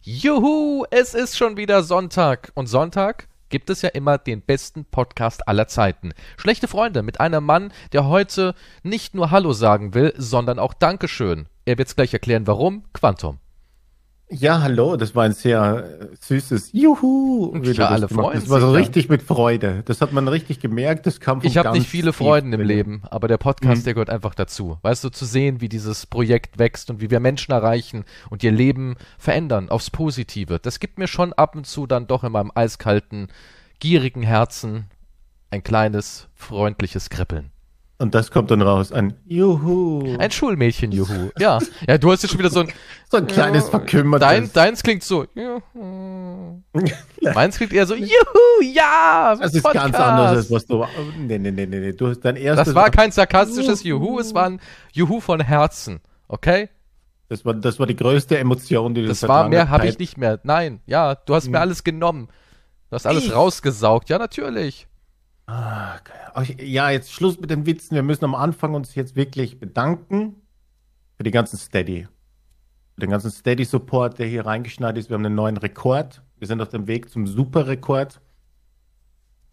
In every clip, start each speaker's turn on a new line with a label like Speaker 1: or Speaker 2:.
Speaker 1: Juhu, es ist schon wieder Sonntag. Und Sonntag gibt es ja immer den besten Podcast aller Zeiten. Schlechte Freunde mit einem Mann, der heute nicht nur Hallo sagen will, sondern auch Dankeschön. Er wird es gleich erklären, warum. Quantum.
Speaker 2: Ja, hallo, das war ein sehr äh, süßes Juhu.
Speaker 1: Und
Speaker 2: wie du
Speaker 1: klar,
Speaker 2: das
Speaker 1: alle
Speaker 2: gemacht hast.
Speaker 1: freuen
Speaker 2: Das war so
Speaker 1: sich, ja.
Speaker 2: richtig mit Freude. Das hat man richtig gemerkt. Das kam vom
Speaker 1: Ich habe
Speaker 2: ganz
Speaker 1: nicht viele
Speaker 2: tief
Speaker 1: Freuden im
Speaker 2: drin.
Speaker 1: Leben, aber der Podcast,
Speaker 2: Mhm.
Speaker 1: der gehört einfach dazu. Weißt du, zu sehen, wie dieses Projekt wächst und wie wir Menschen erreichen und ihr Leben verändern aufs Positive, das gibt mir schon ab und zu dann doch in meinem eiskalten, gierigen Herzen ein kleines, freundliches Kribbeln.
Speaker 2: Und das kommt dann raus an Juhu.
Speaker 1: Ein Schulmädchen, juhu. Ja, ja du hast jetzt schon wieder so ein...
Speaker 2: so ein kleines verkümmertes.
Speaker 1: Dein, deins klingt so... juhu. Meins klingt eher so... Juhu, ja!
Speaker 2: das ist ganz
Speaker 1: Podcast.
Speaker 2: anderes, was du. oh, Nee, nee, nee, nee, nee. Du hast dein erstes.
Speaker 1: Das war kein sarkastisches Juhu, es war ein Juhu von Herzen. Okay?
Speaker 2: das war, das war die größte Emotion, die du
Speaker 1: Das
Speaker 2: seit
Speaker 1: war
Speaker 2: langer
Speaker 1: mehr, habe
Speaker 2: Zeit- Hm.
Speaker 1: ich nicht mehr. Nein, ja, du hast mir alles genommen. Du hast alles
Speaker 2: Ich?
Speaker 1: rausgesaugt. Ja, natürlich.
Speaker 2: Ach, Ja, jetzt Schluss mit den Witzen. Wir müssen am Anfang uns jetzt wirklich bedanken für die ganzen Steady. Für den ganzen Steady-Support, der hier reingeschneit ist. Wir haben einen neuen Rekord. Wir sind auf dem Weg zum Super-Rekord.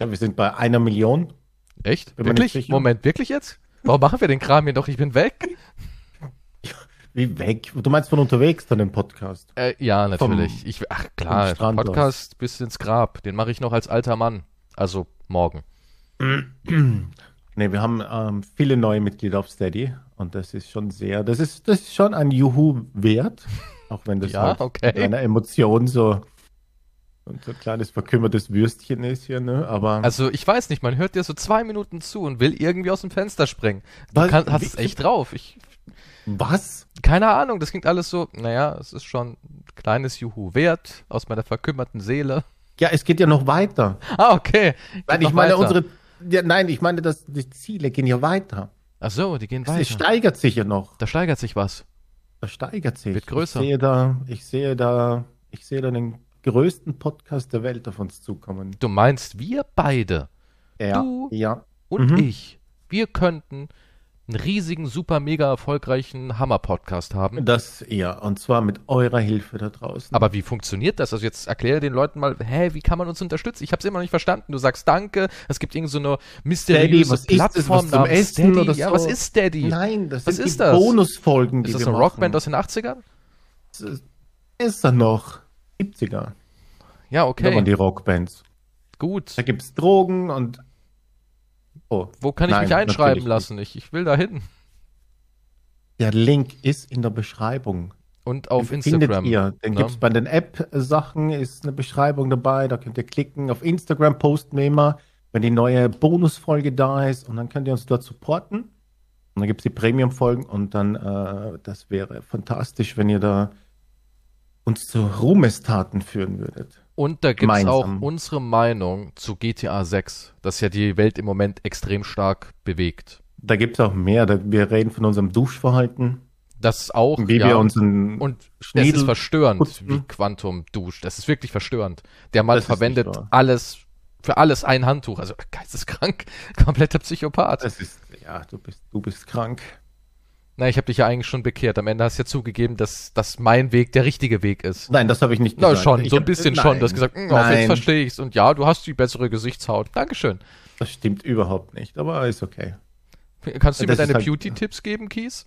Speaker 2: Ja, wir sind bei einer Million.
Speaker 1: Echt?
Speaker 2: Bin mir nicht
Speaker 1: wirklich?
Speaker 2: sicher.
Speaker 1: Moment, wirklich jetzt? Warum machen wir den Kram hier doch? Ich bin weg.
Speaker 2: Wie weg? Du meinst von unterwegs dann den Podcast?
Speaker 1: Äh, ja, natürlich.
Speaker 2: Vom-
Speaker 1: ich, ach klar,
Speaker 2: vom Strand aus.
Speaker 1: Podcast bis ins Grab. Den mache ich noch als alter Mann. Also morgen.
Speaker 2: Nee, wir haben ähm, viele neue Mitglieder auf Steady. Und das ist schon sehr, das ist, das ist schon ein Juhu wert. Auch wenn das
Speaker 1: Ja,
Speaker 2: halt
Speaker 1: okay.
Speaker 2: mit einer Emotion so, so ein kleines verkümmertes Würstchen ist hier, ne? Aber.
Speaker 1: Also ich weiß nicht, man hört dir so zwei Minuten zu und will irgendwie aus dem Fenster springen. Du
Speaker 2: Was?
Speaker 1: kann, hast
Speaker 2: Wie-
Speaker 1: es echt drauf. Ich,
Speaker 2: Was?
Speaker 1: keine Ahnung, das klingt alles so, naja, es ist schon ein kleines Juhu wert aus meiner verkümmerten Seele.
Speaker 2: Ja, es geht ja noch weiter.
Speaker 1: Ah, okay. Geht
Speaker 2: Nein, ich
Speaker 1: noch
Speaker 2: meine
Speaker 1: weiter.
Speaker 2: unsere. Ja, nein, ich meine, dass die Ziele gehen ja weiter.
Speaker 1: Ach so, die gehen
Speaker 2: Es es
Speaker 1: weiter.
Speaker 2: steigert sich ja noch.
Speaker 1: Da steigert sich was.
Speaker 2: Das steigert sich.
Speaker 1: Wird größer.
Speaker 2: Ich sehe da, ich sehe da, ich sehe da den größten Podcast der Welt auf uns zukommen.
Speaker 1: Du meinst, wir beide
Speaker 2: Ja,
Speaker 1: Du?
Speaker 2: ja.
Speaker 1: und
Speaker 2: Mhm.
Speaker 1: ich, wir könnten einen riesigen, super, mega erfolgreichen Hammer-Podcast haben.
Speaker 2: Das ja, und zwar mit eurer Hilfe da draußen.
Speaker 1: Aber wie funktioniert das? Also jetzt erkläre den Leuten mal, hä, wie kann man uns unterstützen? Ich habe es immer noch nicht verstanden. Du sagst Danke, es gibt irgend so eine mysteriöse
Speaker 2: was ist das?
Speaker 1: Plattform
Speaker 2: Was zum
Speaker 1: namens
Speaker 2: Essen
Speaker 1: Steady.
Speaker 2: oder
Speaker 1: Ja,
Speaker 2: so?
Speaker 1: was ist Steady?
Speaker 2: nein, das
Speaker 1: Was
Speaker 2: sind
Speaker 1: ist
Speaker 2: die
Speaker 1: das?
Speaker 2: Bonusfolgen, die
Speaker 1: Ist das
Speaker 2: wir
Speaker 1: eine
Speaker 2: machen.
Speaker 1: Rockband aus den 80ern?
Speaker 2: Ist da noch 70er.
Speaker 1: Ja,
Speaker 2: Da waren
Speaker 1: okay,
Speaker 2: die Rockbands.
Speaker 1: gut.
Speaker 2: Da gibt's Drogen und oh,
Speaker 1: Wo kann ich
Speaker 2: Nein,
Speaker 1: mich einschreiben
Speaker 2: natürlich
Speaker 1: lassen? Ich, ich will da hin.
Speaker 2: Der Link ist in der Beschreibung.
Speaker 1: Und auf
Speaker 2: Den
Speaker 1: Instagram.
Speaker 2: Findet ihr. Den
Speaker 1: ne?
Speaker 2: gibt's bei den App-Sachen, ist eine Beschreibung dabei, da könnt ihr klicken. Auf Instagram posten wir immer, wenn die neue Bonusfolge da ist und dann könnt ihr uns dort supporten. Und dann gibt's die Premium-Folgen und dann, äh, das wäre fantastisch, wenn ihr da uns zu Ruhmestaten führen würdet.
Speaker 1: Und da gibt es auch
Speaker 2: Gemeinsam.
Speaker 1: unsere Meinung zu GTA 6, das ja die Welt im Moment extrem stark bewegt.
Speaker 2: Da gibt's auch mehr. Da, wir reden von unserem Duschverhalten,
Speaker 1: Das auch,
Speaker 2: wie
Speaker 1: ja.
Speaker 2: wir unseren
Speaker 1: und es
Speaker 2: Schniedel
Speaker 1: ist verstörend,
Speaker 2: putzen.
Speaker 1: wie Quantum Dusch. Das ist wirklich verstörend. Der Mann
Speaker 2: Das ist
Speaker 1: verwendet
Speaker 2: nicht wahr.
Speaker 1: alles, für alles ein Handtuch. Also geisteskrank, kompletter Psychopath.
Speaker 2: Das ist, ja, du bist, du bist krank.
Speaker 1: Na, ich habe dich ja eigentlich schon bekehrt. Am Ende hast du ja zugegeben, dass, dass mein Weg der richtige Weg ist.
Speaker 2: Nein, das habe ich nicht
Speaker 1: Na
Speaker 2: gesagt.
Speaker 1: schon,
Speaker 2: ich
Speaker 1: so ein
Speaker 2: hab-
Speaker 1: bisschen
Speaker 2: nein.
Speaker 1: schon. Du hast gesagt, "Hm, "Mh, auch jetzt
Speaker 2: nein,
Speaker 1: verstehe ich's. Und ja, du hast die bessere Gesichtshaut. Dankeschön.
Speaker 2: das stimmt überhaupt nicht, aber ist okay.
Speaker 1: Kannst du mir
Speaker 2: Das ist
Speaker 1: deine
Speaker 2: halt-
Speaker 1: Beauty-Tipps geben, Kies?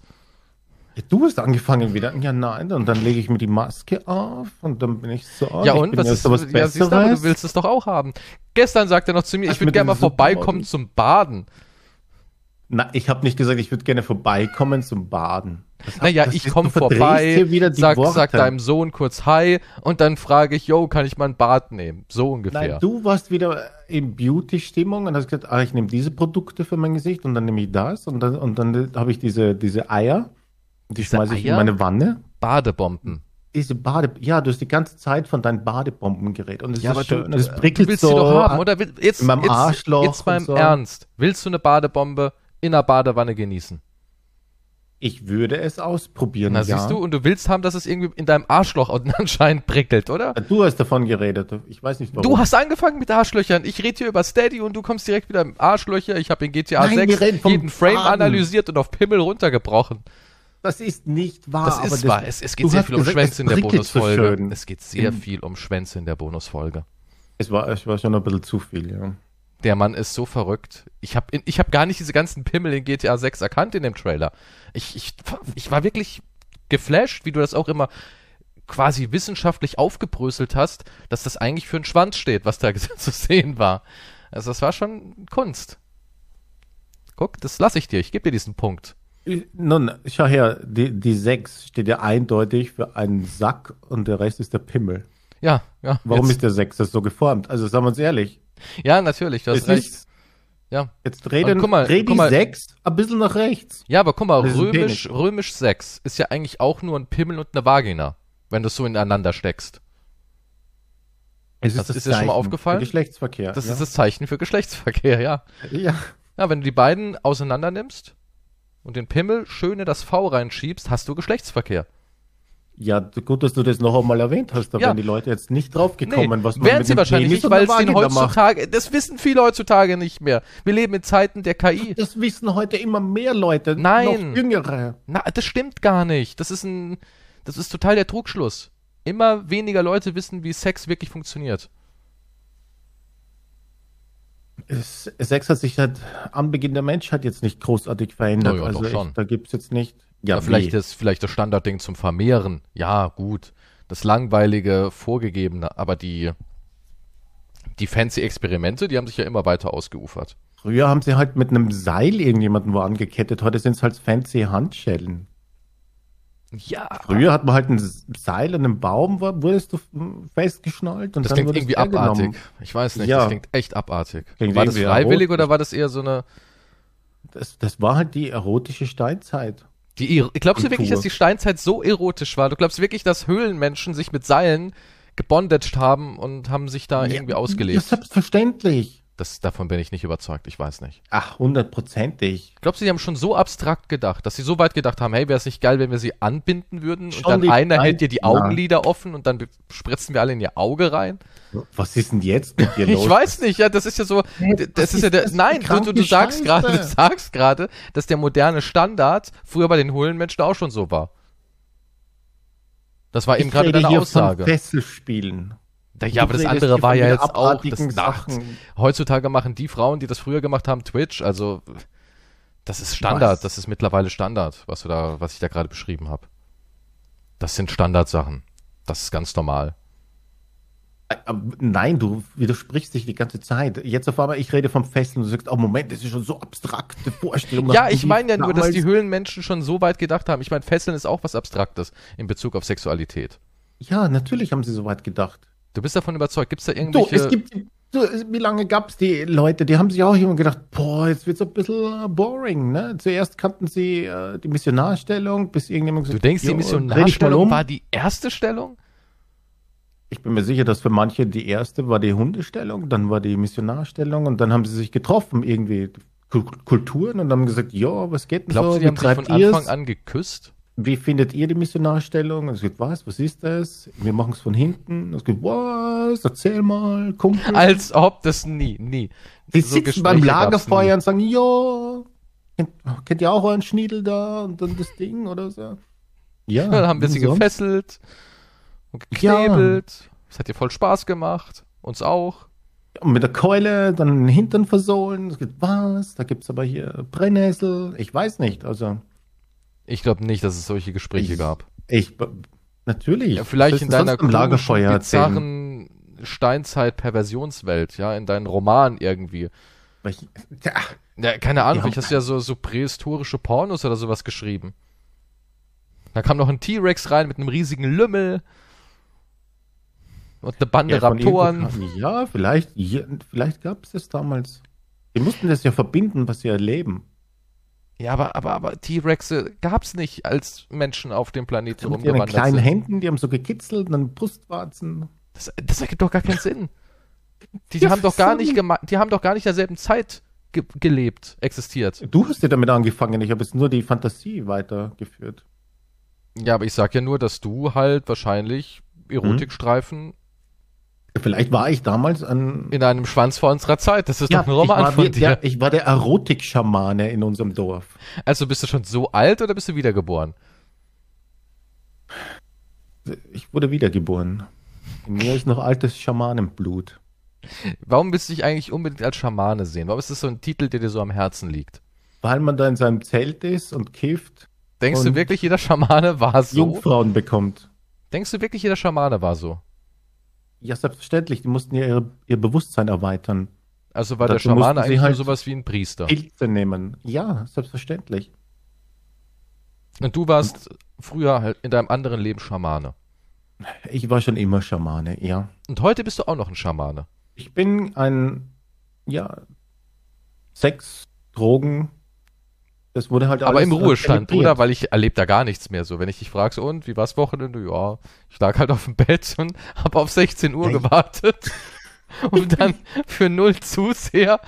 Speaker 2: Ja, Du hast angefangen wieder, ja nein, und dann lege ich mir die Maske auf und dann bin ich so,
Speaker 1: ja
Speaker 2: Oh, ich
Speaker 1: und
Speaker 2: bin
Speaker 1: was
Speaker 2: jetzt
Speaker 1: ist
Speaker 2: so was
Speaker 1: ja, siehst du, aber du
Speaker 2: Besseres.
Speaker 1: willst es doch auch haben. Gestern sagte er noch zu mir,
Speaker 2: Was
Speaker 1: ich würde
Speaker 2: mit
Speaker 1: gerne mal
Speaker 2: dem
Speaker 1: vorbeikommen
Speaker 2: Supermodel?
Speaker 1: zum Baden.
Speaker 2: Na, ich habe nicht gesagt, ich würde gerne vorbeikommen zum Baden. Das hab-
Speaker 1: Naja,
Speaker 2: das
Speaker 1: ich
Speaker 2: ist-
Speaker 1: komme
Speaker 2: du verdrehst
Speaker 1: vorbei,
Speaker 2: hier wieder die
Speaker 1: sag,
Speaker 2: Worte.
Speaker 1: sag deinem Sohn kurz Hi und dann frage ich, yo, kann ich mal ein Bad nehmen? So ungefähr.
Speaker 2: Nein, du warst wieder in Beauty-Stimmung und hast gesagt, ah, ich nehme diese Produkte für mein Gesicht und dann nehme ich das und dann, und dann habe ich diese, diese Eier, die
Speaker 1: Diese
Speaker 2: schmeiße ich
Speaker 1: Eier?
Speaker 2: in meine Wanne.
Speaker 1: Badebomben.
Speaker 2: diese Bade, ja, du hast die ganze Zeit von deinen Badebomben geredet und es
Speaker 1: Ja, aber
Speaker 2: ist schön,
Speaker 1: du-
Speaker 2: und es
Speaker 1: Du
Speaker 2: prickelt
Speaker 1: willst
Speaker 2: so.
Speaker 1: die doch haben, oder? Will- Jetzt,
Speaker 2: in meinem
Speaker 1: jetzt,
Speaker 2: Arschloch
Speaker 1: jetzt mal
Speaker 2: und
Speaker 1: im
Speaker 2: so.
Speaker 1: Ernst. Willst du eine Badebombe in der Badewanne genießen?
Speaker 2: Ich würde es ausprobieren.
Speaker 1: Na,
Speaker 2: ja.
Speaker 1: siehst du, und du willst haben, dass es irgendwie in deinem Arschloch anscheinend prickelt, oder?
Speaker 2: Ah, Du hast davon geredet. Ich weiß nicht warum.
Speaker 1: Du hast angefangen mit Arschlöchern. Ich rede hier über Steady und du kommst direkt wieder mit Arschlöcher. Ich habe in GTA
Speaker 2: Nein, wir
Speaker 1: 6
Speaker 2: reden vom
Speaker 1: jeden Frame
Speaker 2: Baden.
Speaker 1: analysiert und auf Pimmel runtergebrochen.
Speaker 2: Das ist nicht wahr.
Speaker 1: Ah, Das ist wahr. Es, es geht sehr viel um Schwänze in der Bonusfolge. es geht sehr viel um Schwänze in der Bonusfolge.
Speaker 2: Es war, es war schon ein bisschen zu viel, ja.
Speaker 1: Der Mann ist so verrückt. Ich habe ich hab gar nicht diese ganzen Pimmel in GTA 6 erkannt in dem Trailer. Ich, ich, ich war wirklich geflasht, wie du das auch immer quasi wissenschaftlich aufgebröselt hast, dass das eigentlich für einen Schwanz steht, was da zu sehen war. Also das war schon Kunst. Guck, das lasse ich dir. Ich gebe dir diesen Punkt.
Speaker 2: Nun, schau her, die, die 6 steht ja eindeutig für einen Sack und der Rest ist der Pimmel.
Speaker 1: Ja, ja.
Speaker 2: Warum ist der 6 so geformt? Also sagen wir uns ehrlich.
Speaker 1: Ja, natürlich, du hast recht. Ja.
Speaker 2: Jetzt reden,
Speaker 1: guck mal,
Speaker 2: dreh
Speaker 1: guck mal.
Speaker 2: die 6 ein bisschen nach rechts.
Speaker 1: Ja, aber guck mal,
Speaker 2: Das ist ein
Speaker 1: römisch,
Speaker 2: Penis.
Speaker 1: römisch 6 ist ja eigentlich auch nur ein Pimmel und eine Vagina, wenn du es so ineinander steckst.
Speaker 2: Es
Speaker 1: Das ist dir schon mal
Speaker 2: Zeichen
Speaker 1: aufgefallen?
Speaker 2: für Geschlechtsverkehr.
Speaker 1: Das
Speaker 2: ja.
Speaker 1: ist das Zeichen für Geschlechtsverkehr, ja.
Speaker 2: ja.
Speaker 1: Ja, wenn du die beiden auseinander nimmst und den Pimmel schön in das V reinschiebst, hast du Geschlechtsverkehr.
Speaker 2: ja, gut, dass du das noch einmal erwähnt hast, da
Speaker 1: Ja.
Speaker 2: wären die Leute jetzt nicht draufgekommen, was man
Speaker 1: wären
Speaker 2: mit
Speaker 1: sie
Speaker 2: dem
Speaker 1: wahrscheinlich
Speaker 2: Penis
Speaker 1: nicht,
Speaker 2: und der
Speaker 1: weil es den
Speaker 2: Vagina macht.
Speaker 1: heutzutage, das wissen viele heutzutage nicht mehr. Wir leben in Zeiten der KI.
Speaker 2: Das wissen heute immer mehr Leute,
Speaker 1: Nein.
Speaker 2: noch jüngere.
Speaker 1: Na, das stimmt gar nicht. Das ist ein, das ist total der Trugschluss. Immer weniger Leute wissen, wie Sex wirklich funktioniert.
Speaker 2: Es- Sex hat sich seit Anbeginn der Menschheit jetzt nicht großartig verändert.
Speaker 1: Na ja,
Speaker 2: also
Speaker 1: doch
Speaker 2: ich,
Speaker 1: schon.
Speaker 2: da gibt's jetzt nicht.
Speaker 1: Ja, Äh, vielleicht,
Speaker 2: nee.
Speaker 1: das, vielleicht das Standardding zum Vermehren. Ja, gut. Das langweilige, vorgegebene. Aber die, die fancy Experimente, die haben sich ja immer weiter ausgeufert.
Speaker 2: Früher haben sie halt mit einem Seil irgendjemanden wo angekettet, heute sind's halt fancy Handschellen.
Speaker 1: Ja.
Speaker 2: Früher hat man halt ein Seil an einem Baum, wo- wurdest du hm, festgeschnallt und
Speaker 1: Das
Speaker 2: dann
Speaker 1: klingt
Speaker 2: wurdest
Speaker 1: irgendwie
Speaker 2: du hergenommen.
Speaker 1: abartig. Ich weiß nicht,
Speaker 2: Ja.
Speaker 1: das klingt echt abartig.
Speaker 2: Klingt
Speaker 1: war das
Speaker 2: irgendwie
Speaker 1: freiwillig
Speaker 2: erotisch.
Speaker 1: oder war das eher so eine.
Speaker 2: Das, das war halt die erotische Steinzeit.
Speaker 1: Die, er- glaubst du
Speaker 2: Kultur.
Speaker 1: wirklich, dass die Steinzeit so erotisch war? Du glaubst wirklich, dass Höhlenmenschen sich mit Seilen gebondaged haben und haben sich da irgendwie
Speaker 2: Ja,
Speaker 1: ausgelebt?
Speaker 2: selbstverständlich.
Speaker 1: Das, davon bin ich nicht überzeugt, ich weiß nicht.
Speaker 2: Ach, hundertprozentig.
Speaker 1: Glaubst du, die haben schon so abstrakt gedacht, dass sie so weit gedacht haben, hey, wäre es nicht geil, wenn wir sie anbinden würden
Speaker 2: Schon
Speaker 1: und dann
Speaker 2: die-
Speaker 1: einer
Speaker 2: nein,
Speaker 1: hält dir die
Speaker 2: nein.
Speaker 1: Augenlider offen und dann spritzen wir alle in ihr Auge rein?
Speaker 2: Was ist denn jetzt mit dir los?
Speaker 1: Ich weiß nicht, ja, das ist ja so, d- das
Speaker 2: was
Speaker 1: ist ja
Speaker 2: ist
Speaker 1: der,
Speaker 2: Genau. das für
Speaker 1: nein, du, du, du
Speaker 2: kranke
Speaker 1: sagst gerade, du
Speaker 2: Scheiße?
Speaker 1: sagst gerade, dass der moderne Standard früher bei den Höhlenmenschen auch schon so war. Das war eben
Speaker 2: Ich
Speaker 1: gerade
Speaker 2: rede
Speaker 1: deine
Speaker 2: hier Von
Speaker 1: Aussage.
Speaker 2: Fesselspielen.
Speaker 1: Da, ja, aber
Speaker 2: Du
Speaker 1: das
Speaker 2: redest
Speaker 1: andere
Speaker 2: hier
Speaker 1: war
Speaker 2: von
Speaker 1: ja
Speaker 2: den
Speaker 1: jetzt auch das
Speaker 2: abartigen
Speaker 1: Nacht.
Speaker 2: Sachen.
Speaker 1: Heutzutage machen die Frauen, die das früher gemacht haben, Twitch, also das ist Standard,
Speaker 2: Was?
Speaker 1: das ist mittlerweile Standard, was du da, was ich da gerade beschrieben habe. Das sind Standardsachen. Das ist ganz normal.
Speaker 2: Aber Äh, Nein, du widersprichst dich die ganze Zeit. Jetzt auf einmal, ich rede vom Fesseln und du sagst, oh Moment, das ist schon so abstrakte Vorstellung.
Speaker 1: Ja,
Speaker 2: Hatten
Speaker 1: ich
Speaker 2: die
Speaker 1: meine ja nur, dass die
Speaker 2: damals-
Speaker 1: Höhlenmenschen schon so weit gedacht haben. Ich meine, Fesseln ist auch was Abstraktes in Bezug auf Sexualität.
Speaker 2: Ja, natürlich haben sie so weit gedacht.
Speaker 1: Du bist davon überzeugt, gibt es da
Speaker 2: Du,
Speaker 1: irgendwelche.
Speaker 2: es gibt, du, es- wie lange gab es die Leute? Die haben sich auch immer gedacht, boah, jetzt wird's ein bisschen äh, boring, ne? Zuerst kannten sie äh, die Missionarstellung, bis irgendjemand
Speaker 1: du
Speaker 2: gesagt
Speaker 1: denkst, die
Speaker 2: "Jo, dreh dich mal
Speaker 1: Missionarstellung
Speaker 2: um."
Speaker 1: war die erste Stellung?
Speaker 2: Ich bin mir sicher, dass für manche die erste war die Hundestellung, dann war die Missionarstellung und dann haben sie sich getroffen, irgendwie Ku- Kulturen und haben gesagt, ja, was geht denn
Speaker 1: Glaubst
Speaker 2: so?
Speaker 1: du, die haben sich
Speaker 2: treibt
Speaker 1: von Anfang
Speaker 2: ihr's?
Speaker 1: an geküsst?
Speaker 2: Wie findet ihr die Missionarstellung? Und es geht, was, was ist das? Wir machen es von hinten. Und Es geht, was, erzähl mal, Kumpel.
Speaker 1: Als ob das nie, nie.
Speaker 2: Die
Speaker 1: Also, So
Speaker 2: sitzen beim
Speaker 1: Gespräche gab's
Speaker 2: Lagerfeuer
Speaker 1: nie.
Speaker 2: und sagen, ja, kennt, kennt ihr auch euren Schniedel da und dann das Ding oder so? Ja,
Speaker 1: Dann haben wir
Speaker 2: Ah, wie
Speaker 1: sie
Speaker 2: sonst?
Speaker 1: gefesselt und geknebelt. Es hat dir voll Spaß gemacht. Uns auch.
Speaker 2: Und mit der Keule dann den Hintern versohlen. Es geht, was, da gibt's aber hier Brennnessel. Ich weiß nicht, also
Speaker 1: Ich glaube nicht, dass es solche Gespräche
Speaker 2: Ich-
Speaker 1: gab.
Speaker 2: ich, natürlich.
Speaker 1: Ja, vielleicht
Speaker 2: Was
Speaker 1: in
Speaker 2: ist denn
Speaker 1: deiner
Speaker 2: sonst am Lagerfeuer
Speaker 1: komischen,
Speaker 2: erzählen.
Speaker 1: bizarren Steinzeit-Perversionswelt, ja, in deinen Roman irgendwie.
Speaker 2: Weil ich- Tja,
Speaker 1: Ja, keine Ahnung,
Speaker 2: Ja.
Speaker 1: vielleicht hast du ja so, so prähistorische Pornos oder sowas geschrieben. Da kam noch ein T-Rex rein mit einem riesigen Lümmel. Und eine Bande
Speaker 2: ja, von
Speaker 1: Raptoren.
Speaker 2: irgendwo kam- Ja, vielleicht, ja, vielleicht gab's das damals. Die mussten das ja verbinden, was sie erleben.
Speaker 1: Ja, aber, aber, aber T-Rexe gab's nicht, als Menschen auf dem Planeten
Speaker 2: Mit ihren
Speaker 1: rumgewandert
Speaker 2: kleinen
Speaker 1: sind.
Speaker 2: Händen, die haben so gekitzelt und dann Brustwarzen.
Speaker 1: Das, das ergibt doch gar keinen Sinn. Die,
Speaker 2: Ja,
Speaker 1: haben doch gar
Speaker 2: sorry.
Speaker 1: nicht gema die haben doch gar nicht in derselben Zeit ge gelebt, existiert.
Speaker 2: Du hast ja damit angefangen, ich habe jetzt nur die Fantasie weitergeführt.
Speaker 1: Ja, aber ich sag ja nur, dass du halt wahrscheinlich Erotikstreifen
Speaker 2: Hm. Vielleicht war ich damals ein.
Speaker 1: in einem Schwanz vor unserer Zeit. Das ist doch ein
Speaker 2: ich,
Speaker 1: Roman
Speaker 2: war
Speaker 1: von
Speaker 2: der,
Speaker 1: dir.
Speaker 2: der, ich war der Erotik-Schamane in unserem Dorf.
Speaker 1: Also bist du schon so alt oder bist du wiedergeboren?
Speaker 2: Ich wurde wiedergeboren. In mir ist noch altes Schamanenblut.
Speaker 1: Warum willst du dich eigentlich unbedingt als Schamane sehen? Warum ist das so ein Titel, der dir so am Herzen liegt?
Speaker 2: Weil man da in seinem Zelt ist und kifft,
Speaker 1: Denkst du
Speaker 2: Und-
Speaker 1: wirklich, jeder Schamane war so?
Speaker 2: Jungfrauen bekommt.
Speaker 1: Denkst du wirklich, jeder Schamane war so?
Speaker 2: Ja, selbstverständlich. Die mussten ja ihr, ihr Bewusstsein erweitern.
Speaker 1: Also war der
Speaker 2: Dazu mussten
Speaker 1: Schamane
Speaker 2: sie
Speaker 1: eigentlich
Speaker 2: halt-
Speaker 1: nur sowas wie ein Priester.
Speaker 2: Pilze nehmen. Ja, selbstverständlich.
Speaker 1: Und du warst früher halt in deinem anderen Leben Schamane.
Speaker 2: Ich war schon immer Schamane, ja.
Speaker 1: Und heute bist du auch noch ein Schamane.
Speaker 2: Ich bin ein, ja, Sex, Drogen. Das wurde halt
Speaker 1: aber
Speaker 2: alles
Speaker 1: im Ruhestand,
Speaker 2: zelebriert.
Speaker 1: oder? Weil ich erlebe da gar nichts mehr so. Wenn ich dich frage, so, und wie war's Wochenende? Ja, ich lag halt auf dem Bett und habe auf 16 Uhr
Speaker 2: Echt?
Speaker 1: gewartet, um dann für null Zuseher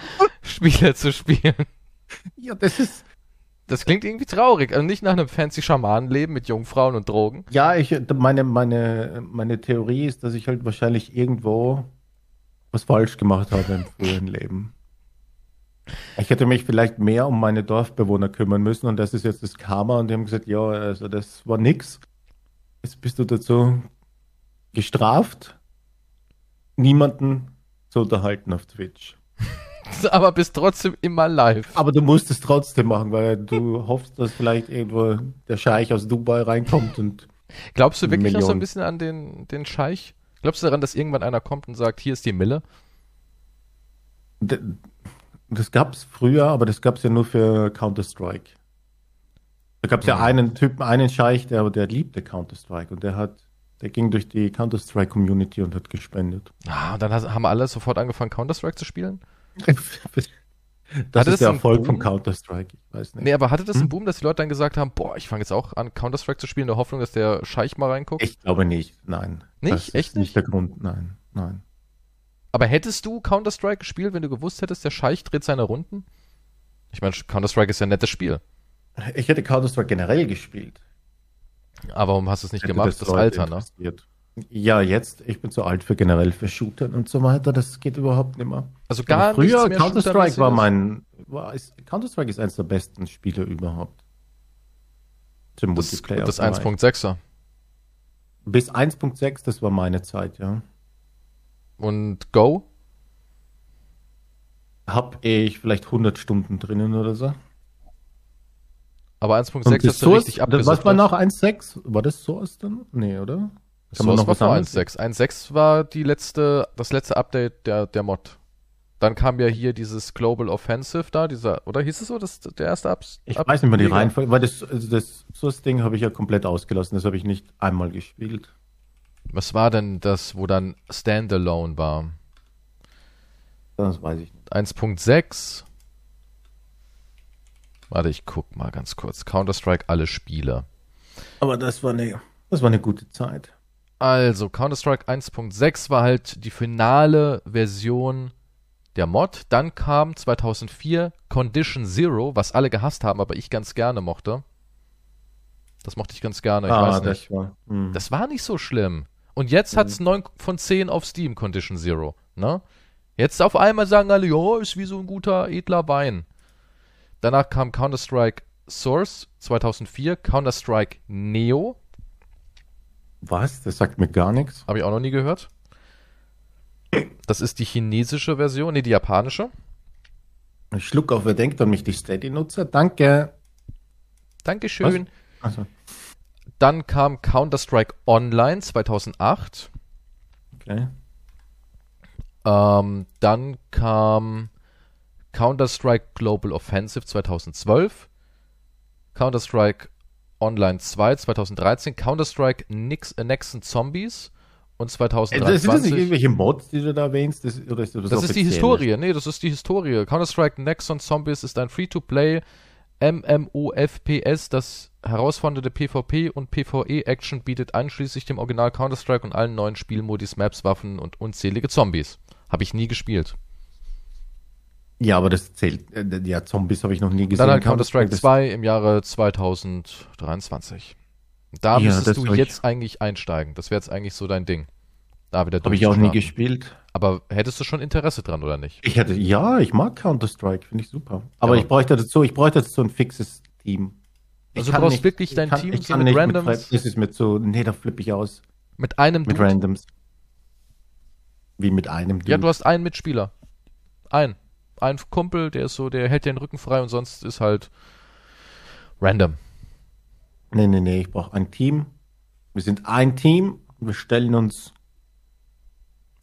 Speaker 1: Spiele zu spielen.
Speaker 2: Ja, das ist.
Speaker 1: Das klingt irgendwie traurig. Also nicht nach einem fancy Schamanenleben mit Jungfrauen und Drogen.
Speaker 2: Ja, ich, meine, meine, meine Theorie ist, dass ich halt wahrscheinlich irgendwo was falsch gemacht habe im früheren Leben. Ich hätte mich vielleicht mehr um meine Dorfbewohner kümmern müssen und das ist jetzt das Karma und die haben gesagt, ja, also das war nix. Jetzt bist du dazu gestraft, niemanden zu unterhalten auf Twitch.
Speaker 1: Aber bist trotzdem immer live.
Speaker 2: Aber du musst es trotzdem machen, weil du hoffst, dass vielleicht irgendwo der Scheich aus Dubai reinkommt und
Speaker 1: Glaubst du wirklich noch so ein
Speaker 2: Millionen.
Speaker 1: bisschen an den, den Scheich? Glaubst du daran, dass irgendwann einer kommt und sagt, hier ist die Mille?
Speaker 2: D- Das gab's früher, aber das gab's ja nur für Counter-Strike. Da gab's
Speaker 1: Mhm.
Speaker 2: ja einen Typen, einen Scheich, der, aber der liebte Counter-Strike und der hat, der ging durch die Counter-Strike-Community und hat gespendet.
Speaker 1: Ah, und dann has- haben alle sofort angefangen, Counter-Strike zu spielen?
Speaker 2: Das
Speaker 1: das
Speaker 2: ist der
Speaker 1: einen
Speaker 2: Erfolg von
Speaker 1: Boom?
Speaker 2: Counter-Strike, ich weiß nicht.
Speaker 1: Nee, aber hatte das
Speaker 2: Hm?
Speaker 1: einen Boom, dass die Leute dann gesagt haben, boah, ich fange jetzt auch an, Counter-Strike zu spielen, in der Hoffnung, dass der Scheich mal reinguckt?
Speaker 2: Ich glaube nicht, nein.
Speaker 1: Nicht?
Speaker 2: Das ist
Speaker 1: Echt nicht?
Speaker 2: nicht der Grund, nein, nein.
Speaker 1: Aber hättest du Counter-Strike gespielt, wenn du gewusst hättest, der Scheich dreht seine Runden? Ich meine, Counter-Strike ist ja ein nettes Spiel.
Speaker 2: Ich hätte Counter-Strike generell gespielt.
Speaker 1: Aber warum hast du es nicht
Speaker 2: Hätte
Speaker 1: gemacht? Das,
Speaker 2: Leute
Speaker 1: Alter, ne?
Speaker 2: interessiert. Ja, jetzt, ich bin zu alt für generell für Shooter und so weiter, das geht überhaupt nicht mehr.
Speaker 1: Also gar
Speaker 2: Früher
Speaker 1: nichts mehr
Speaker 2: Counter-Strike
Speaker 1: shootermäßiges.
Speaker 2: war mein. War, ist, Counter-Strike ist eins der besten Spiele überhaupt. Zum
Speaker 1: Das, ist gut, das
Speaker 2: bereich.
Speaker 1: 1.6er.
Speaker 2: Bis 1.6, das war meine Zeit, ja.
Speaker 1: Und Go?
Speaker 2: Hab ich vielleicht 100 Stunden drinnen oder so.
Speaker 1: Aber 1.6 hast du
Speaker 2: Source,
Speaker 1: richtig
Speaker 2: das, was
Speaker 1: abgesucht.
Speaker 2: war nach 1.6? War das Source dann? Nee, oder?
Speaker 1: Kann Source war vor
Speaker 2: anderes-
Speaker 1: 1.6. 1.6 war die letzte, das letzte Update der, der Mod. Dann kam ja hier dieses Global Offensive da, dieser, oder hieß es so, das, der erste Abs?
Speaker 2: Ich
Speaker 1: Ab-
Speaker 2: weiß nicht mehr die
Speaker 1: Liga?
Speaker 2: Reihenfolge, weil das, also das Source-Ding habe ich ja komplett ausgelassen. Das habe ich nicht einmal gespielt.
Speaker 1: Was war denn das, wo dann Standalone war?
Speaker 2: Das weiß ich nicht.
Speaker 1: 1.6. Warte, ich guck mal ganz kurz. Counter-Strike, alle Spiele.
Speaker 2: Aber das war eine, das war eine gute Zeit.
Speaker 1: Also, Counter-Strike 1.6 war halt die finale Version der Mod. Dann kam 2004 Condition Zero, was alle gehasst haben, aber ich ganz gerne mochte. Das mochte ich ganz gerne, ich weiß
Speaker 2: das
Speaker 1: nicht.
Speaker 2: war. Hm.
Speaker 1: Das war nicht so schlimm. Und jetzt hat's 9 von 10 auf Steam, Condition Zero. Ne? Jetzt auf einmal sagen alle, jo, ist wie so ein guter, edler Wein. Danach kam Counter-Strike Source 2004, Counter-Strike Neo,
Speaker 2: Was? Das sagt mir gar nichts.
Speaker 1: Habe ich auch noch nie gehört. Das ist die chinesische Version, nee, die japanische.
Speaker 2: Ein Schluck auf, wer denkt an mich, die Steady-Nutzer? Danke.
Speaker 1: Dankeschön.
Speaker 2: Also,
Speaker 1: Dann kam Counter-Strike Online 2008.
Speaker 2: okay.
Speaker 1: Ähm, dann kam Counter-Strike Global Offensive 2012. Counter-Strike Online 2 2013. Counter-Strike Nix- äh, Nexen Zombies und
Speaker 2: Äh, das- Sind das nicht
Speaker 1: 2023.
Speaker 2: irgendwelche Mods, die du da erwähnst? Das, oder ist das
Speaker 1: Das ist die
Speaker 2: offiziell?
Speaker 1: Historie, nee, das ist die Historie. Counter-Strike Nexon Zombies ist ein Free-to-Play MMOFPS, das herausfordernde PvP und PvE-Action bietet einschließlich dem Original Counter-Strike und allen neuen Spielmodis, Maps, Waffen und unzählige Zombies. Habe ich nie gespielt.
Speaker 2: Ja, aber das zählt. Äh, Ja, Zombies habe ich noch nie gesehen.
Speaker 1: Dann halt Counter-Strike
Speaker 2: das-
Speaker 1: 2 im Jahre 2023. Da
Speaker 2: Ja, das
Speaker 1: müsstest du
Speaker 2: hab ich-
Speaker 1: jetzt eigentlich einsteigen. Das wäre jetzt eigentlich so dein Ding. Da wieder
Speaker 2: Habe ich auch nie
Speaker 1: durchzustarten.
Speaker 2: gespielt.
Speaker 1: Aber hättest du schon Interesse dran, oder nicht?
Speaker 2: Ich hätte, ja, ich mag Counter-Strike, finde ich super. Aber
Speaker 1: Ja.
Speaker 2: ich bräuchte dazu, ich bräuchte dazu ein fixes Team.
Speaker 1: Also du brauchst wirklich dein
Speaker 2: kann,
Speaker 1: Team
Speaker 2: ich
Speaker 1: so
Speaker 2: kann
Speaker 1: mit
Speaker 2: nicht
Speaker 1: Randoms.
Speaker 2: Mit, Fre- das ist mir zu, nee, da flippe ich aus.
Speaker 1: Mit einem
Speaker 2: Mit
Speaker 1: Dude.
Speaker 2: Randoms. Wie mit einem
Speaker 1: Ja, du hast einen Mitspieler. Ein. Ein Kumpel, der ist so, der hält dir den Rücken frei und sonst ist halt random.
Speaker 2: nee, nee, nee, ich brauche ein Team. Wir sind ein Team und wir stellen uns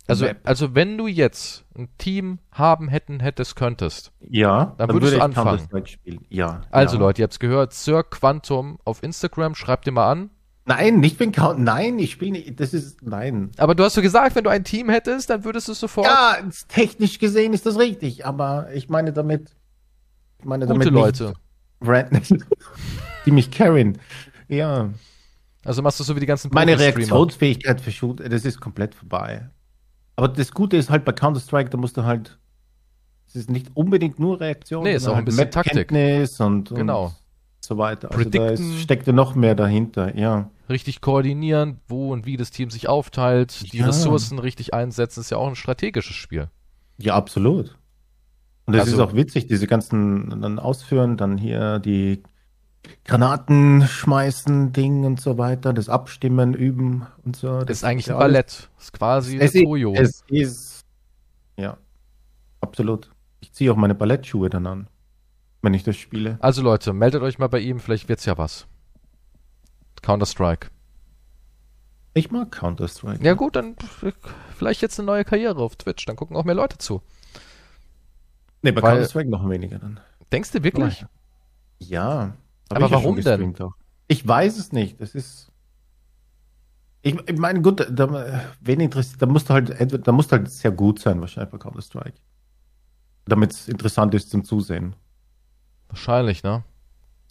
Speaker 1: Also,
Speaker 2: Map.
Speaker 1: also wenn du jetzt ein Team haben hätten, hättest, könntest.
Speaker 2: Ja,
Speaker 1: Dann würdest du anfangen.
Speaker 2: Counter-Strike spielen. Ja.
Speaker 1: Also
Speaker 2: ja.
Speaker 1: Leute, ihr habt's gehört, Sir Quantum auf Instagram, schreibt dir mal an.
Speaker 2: Nein, ich bin Count. Nein, ich spiele nicht. Das ist. Nein.
Speaker 1: Aber du hast so gesagt, wenn du ein Team hättest, dann würdest du es sofort.
Speaker 2: Ja, technisch gesehen ist das richtig, aber ich meine damit. Ich meine
Speaker 1: gute
Speaker 2: damit
Speaker 1: Leute.
Speaker 2: Nicht random, die mich carryen. Ja.
Speaker 1: Also machst du so wie die ganzen
Speaker 2: Meine
Speaker 1: Profi-Streamer.
Speaker 2: Reaktionsfähigkeit für Shoot, das ist komplett vorbei. Aber das Gute ist halt bei Counter-Strike, da musst du halt. Es ist nicht unbedingt nur Reaktion.
Speaker 1: Nee, ist
Speaker 2: sondern halt
Speaker 1: auch ein bisschen Taktik.
Speaker 2: Map-Kenntnis Und, und
Speaker 1: Genau.
Speaker 2: so weiter. Also da ist,
Speaker 1: Predicten.
Speaker 2: steckt ja noch mehr dahinter, ja.
Speaker 1: Richtig koordinieren, wo und wie das Team sich aufteilt, die
Speaker 2: Ja.
Speaker 1: Ressourcen richtig einsetzen, ist ja auch ein strategisches Spiel.
Speaker 2: Ja, absolut. Und das
Speaker 1: Also-
Speaker 2: ist auch witzig, diese ganzen dann ausführen, dann hier die Granaten schmeißen, Ding und so weiter, das Abstimmen, Üben und so.
Speaker 1: Das ist eigentlich
Speaker 2: ja
Speaker 1: ein
Speaker 2: alles-
Speaker 1: Ballett. Das ist quasi
Speaker 2: Es
Speaker 1: eine
Speaker 2: ist,
Speaker 1: Toyo.
Speaker 2: es ist, ja, absolut. Ich ziehe auch meine Ballettschuhe dann an, wenn ich das spiele.
Speaker 1: Also Leute, meldet euch mal bei ihm, vielleicht wird's ja was. Counter-Strike.
Speaker 2: Ich mag Counter-Strike.
Speaker 1: Ja gut, dann vielleicht jetzt eine neue Karriere auf Twitch, dann gucken auch mehr Leute zu.
Speaker 2: nee, bei
Speaker 1: weil-
Speaker 2: Counter-Strike noch weniger dann.
Speaker 1: Denkst du wirklich?
Speaker 2: Ja. hab
Speaker 1: Aber
Speaker 2: ich ja
Speaker 1: warum
Speaker 2: schon gestreamt Auch. Ich weiß es nicht. Das ist. Ich, ich meine, gut, da, wen interessiert, da musst du halt, entweder, da musst du halt sehr gut sein, wahrscheinlich bei Counter-Strike. Damit es interessant ist zum Zusehen.
Speaker 1: Wahrscheinlich, ne?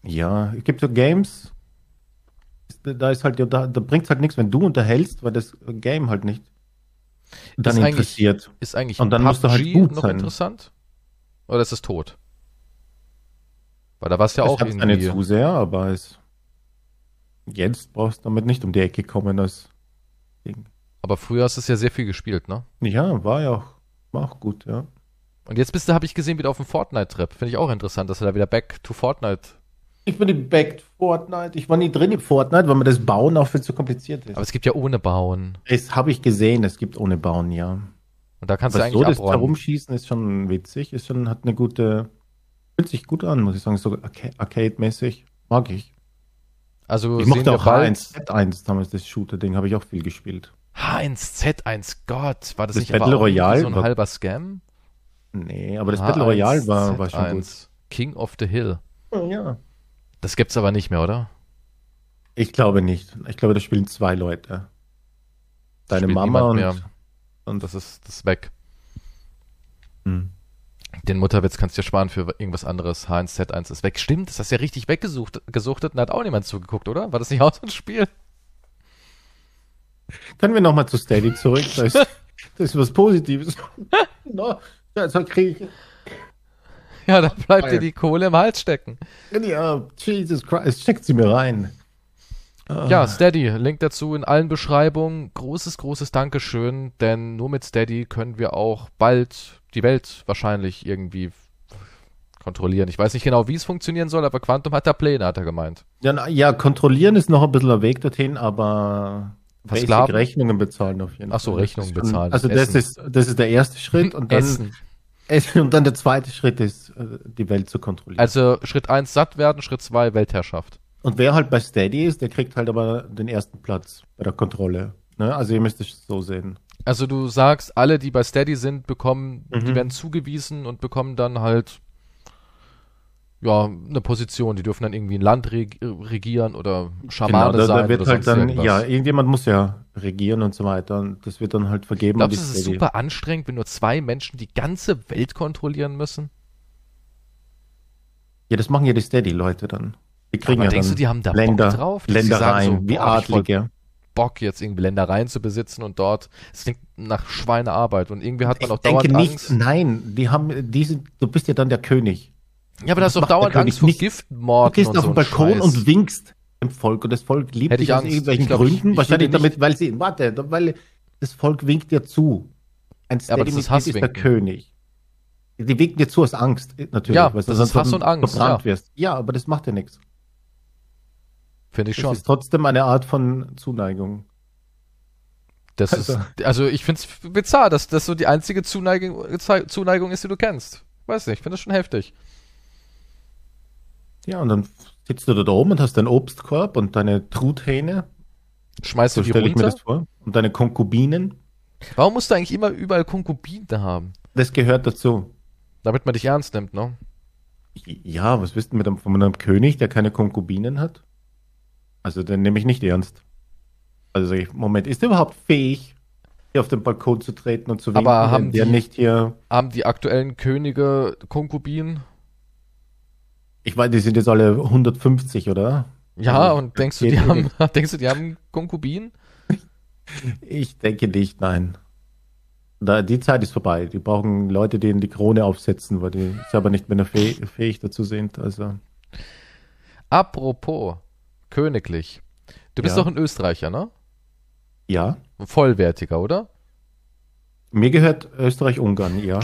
Speaker 2: Ja, es gibt so Games, da ist halt, ja, da, da bringt es halt nichts, wenn du unterhältst, weil das Game halt nicht dann
Speaker 1: Ist eigentlich-
Speaker 2: interessiert.
Speaker 1: Ist eigentlich
Speaker 2: Und dann musst du halt gut
Speaker 1: noch
Speaker 2: sein.
Speaker 1: interessant? Oder ist es tot? Weil da war es ja
Speaker 2: Es
Speaker 1: auch
Speaker 2: hat seine
Speaker 1: irgendwie.
Speaker 2: Zuseher, aber es, jetzt brauchst du damit nicht um die Ecke kommen als Ding.
Speaker 1: Aber früher hast du es ja sehr viel gespielt, ne?
Speaker 2: Ja, war ja auch, war auch gut, ja.
Speaker 1: Und jetzt bist du, habe ich gesehen, wieder auf dem Fortnite-Trip. Finde ich auch interessant, dass du da wieder back to Fortnite.
Speaker 2: Ich bin im Back Fortnite. Ich war nie drin in Fortnite, weil mir das Bauen auch viel zu kompliziert ist.
Speaker 1: Aber es gibt ja ohne Bauen.
Speaker 2: das habe ich gesehen, es gibt ohne Bauen, ja.
Speaker 1: Und da kannst
Speaker 2: Aber
Speaker 1: du
Speaker 2: so
Speaker 1: eigentlich
Speaker 2: das
Speaker 1: abräumen.
Speaker 2: Herumschießen ist schon witzig, ist schon, hat eine gute, fühlt sich gut an, muss ich sagen, so Arca- Arcade-mäßig. Mag ich.
Speaker 1: Also
Speaker 2: ich
Speaker 1: sehen
Speaker 2: mochte
Speaker 1: wir
Speaker 2: auch
Speaker 1: bald-
Speaker 2: H1, Z1 damals, das Shooter-Ding, habe ich auch viel gespielt.
Speaker 1: H1Z1, Gott, war das,
Speaker 2: Das
Speaker 1: nicht
Speaker 2: Battle
Speaker 1: aber auch
Speaker 2: Royale
Speaker 1: so ein
Speaker 2: war-
Speaker 1: halber Scam?
Speaker 2: Nee, aber das Battle Royale war, war schon gut.
Speaker 1: H1Z1, King of the Hill.
Speaker 2: Ja.
Speaker 1: Das gibt's aber nicht mehr, oder?
Speaker 2: Ich glaube nicht. Ich glaube, da spielen zwei Leute.
Speaker 1: Das
Speaker 2: Deine
Speaker 1: spielt
Speaker 2: Mama
Speaker 1: niemand
Speaker 2: und,
Speaker 1: mehr.
Speaker 2: und
Speaker 1: Das ist, das ist weg.
Speaker 2: Hm.
Speaker 1: Den Mutterwitz kannst du dir sparen für irgendwas anderes. H1Z1 ist weg. Stimmt, das hast du ja richtig weggesucht gesuchtet und da hat auch niemand zugeguckt, oder? War das nicht auch so ein Spiel?
Speaker 2: Können wir nochmal zu Steady zurück? Da ist, das ist was Positives. no, also krieg ich.
Speaker 1: Ja, da bleibt dir
Speaker 2: Geil.
Speaker 1: die Kohle im Hals stecken.
Speaker 2: Ja, Jesus Christ, steckt sie mir rein. Ah.
Speaker 1: Ja, Steady, Link dazu in allen Beschreibungen. Großes, großes Dankeschön, denn nur mit Steady können wir auch bald die Welt wahrscheinlich irgendwie kontrollieren. Ich weiß nicht genau, wie es funktionieren soll, aber Quantum hat da Pläne, hat er gemeint.
Speaker 2: Ja, na, ja, kontrollieren ist noch ein bisschen der Weg dorthin, aber Basic
Speaker 1: Sklaven?
Speaker 2: Rechnungen bezahlen auf jeden
Speaker 1: Ach so,
Speaker 2: Fall. Das
Speaker 1: Rechnungen
Speaker 2: ist schon-
Speaker 1: bezahlen,
Speaker 2: Also das
Speaker 1: Essen.
Speaker 2: ist, das ist der erste Schritt und dann,
Speaker 1: Essen.
Speaker 2: Essen und dann der zweite Schritt ist, äh, die Welt zu kontrollieren.
Speaker 1: Also Schritt 1 satt werden, Schritt 2 Weltherrschaft.
Speaker 2: und wer halt bei Steady ist, der kriegt halt aber den ersten Platz bei der Kontrolle. Ne? Also ihr müsst es so sehen.
Speaker 1: Also du sagst, alle, die bei Steady sind, bekommen, die
Speaker 2: Mhm.
Speaker 1: werden zugewiesen und bekommen dann halt ja, eine Position. Die dürfen dann irgendwie ein Land reg regieren oder Schamane
Speaker 2: da,
Speaker 1: sein
Speaker 2: da wird
Speaker 1: oder
Speaker 2: halt
Speaker 1: sonst
Speaker 2: dann,
Speaker 1: irgendwas.
Speaker 2: ja, irgendjemand muss ja regieren und so weiter und das wird dann halt vergeben.
Speaker 1: Glaubst du,
Speaker 2: an die
Speaker 1: es ist
Speaker 2: Steady.
Speaker 1: super anstrengend, wenn nur zwei Menschen die ganze Welt kontrollieren müssen?
Speaker 2: Ja, das machen ja die Steady-Leute dann. Die kriegen
Speaker 1: Aber
Speaker 2: ja
Speaker 1: denkst
Speaker 2: dann
Speaker 1: du, die haben da Bock
Speaker 2: Länder,
Speaker 1: drauf? Dass die
Speaker 2: Länder
Speaker 1: sagen
Speaker 2: rein,
Speaker 1: so,
Speaker 2: wie
Speaker 1: boah, ich wollt-
Speaker 2: Adlige.
Speaker 1: Bock, jetzt irgendwie Ländereien zu besitzen und dort, es klingt nach Schweinearbeit und irgendwie hat man auch
Speaker 2: ich denke
Speaker 1: dauernd
Speaker 2: nicht,
Speaker 1: Angst.
Speaker 2: nein, die haben, die sind, du bist ja dann der König.
Speaker 1: Ja, aber da hast du
Speaker 2: Das
Speaker 1: auch
Speaker 2: macht der
Speaker 1: dauernd
Speaker 2: König
Speaker 1: Angst vor
Speaker 2: nicht. Du
Speaker 1: Giftmorden
Speaker 2: gehst
Speaker 1: und
Speaker 2: auf
Speaker 1: so.
Speaker 2: den Balkon
Speaker 1: einen Scheiß.
Speaker 2: und winkst dem Volk und das Volk liebt
Speaker 1: Hätte ich
Speaker 2: dich aus
Speaker 1: Angst.
Speaker 2: irgendwelchen
Speaker 1: Ich glaub, ich-
Speaker 2: Gründen.
Speaker 1: ich
Speaker 2: wahrscheinlich
Speaker 1: würde nicht-
Speaker 2: damit, weil sie, warte, weil das Volk winkt dir zu. Ein
Speaker 1: Ja, aber das ist
Speaker 2: Steady-Mitglied ist der
Speaker 1: Hasswinken.
Speaker 2: König. Die winken dir zu aus Angst, äh, natürlich.
Speaker 1: Ja,
Speaker 2: weil du
Speaker 1: das
Speaker 2: sonst
Speaker 1: ist Hass und Angst,
Speaker 2: verbrannt
Speaker 1: ja.
Speaker 2: wirst. Ja, aber das macht ja nichts.
Speaker 1: Finde ich
Speaker 2: Es
Speaker 1: schon.
Speaker 2: ist trotzdem eine Art von Zuneigung.
Speaker 1: Das
Speaker 2: Also-
Speaker 1: ist, also ich finde es bizarr, dass das so die einzige Zuneigung, Zei- Zuneigung ist, die du kennst. Weiß nicht, ich finde das schon heftig.
Speaker 2: Ja, und dann sitzt du da oben und hast deinen Obstkorb und deine Truthähne.
Speaker 1: Schmeißt
Speaker 2: So
Speaker 1: du die
Speaker 2: stelle ich mir
Speaker 1: runter?
Speaker 2: das vor. Und deine Konkubinen.
Speaker 1: Warum musst du eigentlich immer überall Konkubine haben?
Speaker 2: Das gehört dazu.
Speaker 1: Damit man dich ernst nimmt, ne?
Speaker 2: Ja, was wisst ihr mit einem, von einem König, der keine Konkubinen hat? Also den nehme ich nicht ernst. Also sag ich, Moment, ist der überhaupt fähig, hier auf den Balkon zu treten und zu winken,
Speaker 1: Aber haben
Speaker 2: wenn der
Speaker 1: die-
Speaker 2: nicht hier...
Speaker 1: Haben die aktuellen Könige Konkubinen?
Speaker 2: Ich meine, die sind jetzt alle 150, oder?
Speaker 1: Ja,
Speaker 2: Also,
Speaker 1: und denkst du,
Speaker 2: geht
Speaker 1: die haben, denkst du, die haben Konkubinen?
Speaker 2: Ich denke nicht, nein. Da, die Zeit ist vorbei. Die brauchen Leute, denen die Krone aufsetzen, weil die selber nicht mehr fäh fähig dazu sind. Also,
Speaker 1: Apropos, königlich. Du bist
Speaker 2: Ja.
Speaker 1: doch ein Österreicher, ne?
Speaker 2: ja.
Speaker 1: Ein Vollwertiger, oder?
Speaker 2: Mir gehört Österreich-Ungarn, ja.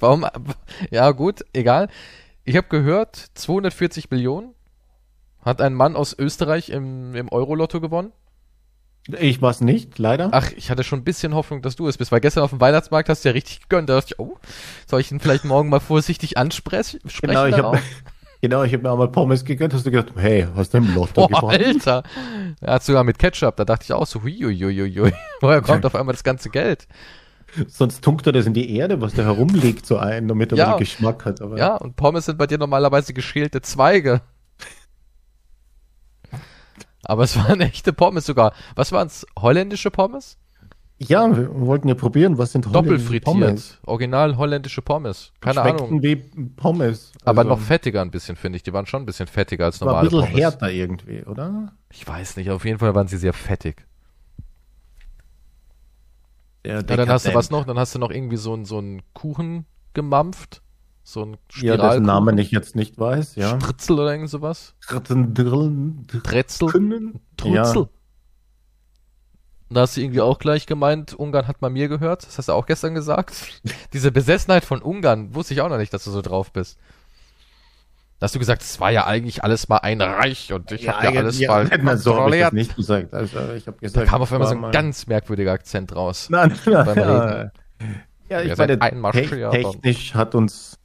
Speaker 1: Warum? Ja, gut, egal. Ich habe gehört, 240 Millionen hat ein Mann aus Österreich im, im Euro-Lotto gewonnen.
Speaker 2: Ich war's nicht, leider.
Speaker 1: Ach, ich hatte schon ein bisschen Hoffnung, dass du es bist, weil gestern auf dem Weihnachtsmarkt hast du ja richtig gegönnt. Da dachte ich, oh, soll ich ihn vielleicht morgen mal vorsichtig ansprechen?
Speaker 2: Genau, ich habe genau, ich hab mir einmal Pommes gegönnt, hast du gedacht, hey, hast du im Lotto
Speaker 1: Boah,
Speaker 2: gewonnen?
Speaker 1: Alter. Er hat sogar mit Ketchup, da dachte ich auch so, huiuiuiui, woher kommt auf einmal das ganze Geld?
Speaker 2: Sonst tunkt er das in die Erde, was da herumliegt, so ein, damit er
Speaker 1: Ja.
Speaker 2: ja. Geschmack hat. Aber
Speaker 1: Ja, und Pommes sind bei dir normalerweise geschälte Zweige. Aber es waren echte Pommes sogar. Was waren's? Holländische Pommes?
Speaker 2: ja, wir wollten ja probieren, was sind holländische
Speaker 1: Doppelfrittiert.
Speaker 2: Pommes?
Speaker 1: Original holländische Pommes. Keine
Speaker 2: Schmeckten
Speaker 1: Ahnung.
Speaker 2: wie Pommes.
Speaker 1: Aber
Speaker 2: Also,
Speaker 1: noch fettiger ein bisschen, finde ich. Die waren schon ein bisschen fettiger als
Speaker 2: war ein
Speaker 1: normale
Speaker 2: bisschen
Speaker 1: Pommes.
Speaker 2: härter irgendwie, oder?
Speaker 1: Ich weiß nicht, auf jeden Fall waren sie sehr fettig.
Speaker 2: Der,
Speaker 1: Ja, dann hast du was noch? Dann hast du noch irgendwie so einen so einen Kuchen gemampft. So einen
Speaker 2: Ja,
Speaker 1: Spiralkuchen.
Speaker 2: dessen Namen ich jetzt nicht weiß, ja.
Speaker 1: Spritzel oder irgend sowas.
Speaker 2: Können.
Speaker 1: Pretzel. Tutzel.
Speaker 2: Ja.
Speaker 1: Da hast du irgendwie auch gleich gemeint, Ungarn hat bei mir gehört. Das hast du auch gestern gesagt. Diese Besessenheit von Ungarn wusste ich auch noch nicht, dass du so drauf bist. Da hast du gesagt, es war ja eigentlich alles mal ein Reich und ich
Speaker 2: Ja,
Speaker 1: habe ja
Speaker 2: eigentlich-
Speaker 1: alles
Speaker 2: ja,
Speaker 1: mal
Speaker 2: nein, so habe ich
Speaker 1: kontrolliert.
Speaker 2: das nicht gesagt. Also ich habe
Speaker 1: Da
Speaker 2: gesagt,
Speaker 1: kam auf einmal
Speaker 2: war
Speaker 1: so ein
Speaker 2: mal-
Speaker 1: ganz merkwürdiger Akzent raus.
Speaker 2: Nein, nein,
Speaker 1: Beim
Speaker 2: ja. ja,
Speaker 1: Ihr
Speaker 2: ich
Speaker 1: seid
Speaker 2: meine,
Speaker 1: einmarschiert.
Speaker 2: te technisch hat uns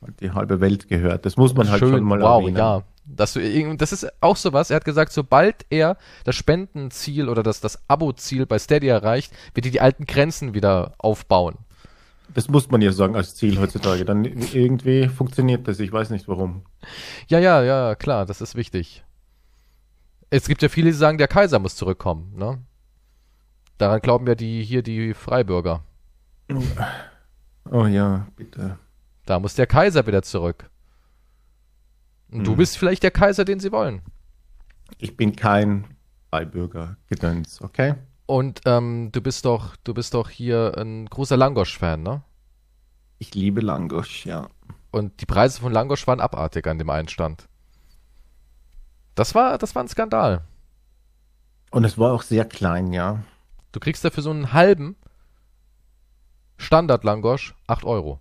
Speaker 2: halt die halbe Welt gehört. Das muss man halt schon mal
Speaker 1: wow,
Speaker 2: erwähnen.
Speaker 1: ja. Dass du irgend, das ist auch sowas. Er hat gesagt, sobald er das Spendenziel oder das, das Abo-Ziel bei Steady erreicht, wird er die alten Grenzen wieder aufbauen.
Speaker 2: Das muss man ja sagen als Ziel heutzutage. Dann irgendwie funktioniert das. Ich weiß nicht warum.
Speaker 1: Ja, ja, ja, klar, das ist wichtig. Es gibt ja viele, die sagen, der Kaiser muss zurückkommen, ne? Daran glauben ja die hier die Freibürger.
Speaker 2: Oh ja, bitte.
Speaker 1: Da muss der Kaiser wieder zurück. Und du
Speaker 2: Mhm.
Speaker 1: bist vielleicht der Kaiser, den sie wollen.
Speaker 2: Ich bin kein Freibürger gedöns, okay?
Speaker 1: Und ähm, du bist doch, du bist doch hier ein großer Langosch-Fan, ne?
Speaker 2: Ich liebe Langosch, ja.
Speaker 1: Und die Preise von Langosch waren abartig an dem einen Stand. Das war, das war ein Skandal.
Speaker 2: Und es war auch sehr klein, ja.
Speaker 1: Du kriegst dafür so einen halben Standard-Langosch 8 Euro.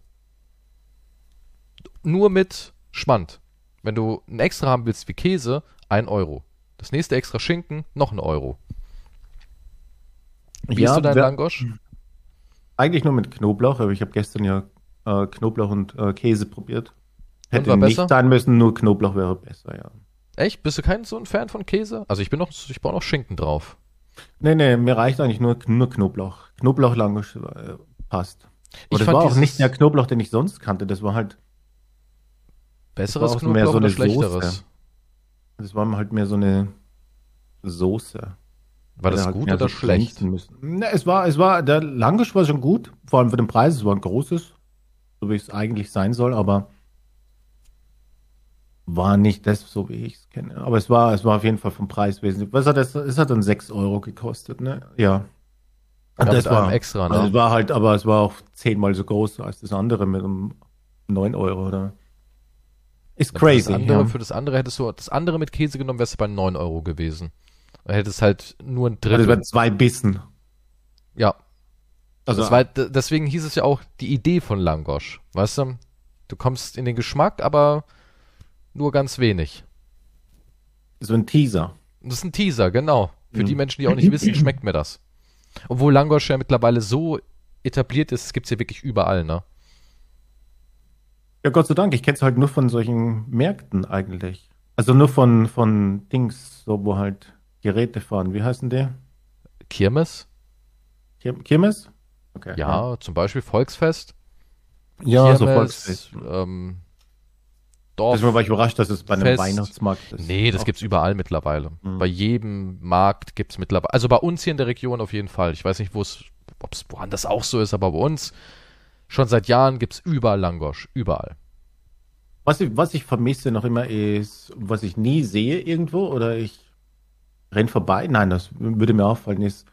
Speaker 1: Nur mit Schmand. Wenn du einen extra haben willst wie Käse, 1 Euro. Das nächste extra Schinken, noch ein Euro. Wie
Speaker 2: ja,
Speaker 1: isst du deinen
Speaker 2: wer-
Speaker 1: Langosch?
Speaker 2: Eigentlich nur mit Knoblauch, aber ich habe gestern ja äh, Knoblauch und äh, Käse probiert. Hätte
Speaker 1: war
Speaker 2: nicht
Speaker 1: besser?
Speaker 2: sein müssen, nur Knoblauch wäre besser, ja.
Speaker 1: Echt? Bist du kein so ein Fan von Käse? Also ich bin noch, ich brauche noch Schinken drauf.
Speaker 2: Nee, nee, mir reicht eigentlich nur, nur Knoblauch. Knoblauchlangosch äh, passt.
Speaker 1: Ich
Speaker 2: Und das
Speaker 1: fand
Speaker 2: war auch
Speaker 1: dieses-
Speaker 2: nicht der Knoblauch, den ich sonst kannte. Das war halt,
Speaker 1: Besseres
Speaker 2: brauchst mehr
Speaker 1: Knoblauch
Speaker 2: so
Speaker 1: oder
Speaker 2: eine
Speaker 1: schlechteres?
Speaker 2: Soße. das war halt mehr so eine Soße.
Speaker 1: War das gut oder schlecht?
Speaker 2: Ne, es war, es war, der Langosch war schon gut, vor allem für den Preis. Es war ein großes, so wie es eigentlich sein soll, aber war nicht das, so wie ich es kenne. Aber es war, es war auf jeden Fall vom Preis wesentlich. Was hat das? Es hat dann 6 Euro gekostet, ne? Ja. Und
Speaker 1: Ja,
Speaker 2: Ah, das
Speaker 1: mit einem
Speaker 2: war,
Speaker 1: extra, ne?
Speaker 2: also es war halt, aber es war auch zehnmal so groß als das andere mit um 9 Euro oder. Ist
Speaker 1: Für das
Speaker 2: crazy.
Speaker 1: andere,
Speaker 2: ja. Also
Speaker 1: Für das andere hättest du das andere mit Käse genommen, wärst du bei 9 Euro gewesen. Dann hättest halt nur ein
Speaker 2: Also
Speaker 1: Drittel.
Speaker 2: bei zwei Bissen.
Speaker 1: ja,
Speaker 2: Also
Speaker 1: das war, d- deswegen hieß es ja auch die Idee von Langosch. Weißt du, du kommst in den Geschmack, aber nur ganz wenig.
Speaker 2: so ein Teaser.
Speaker 1: Das ist ein Teaser, genau. Für
Speaker 2: Mhm.
Speaker 1: die Menschen, die auch nicht wissen, schmeckt mir das. Obwohl Langosch ja mittlerweile so etabliert ist, es gibt's ja wirklich überall, ne?
Speaker 2: Ja, Gott sei Dank, ich kenne es halt nur von solchen Märkten eigentlich. Also nur von, von Dings, so wo halt Geräte fahren. Wie heißen die?
Speaker 1: Kirmes?
Speaker 2: Kir- Kirmes? Okay.
Speaker 1: Ja, zum Beispiel Volksfest.
Speaker 2: Ja, so
Speaker 1: Kirmes,
Speaker 2: Volksfest.
Speaker 1: Ähm,
Speaker 2: Deswegen
Speaker 1: Dorf.
Speaker 2: war ich überrascht, dass es bei einem
Speaker 1: Fest.
Speaker 2: Weihnachtsmarkt ist.
Speaker 1: Nee, das gibt's überall mittlerweile.
Speaker 2: Hm.
Speaker 1: Bei jedem Markt gibt's mittlerweile. Also bei uns hier in der Region auf jeden Fall. Ich weiß nicht, wo es, ob es woanders auch so ist, aber bei uns schon seit Jahren gibt's überall Langosch. Überall.
Speaker 2: Was ich, was ich vermisse noch immer ist, was ich nie sehe irgendwo oder ich renn vorbei. Nein, das würde mir auffallen, ist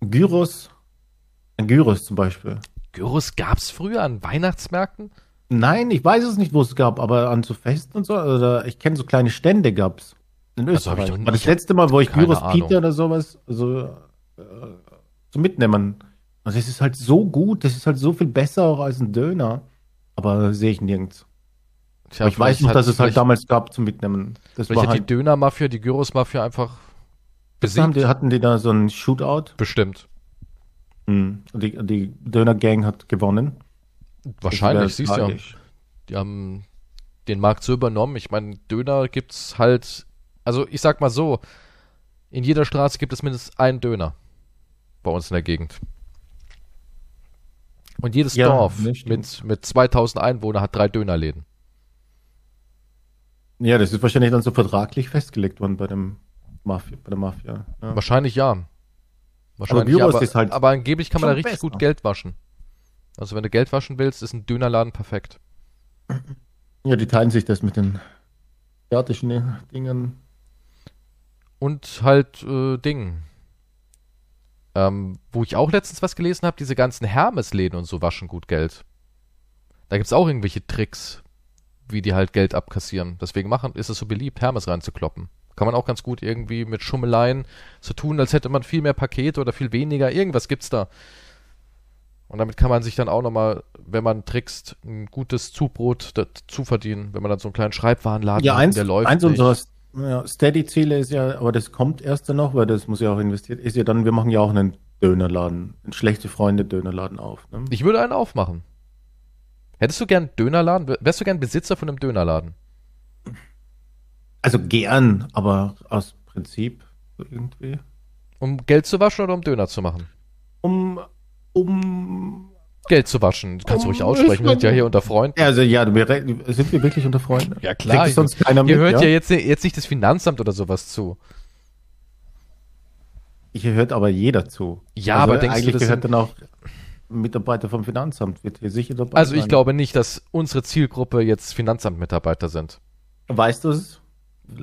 Speaker 2: Gyros. Ein Gyros zum Beispiel.
Speaker 1: Gyros gab's früher an Weihnachtsmärkten?
Speaker 2: Nein, ich weiß es nicht, wo es gab, aber an so Festen und so, oder ich kenne so kleine Stände gab's. In
Speaker 1: Also hab
Speaker 2: Österreich.
Speaker 1: ich noch nie-
Speaker 2: war das letzte Mal, wo ich
Speaker 1: Keine
Speaker 2: Gyros
Speaker 1: Ahnung.
Speaker 2: Peter oder sowas so äh, zum Mitnehmen. Also es ist halt so gut, das ist halt so viel besser auch als ein Döner. Aber sehe ich nirgends.
Speaker 1: Tja,
Speaker 2: ich weiß
Speaker 1: vielleicht
Speaker 2: noch,
Speaker 1: hat-
Speaker 2: dass es halt
Speaker 1: vielleicht-
Speaker 2: damals gab zum Mitnehmen. Das
Speaker 1: Vielleicht
Speaker 2: war
Speaker 1: hat
Speaker 2: halt
Speaker 1: die Döner-Mafia, die Gyros-Mafia einfach
Speaker 2: Das haben
Speaker 1: besiegt.
Speaker 2: die, hatten die da so einen Shootout?
Speaker 1: Bestimmt. Hm.
Speaker 2: Und die, die Döner Gang hat gewonnen. Das
Speaker 1: Wahrscheinlich,
Speaker 2: wär
Speaker 1: siehst du ja.
Speaker 2: tragisch.
Speaker 1: Die haben den Markt so übernommen. Ich meine, Döner gibt's halt, also ich sag mal so, in jeder Straße gibt es mindestens einen Döner. Bei uns in der Gegend. Und jedes
Speaker 2: Ja,
Speaker 1: Dorf
Speaker 2: das stimmt.
Speaker 1: mit, mit 2000 Einwohnern hat drei Dönerläden.
Speaker 2: Ja, das ist wahrscheinlich dann so vertraglich festgelegt worden bei dem Mafia, bei der Mafia. Ja.
Speaker 1: Wahrscheinlich ja. Wahrscheinlich,
Speaker 2: Gyros
Speaker 1: aber, aber,
Speaker 2: ist halt
Speaker 1: angeblich kann man da
Speaker 2: schon
Speaker 1: richtig
Speaker 2: besser.
Speaker 1: gut Geld waschen. Also wenn du Geld waschen willst, ist ein Dönerladen perfekt.
Speaker 2: ja, die teilen sich das mit den asiatischen Dingen.
Speaker 1: und halt äh, Dingen. Ähm, wo ich auch letztens was gelesen habe, diese ganzen Hermes-Läden und so waschen gut Geld. Da gibt's auch irgendwelche Tricks, wie die halt Geld abkassieren. Deswegen machen, ist es so beliebt, Hermes reinzukloppen. Kann man auch ganz gut irgendwie mit Schummeleien so tun, als hätte man viel mehr Pakete oder viel weniger. Irgendwas gibt's da. Und damit kann man sich dann auch nochmal, wenn man trickst, ein gutes Zubrot dazu verdienen, wenn man dann so einen kleinen Schreibwarenladen
Speaker 2: Ja,
Speaker 1: hat,
Speaker 2: eins,
Speaker 1: der läuft.
Speaker 2: eins
Speaker 1: nicht.
Speaker 2: unserer ja, Steady-Ziele ist ja, aber das kommt erst dann noch, weil das muss ja auch investiert, ist ja dann, wir machen ja auch einen Dönerladen, einen schlechte Freunde-Dönerladen auf. Ne?
Speaker 1: Ich würde einen aufmachen. Hättest du gern einen Dönerladen? W- Wärst du gern Besitzer von einem Dönerladen?
Speaker 2: Also gern, aber aus Prinzip so irgendwie.
Speaker 1: Um Geld zu waschen oder um Döner zu machen?
Speaker 2: Um, um
Speaker 1: Geld zu waschen. Kannst du ruhig
Speaker 2: Um
Speaker 1: aussprechen. Wir sind ja hier unter Freunden.
Speaker 2: Ja, Also ja, wir, re- sind wir wirklich unter Freunden?
Speaker 1: Ja, klar.
Speaker 2: Kriegt es sonst keiner mit,
Speaker 1: Hier hört ja,
Speaker 2: ja?
Speaker 1: jetzt, jetzt nicht das Finanzamt oder sowas zu.
Speaker 2: Hier hört aber jeder zu. Also,
Speaker 1: Ja, aber denkst du,
Speaker 2: eigentlich
Speaker 1: das
Speaker 2: gehört
Speaker 1: sind-
Speaker 2: dann auch ein Mitarbeiter vom Finanzamt wird hier sicher dabei
Speaker 1: Also ich
Speaker 2: sein.
Speaker 1: glaube nicht, dass unsere Zielgruppe jetzt Finanzamt-Mitarbeiter sind.
Speaker 2: Weißt du es?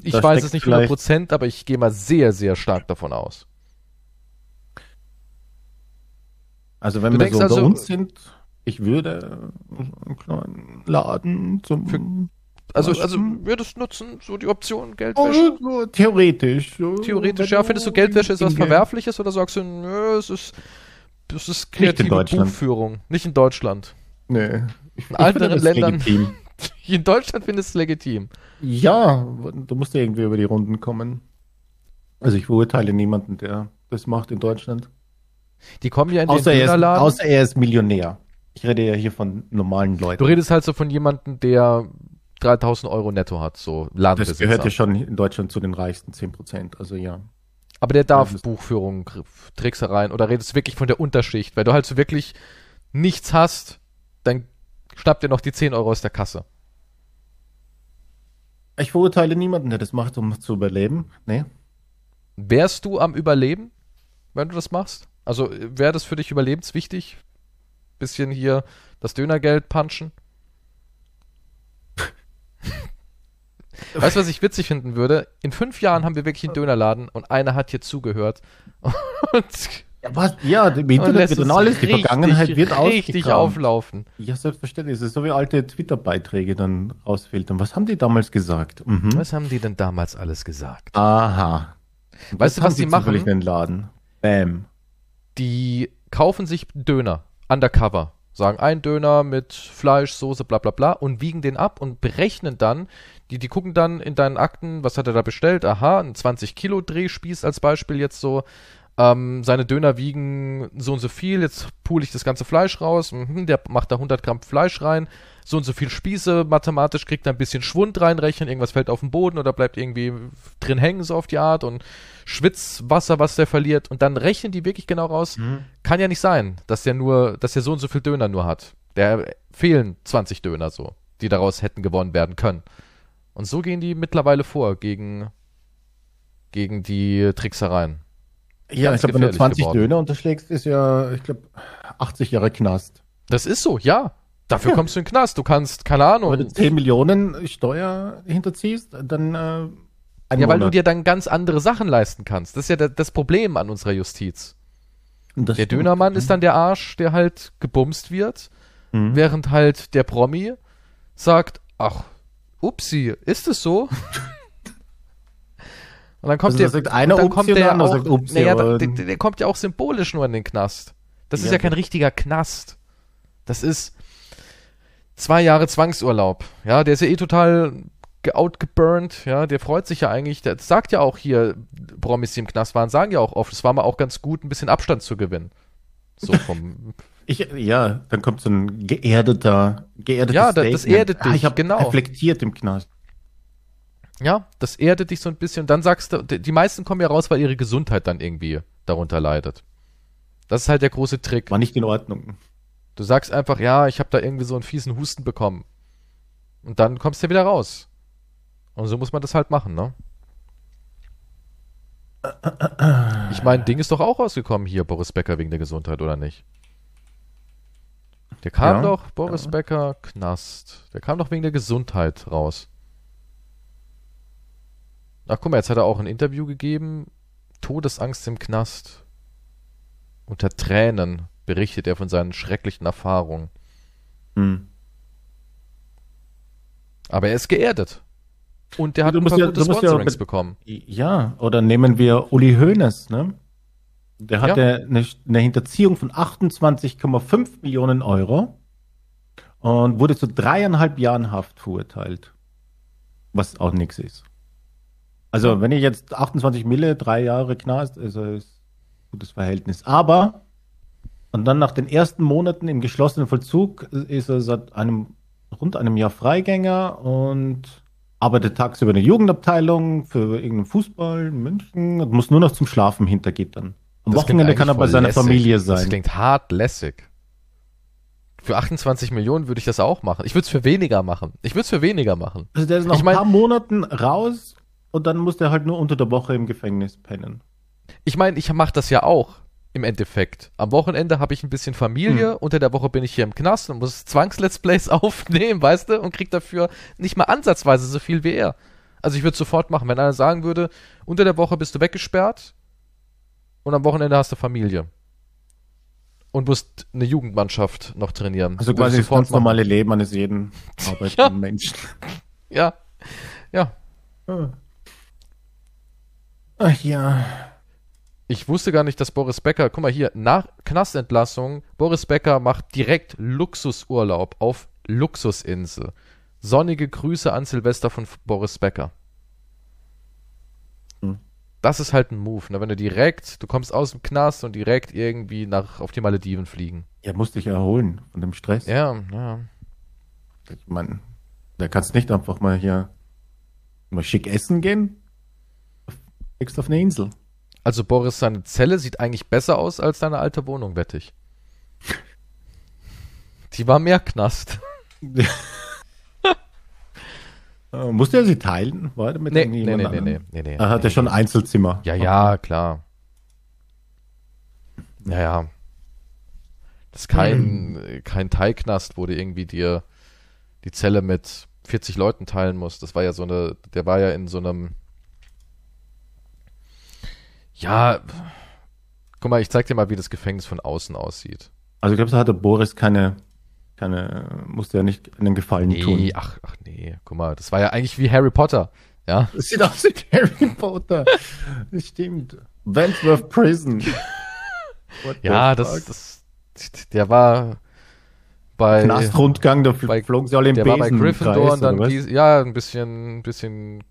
Speaker 1: Ich
Speaker 2: Da
Speaker 1: weiß
Speaker 2: steckt
Speaker 1: es nicht
Speaker 2: vielleicht-
Speaker 1: 100%, aber ich gehe mal sehr, sehr stark davon aus.
Speaker 2: Also wenn
Speaker 1: Du
Speaker 2: wir
Speaker 1: denkst
Speaker 2: so
Speaker 1: also-
Speaker 2: bei uns sind, ich würde einen kleinen Laden zum...
Speaker 1: Also,
Speaker 2: Was?
Speaker 1: also würdest du nutzen, so die Option Geldwäsche?
Speaker 2: Oh, so theoretisch. äh, so,
Speaker 1: Theoretisch,
Speaker 2: wenn
Speaker 1: ja. Findest du Geldwäsche ist was
Speaker 2: Dinge-
Speaker 1: Verwerfliches oder sagst du, nö, es ist, es ist kreative
Speaker 2: Deutschland.
Speaker 1: Buchführung. Nicht in Deutschland.
Speaker 2: Nee. Ich, ich
Speaker 1: anderen
Speaker 2: finde das
Speaker 1: Ländern-
Speaker 2: legitim.
Speaker 1: Hier in Deutschland findest du es legitim.
Speaker 2: Ja, du musst ja irgendwie über die Runden kommen. Also ich verurteile niemanden, der das macht in Deutschland.
Speaker 1: Die kommen ja in
Speaker 2: Außer
Speaker 1: den
Speaker 2: er, ist,
Speaker 1: Dönerladen.
Speaker 2: außer er ist Millionär. Ich rede ja hier von normalen Leuten.
Speaker 1: du redest halt so von jemandem, der 3000 Euro netto hat, so
Speaker 2: das
Speaker 1: Ladenbesitzer.
Speaker 2: gehört ja schon in Deutschland zu den reichsten 10%. Also ja.
Speaker 1: Aber der darf
Speaker 2: Das ist-
Speaker 1: Buchführung, Gr- Tricksereien oder redest du wirklich von der Unterschicht, weil du halt so wirklich nichts hast, dann schnappt dir noch die 10 Euro aus der Kasse.
Speaker 2: Ich verurteile niemanden, der das macht, um zu überleben. Nee.
Speaker 1: Wärst du am Überleben, wenn du das machst? Also wäre das für dich überlebenswichtig? Bisschen hier das Dönergeld punchen? weißt du, was ich witzig finden würde? In fünf Jahren haben wir wirklich einen Dönerladen und einer hat hier zugehört. Und,
Speaker 2: Ja, was? Ja, im
Speaker 1: und
Speaker 2: Internet
Speaker 1: lässt
Speaker 2: wird dann
Speaker 1: uns
Speaker 2: alles. Die Vergangenheit wird
Speaker 1: richtig
Speaker 2: ausgegraben.
Speaker 1: auflaufen.
Speaker 2: Ja, selbstverständlich. Es ist so wie alte Twitter-Beiträge dann rausfiltern. Was haben die damals gesagt? Mhm.
Speaker 1: Was haben die denn damals alles gesagt?
Speaker 2: Aha.
Speaker 1: Weißt du,
Speaker 2: Und das
Speaker 1: was
Speaker 2: haben sie
Speaker 1: die machen?
Speaker 2: zufällig Den Laden. Bam.
Speaker 1: Die kaufen sich Döner undercover Sagen ein Döner mit Fleisch, Soße, bla bla bla und wiegen den ab und berechnen dann, die, die gucken dann in deinen Akten, was hat er da bestellt? Aha, ein 20-Kilo-Drehspieß als Beispiel jetzt so. Ähm, seine Döner wiegen so und so viel, jetzt pule ich das ganze Fleisch raus, mhm, der macht da 100 Gramm Fleisch rein, so und so viel Spieße mathematisch, kriegt da ein bisschen Schwund reinrechnen, irgendwas fällt auf den Boden oder bleibt irgendwie drin hängen, so auf die Art und Schwitzwasser, was der verliert und dann rechnen die wirklich genau raus.
Speaker 2: Mhm.
Speaker 1: Kann ja nicht sein, dass der nur, dass der so und so viel Döner nur hat. Der äh, fehlen 20 Döner so, die daraus hätten gewonnen werden können. Und so gehen die mittlerweile vor gegen, gegen die Tricksereien.
Speaker 2: Ja,
Speaker 1: Ganz
Speaker 2: ich glaube, wenn du
Speaker 1: gefährlich
Speaker 2: 20
Speaker 1: geworden.
Speaker 2: Döner unterschlägst, ist ja, ich glaube, 80 Jahre Knast.
Speaker 1: Das ist so, ja. Dafür kommst du in den Knast. Du kannst, keine Ahnung.
Speaker 2: Wenn du 10 Millionen Steuer hinterziehst, dann äh, ein
Speaker 1: ja, weil du
Speaker 2: Monat.
Speaker 1: dir dann ganz andere Sachen leisten kannst. Das ist ja da- das Problem an unserer Justiz.
Speaker 2: Und das
Speaker 1: Der
Speaker 2: stimmt.
Speaker 1: Dönermann ist dann der Arsch, der halt gebumst wird,
Speaker 2: Mhm.
Speaker 1: während halt der Promi sagt, ach, upsi, ist es so? Und dann kommt
Speaker 2: Also
Speaker 1: der,
Speaker 2: da sagt einer
Speaker 1: dann
Speaker 2: Upsi
Speaker 1: kommt
Speaker 2: und der
Speaker 1: der
Speaker 2: andere
Speaker 1: auch,
Speaker 2: sagt Upsi,
Speaker 1: naja, da,
Speaker 2: aber-
Speaker 1: der, der kommt ja auch symbolisch nur in den Knast. Das ist
Speaker 2: Ja.
Speaker 1: ja kein richtiger Knast. Das ist zwei Jahre Zwangsurlaub. Ja, der ist ja eh total ge- outgeburnt, ja, der freut sich ja eigentlich, das sagt ja auch hier, Promis, die im Knast waren, sagen ja auch oft, es war mal auch ganz gut, ein bisschen Abstand zu gewinnen. So vom,
Speaker 2: Ich, ja, dann kommt so ein geerdeter, geerdetes
Speaker 1: Ja, da- das
Speaker 2: Statement.
Speaker 1: erdet
Speaker 2: Ah, ich
Speaker 1: dich,
Speaker 2: habe
Speaker 1: genau.
Speaker 2: reflektiert im Knast.
Speaker 1: ja, das erdet dich so ein bisschen. Dann sagst du, die die meisten kommen ja raus, weil ihre Gesundheit dann irgendwie darunter leidet. Das ist halt der große Trick.
Speaker 2: War nicht in Ordnung.
Speaker 1: Du sagst einfach, ja, ich habe da irgendwie so einen fiesen Husten bekommen. Und dann kommst du wieder raus. Und so muss man das halt machen, ne? Ich meine, Ding ist doch auch rausgekommen hier, Boris Becker wegen der Gesundheit, oder nicht? Der kam
Speaker 2: Ja,
Speaker 1: doch, Boris
Speaker 2: ja.
Speaker 1: Becker, Knast. Der kam doch wegen der Gesundheit raus. Ach guck mal, jetzt hat er auch ein Interview gegeben. Todesangst im Knast. Unter Tränen berichtet er von seinen schrecklichen Erfahrungen.
Speaker 2: Hm.
Speaker 1: Aber er ist geerdet. Und der hat
Speaker 2: Du
Speaker 1: ein
Speaker 2: musst
Speaker 1: paar
Speaker 2: ja-
Speaker 1: gute
Speaker 2: du musst ja
Speaker 1: Sponsorings
Speaker 2: mit-
Speaker 1: bekommen.
Speaker 2: Ja, oder nehmen wir Uli Hoeneß, ne? Der hatte eine, eine Hinterziehung von 28,5 Millionen Euro und wurde zu dreieinhalb Jahren Haft verurteilt. Was auch nichts ist. Also, wenn ich jetzt 28 Mille, drei Jahre Knast, also ist ein gutes Verhältnis. Aber, und dann nach den ersten Monaten im geschlossenen Vollzug ist er seit einem, rund einem Jahr Freigänger und arbeitet tagsüber in der Jugendabteilung für irgendeinen Fußball in München und muss nur noch zum Schlafen hinter Gittern. Am
Speaker 1: Das klingt
Speaker 2: Wochenende kann er
Speaker 1: eigentlich
Speaker 2: bei
Speaker 1: voll
Speaker 2: seiner
Speaker 1: lässig.
Speaker 2: Familie sein.
Speaker 1: Das klingt hart lässig. Für 28 Millionen würde ich das auch machen. Ich würde es für weniger machen. Ich würde es für weniger machen.
Speaker 2: Also der ist nach
Speaker 1: Ich mein-
Speaker 2: ein paar Monaten raus und dann muss der halt nur unter der Woche im Gefängnis pennen.
Speaker 1: Ich meine, ich mache das ja auch im Endeffekt. Am Wochenende habe ich ein bisschen Familie,
Speaker 2: Hm.
Speaker 1: unter der Woche bin ich hier im Knast und muss Zwangs-Let's Plays aufnehmen, weißt du, und krieg dafür nicht mal ansatzweise so viel wie er. Also ich würde sofort machen, wenn einer sagen würde, unter der Woche bist du weggesperrt und am Wochenende hast du Familie. Und musst eine Jugendmannschaft noch trainieren.
Speaker 2: Also
Speaker 1: Würde ich
Speaker 2: quasi das
Speaker 1: sofort
Speaker 2: ganz
Speaker 1: machen.
Speaker 2: normale Leben eines jeden arbeitenden
Speaker 1: Ja.
Speaker 2: Menschen.
Speaker 1: Ja. Ja.
Speaker 2: Ach ja.
Speaker 1: Ich wusste gar nicht, dass Boris Becker, guck mal hier, nach Knastentlassung, Boris Becker macht direkt Luxusurlaub auf Luxusinsel. Sonnige Grüße an Silvester von F- Boris Becker.
Speaker 2: Hm.
Speaker 1: Das ist halt ein Move, ne? wenn du direkt, du kommst aus dem Knast und direkt irgendwie nach, auf die Malediven fliegen.
Speaker 2: Er muss dich erholen von dem Stress.
Speaker 1: Ja, ja.
Speaker 2: Ich meine, da kannst nicht einfach mal hier mal schick essen gehen. Fliegst auf eine Insel.
Speaker 1: Also Boris, seine Zelle sieht eigentlich besser aus als deine alte Wohnung, wette ich. Die war mehr Knast.
Speaker 2: Äh, musste er sie teilen? War er mit
Speaker 1: Nee, nee, nee,
Speaker 2: irgendjemand
Speaker 1: nee, nee,
Speaker 2: anderem?
Speaker 1: nee, nee.
Speaker 2: Er hat ja schon Einzelzimmer.
Speaker 1: Ja, ja, klar. Ja, ja. Das ist kein, äh, kein Teilknast, wo du irgendwie dir die Zelle mit 40 Leuten teilen musst. Das war ja so eine, der war ja in so einem. Ja, guck mal, ich zeig dir mal, wie das Gefängnis von außen aussieht.
Speaker 2: Also ich glaube, da hatte Boris keine, keine, musste ja nicht einen Gefallen tun.
Speaker 1: Nee, ach, ach nee, guck mal, das war ja eigentlich wie Harry Potter. Ja,
Speaker 2: Das sieht aus wie Harry Potter. Das stimmt. Wentworth Prison. What the
Speaker 1: ja,
Speaker 2: Oh, fuck?
Speaker 1: das, das, der war, bei
Speaker 2: Knastrundgang, da fl
Speaker 1: bei-
Speaker 2: flogen sie alle im
Speaker 1: der war
Speaker 2: Besen.
Speaker 1: bei
Speaker 2: im
Speaker 1: Gryffindor
Speaker 2: Kreis,
Speaker 1: und dann
Speaker 2: oder was?
Speaker 1: hieß, ja, ein bisschen, ein bisschen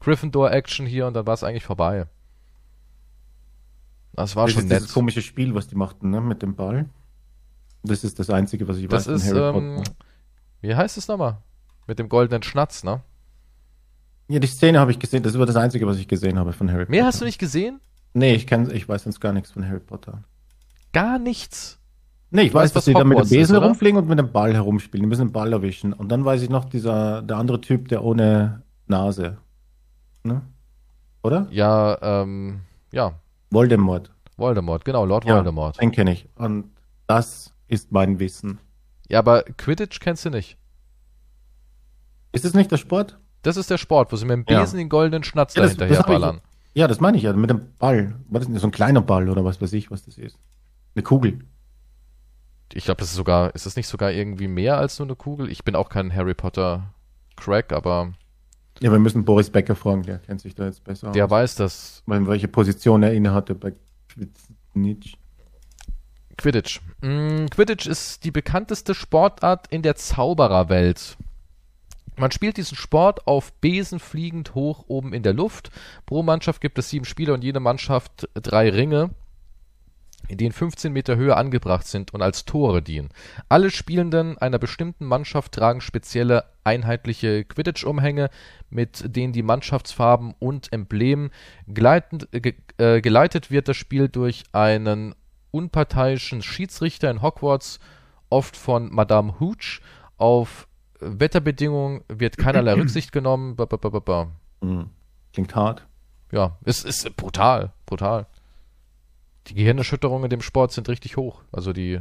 Speaker 1: Gryffindor-Action hier und dann war es eigentlich vorbei. Das war
Speaker 2: das
Speaker 1: schon
Speaker 2: ist
Speaker 1: nett.
Speaker 2: dieses komische Spiel, was die machten, ne, mit dem Ball. Das ist das Einzige, was ich
Speaker 1: Das
Speaker 2: von
Speaker 1: ist, ähm,
Speaker 2: Potter.
Speaker 1: wie heißt es nochmal? Mit dem goldenen Schnatz, ne?
Speaker 2: Ja, die Szene habe ich gesehen. Das war das Einzige, was ich gesehen habe von Harry Potter.
Speaker 1: Mehr hast du nicht gesehen?
Speaker 2: Nee, ich, kenn, ich weiß sonst gar nichts von Harry Potter.
Speaker 1: Gar nichts.
Speaker 2: Nee, ich
Speaker 1: Du weißt,
Speaker 2: weiß, dass
Speaker 1: was
Speaker 2: sie da mit dem
Speaker 1: Hogwarts ist,
Speaker 2: Besen
Speaker 1: oder?
Speaker 2: rumfliegen und mit dem Ball herumspielen. Die müssen den Ball erwischen. Und dann weiß ich noch, dieser, der andere Typ, der ohne Nase. Ne? Oder?
Speaker 1: Ja, ähm, ja,
Speaker 2: Voldemort.
Speaker 1: Voldemort, genau, Lord
Speaker 2: Ja.
Speaker 1: Voldemort.
Speaker 2: Den kenne ich. Und das ist mein Wissen.
Speaker 1: Ja, aber Quidditch kennst du nicht.
Speaker 2: Ist es nicht der Sport?
Speaker 1: Das ist der Sport, wo sie mit dem
Speaker 2: Ja.
Speaker 1: Besen den goldenen Schnatz
Speaker 2: Ja,
Speaker 1: da
Speaker 2: das- das
Speaker 1: hinterher
Speaker 2: hab ich-
Speaker 1: ballern.
Speaker 2: Ja, das meine ich ja. Mit dem Ball. War das nicht so ein kleiner Ball oder was weiß ich, was das ist? Eine Kugel.
Speaker 1: Ich glaube, das ist sogar, ist das nicht sogar irgendwie mehr als nur eine Kugel? Ich bin auch kein Harry Potter Crack, aber
Speaker 2: Ja, wir müssen Boris Becker fragen. Der kennt sich da jetzt besser
Speaker 1: der
Speaker 2: aus.
Speaker 1: weiß, dass
Speaker 2: Weil welche Position er innehatte bei Quidditch.
Speaker 1: Quidditch. Mm, Quidditch ist die bekannteste Sportart in der Zaubererwelt. Man spielt diesen Sport auf Besen fliegend hoch oben in der Luft. Pro Mannschaft gibt es sieben Spieler und jede Mannschaft drei Ringe, die in 15 Meter Höhe angebracht sind und als Tore dienen. Alle Spielenden einer bestimmten Mannschaft tragen spezielle einheitliche Quidditch-Umhänge, mit denen die Mannschaftsfarben und Emblemen gleitend, äh, ge, äh, geleitet wird. Das Spiel durch einen unparteiischen Schiedsrichter in Hogwarts, oft von Madame Hooch. Auf Wetterbedingungen wird keinerlei Rücksicht genommen. Ba, ba, ba, ba, ba.
Speaker 2: Hm. Klingt hart.
Speaker 1: Ja, es ist brutal, brutal. Die Gehirnerschütterungen in dem Sport sind richtig hoch, also die,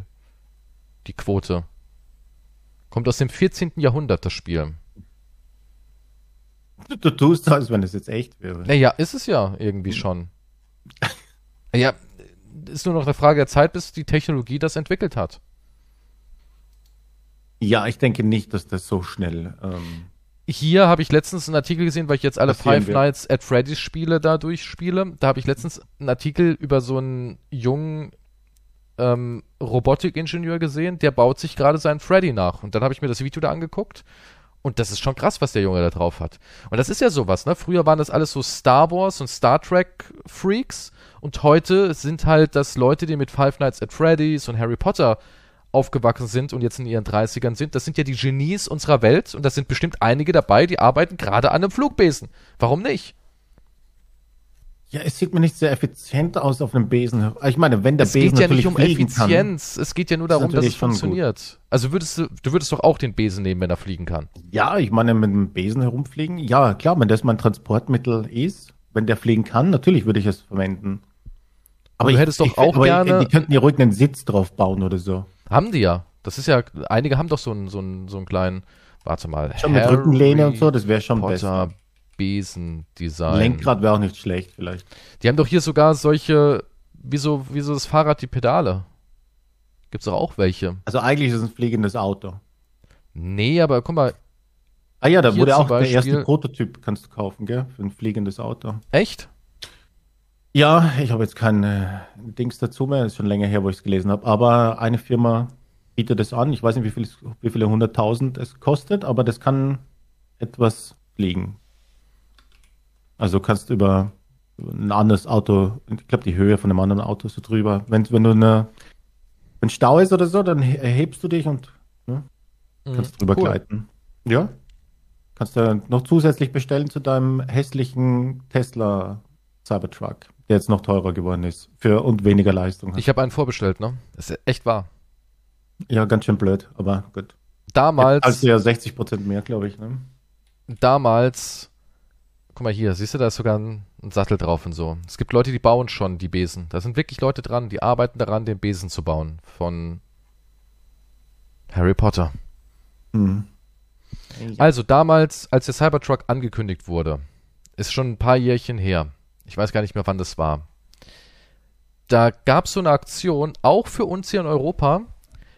Speaker 1: die Quote. Kommt aus dem 14. Jahrhundert, das Spiel.
Speaker 2: Du, du tust das, wenn es jetzt echt wäre.
Speaker 1: Naja, ist es ja irgendwie schon. Ja, ist nur noch eine Frage der Zeit, bis die Technologie das entwickelt hat.
Speaker 2: Ja, ich denke nicht, dass das so schnell. Ähm,
Speaker 1: Hier habe ich letztens einen Artikel gesehen, weil ich jetzt alle
Speaker 2: Passieren
Speaker 1: Five
Speaker 2: wird.
Speaker 1: Nights at Freddy's Spiele da durchspiele. Da habe ich letztens einen Artikel über so einen jungen ähm, Robotikingenieur gesehen, der baut sich gerade seinen Freddy nach. Und dann habe ich mir das Video da angeguckt. Und das ist schon krass, was der Junge da drauf hat. Und das ist ja sowas, ne? Früher waren das alles so Star Wars und Star Trek Freaks. Und heute sind halt das Leute, die mit Five Nights at Freddy's und Harry Potter aufgewachsen sind und jetzt in ihren 30ern sind. Das sind ja die Genies unserer Welt. Und das sind bestimmt einige dabei, die arbeiten gerade an einem Flugbesen. Warum nicht?
Speaker 2: ja, es sieht mir nicht sehr effizient aus auf einem Besen. Ich meine, wenn der
Speaker 1: Es
Speaker 2: Besen
Speaker 1: geht ja nicht um
Speaker 2: fliegen
Speaker 1: Effizienz. Es geht ja nur
Speaker 2: Das ist
Speaker 1: darum, dass
Speaker 2: natürlich
Speaker 1: es
Speaker 2: schon gut.
Speaker 1: funktioniert. Also würdest du, du würdest doch auch den Besen nehmen, wenn er fliegen kann.
Speaker 2: Kann. Ja, ich meine, mit einem Besen herumfliegen. Ja, klar, wenn das mein Transportmittel ist, wenn der fliegen kann, natürlich würde ich es verwenden.
Speaker 1: du
Speaker 2: ich,
Speaker 1: hättest doch
Speaker 2: ich,
Speaker 1: auch
Speaker 2: aber ich-
Speaker 1: gerne-
Speaker 2: Die könnten ja ruhig einen Sitz drauf bauen oder so.
Speaker 1: Haben die ja. Das ist ja, einige haben doch so einen, so einen, so einen kleinen, warte mal.
Speaker 2: Schon mit
Speaker 1: Harry
Speaker 2: Rückenlehne und so, das wäre schon
Speaker 1: Potter
Speaker 2: besser.
Speaker 1: Besendesign.
Speaker 2: Lenkrad wäre auch nicht schlecht, vielleicht.
Speaker 1: Die haben doch hier sogar solche, wie so, wie so das Fahrrad, die Pedale. Gibt's doch auch welche.
Speaker 2: Also eigentlich ist es ein fliegendes Auto.
Speaker 1: Nee, aber guck mal,
Speaker 2: Ah ja, da
Speaker 1: Hier
Speaker 2: wurde
Speaker 1: zum
Speaker 2: auch der erste
Speaker 1: Beispiel-
Speaker 2: Prototyp, kannst du kaufen, gell? Für ein fliegendes Auto.
Speaker 1: echt?
Speaker 2: Ja, ich habe jetzt keine Dings dazu mehr, ist schon länger her, wo ich es gelesen habe. Aber eine Firma bietet es an. Ich weiß nicht, wie, viel, es- wie viele hunderttausend es kostet, aber das kann etwas fliegen. Also kannst über ein anderes Auto, ich glaube die Höhe von einem anderen Auto so drüber. Wenn, wenn du eine, wenn Stau ist oder so, dann he- erhebst du dich und
Speaker 1: Mhm.
Speaker 2: kannst drüber
Speaker 1: Cool.
Speaker 2: gleiten. Ja. Kannst du noch zusätzlich bestellen zu deinem hässlichen Tesla Cybertruck, der jetzt noch teurer geworden ist für und weniger Leistung hat.
Speaker 1: Ich habe einen vorbestellt, ne? Das ist echt wahr.
Speaker 2: ja, ganz schön blöd, aber gut.
Speaker 1: Damals,
Speaker 2: Also ja 60 Prozent mehr, glaube ich. Ne?
Speaker 1: damals, guck mal hier, siehst du, da ist sogar ein, ein Sattel drauf und so. Es gibt Leute, die bauen schon die Besen. Da sind wirklich Leute dran, die arbeiten daran, den Besen zu bauen. Von Harry Potter.
Speaker 2: Hm.
Speaker 1: Also damals, als der Cybertruck angekündigt wurde, ist schon ein paar Jährchen her. Ich weiß gar nicht mehr, wann das war. Da gab es so eine Aktion, auch für uns hier in Europa,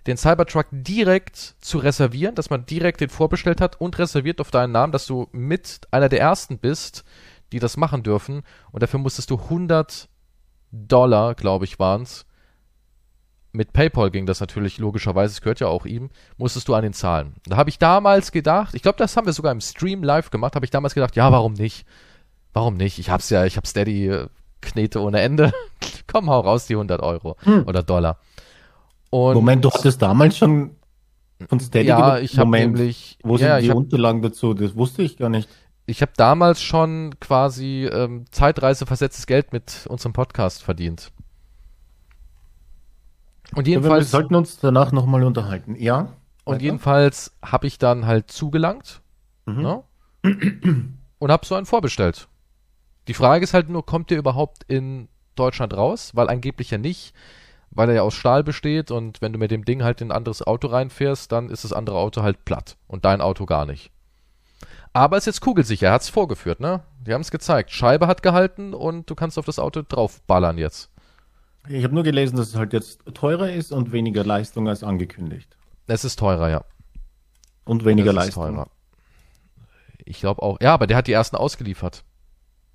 Speaker 1: den Cybertruck direkt zu reservieren, dass man direkt den vorbestellt hat und reserviert auf deinen Namen, dass du mit einer der ersten bist, die das machen dürfen. Und dafür musstest du 100 Dollar, glaube ich, waren's, mit PayPal ging das natürlich logischerweise, es gehört ja auch ihm, musstest du an den zahlen. Da habe ich damals gedacht, ich glaube, das haben wir sogar im Stream live gemacht, habe ich damals gedacht, ja, warum nicht? Warum nicht? Ich hab's ja, ich hab Steady äh, Knete ohne Ende. Komm, hau raus die 100 Euro
Speaker 2: Hm.
Speaker 1: oder Dollar. Und
Speaker 2: Moment, du hattest damals schon von Steady
Speaker 1: ja,
Speaker 2: genug-
Speaker 1: ich habe
Speaker 2: Moment,
Speaker 1: nämlich,
Speaker 2: Wo sind
Speaker 1: ja,
Speaker 2: die
Speaker 1: ich habe
Speaker 2: Unterlagen dazu? Das wusste ich gar nicht.
Speaker 1: ich hab damals schon quasi ähm, Zeitreise versetztes Geld mit unserem Podcast verdient. Und
Speaker 2: Ja, wir
Speaker 1: jedenfalls,
Speaker 2: sollten uns danach nochmal unterhalten. Ja?
Speaker 1: und
Speaker 2: Weiter?
Speaker 1: jedenfalls habe ich dann halt zugelangt
Speaker 2: Mhm.
Speaker 1: ne? und habe so einen vorbestellt. Die Frage ist halt nur, kommt der überhaupt in Deutschland raus? Weil angeblich ja nicht, weil er ja aus Stahl besteht und wenn du mit dem Ding halt in ein anderes Auto reinfährst, dann ist das andere Auto halt platt und dein Auto gar nicht. Aber ist jetzt kugelsicher, er hat's vorgeführt, ne? Die haben es gezeigt. Scheibe hat gehalten und du kannst auf das Auto draufballern jetzt.
Speaker 2: Ich habe nur gelesen, dass es halt jetzt teurer ist und weniger Leistung als angekündigt.
Speaker 1: Es ist teurer, ja.
Speaker 2: Und weniger
Speaker 1: Das ist
Speaker 2: Leistung.
Speaker 1: teurer. Ich glaube auch. Ja, aber der hat die ersten ausgeliefert.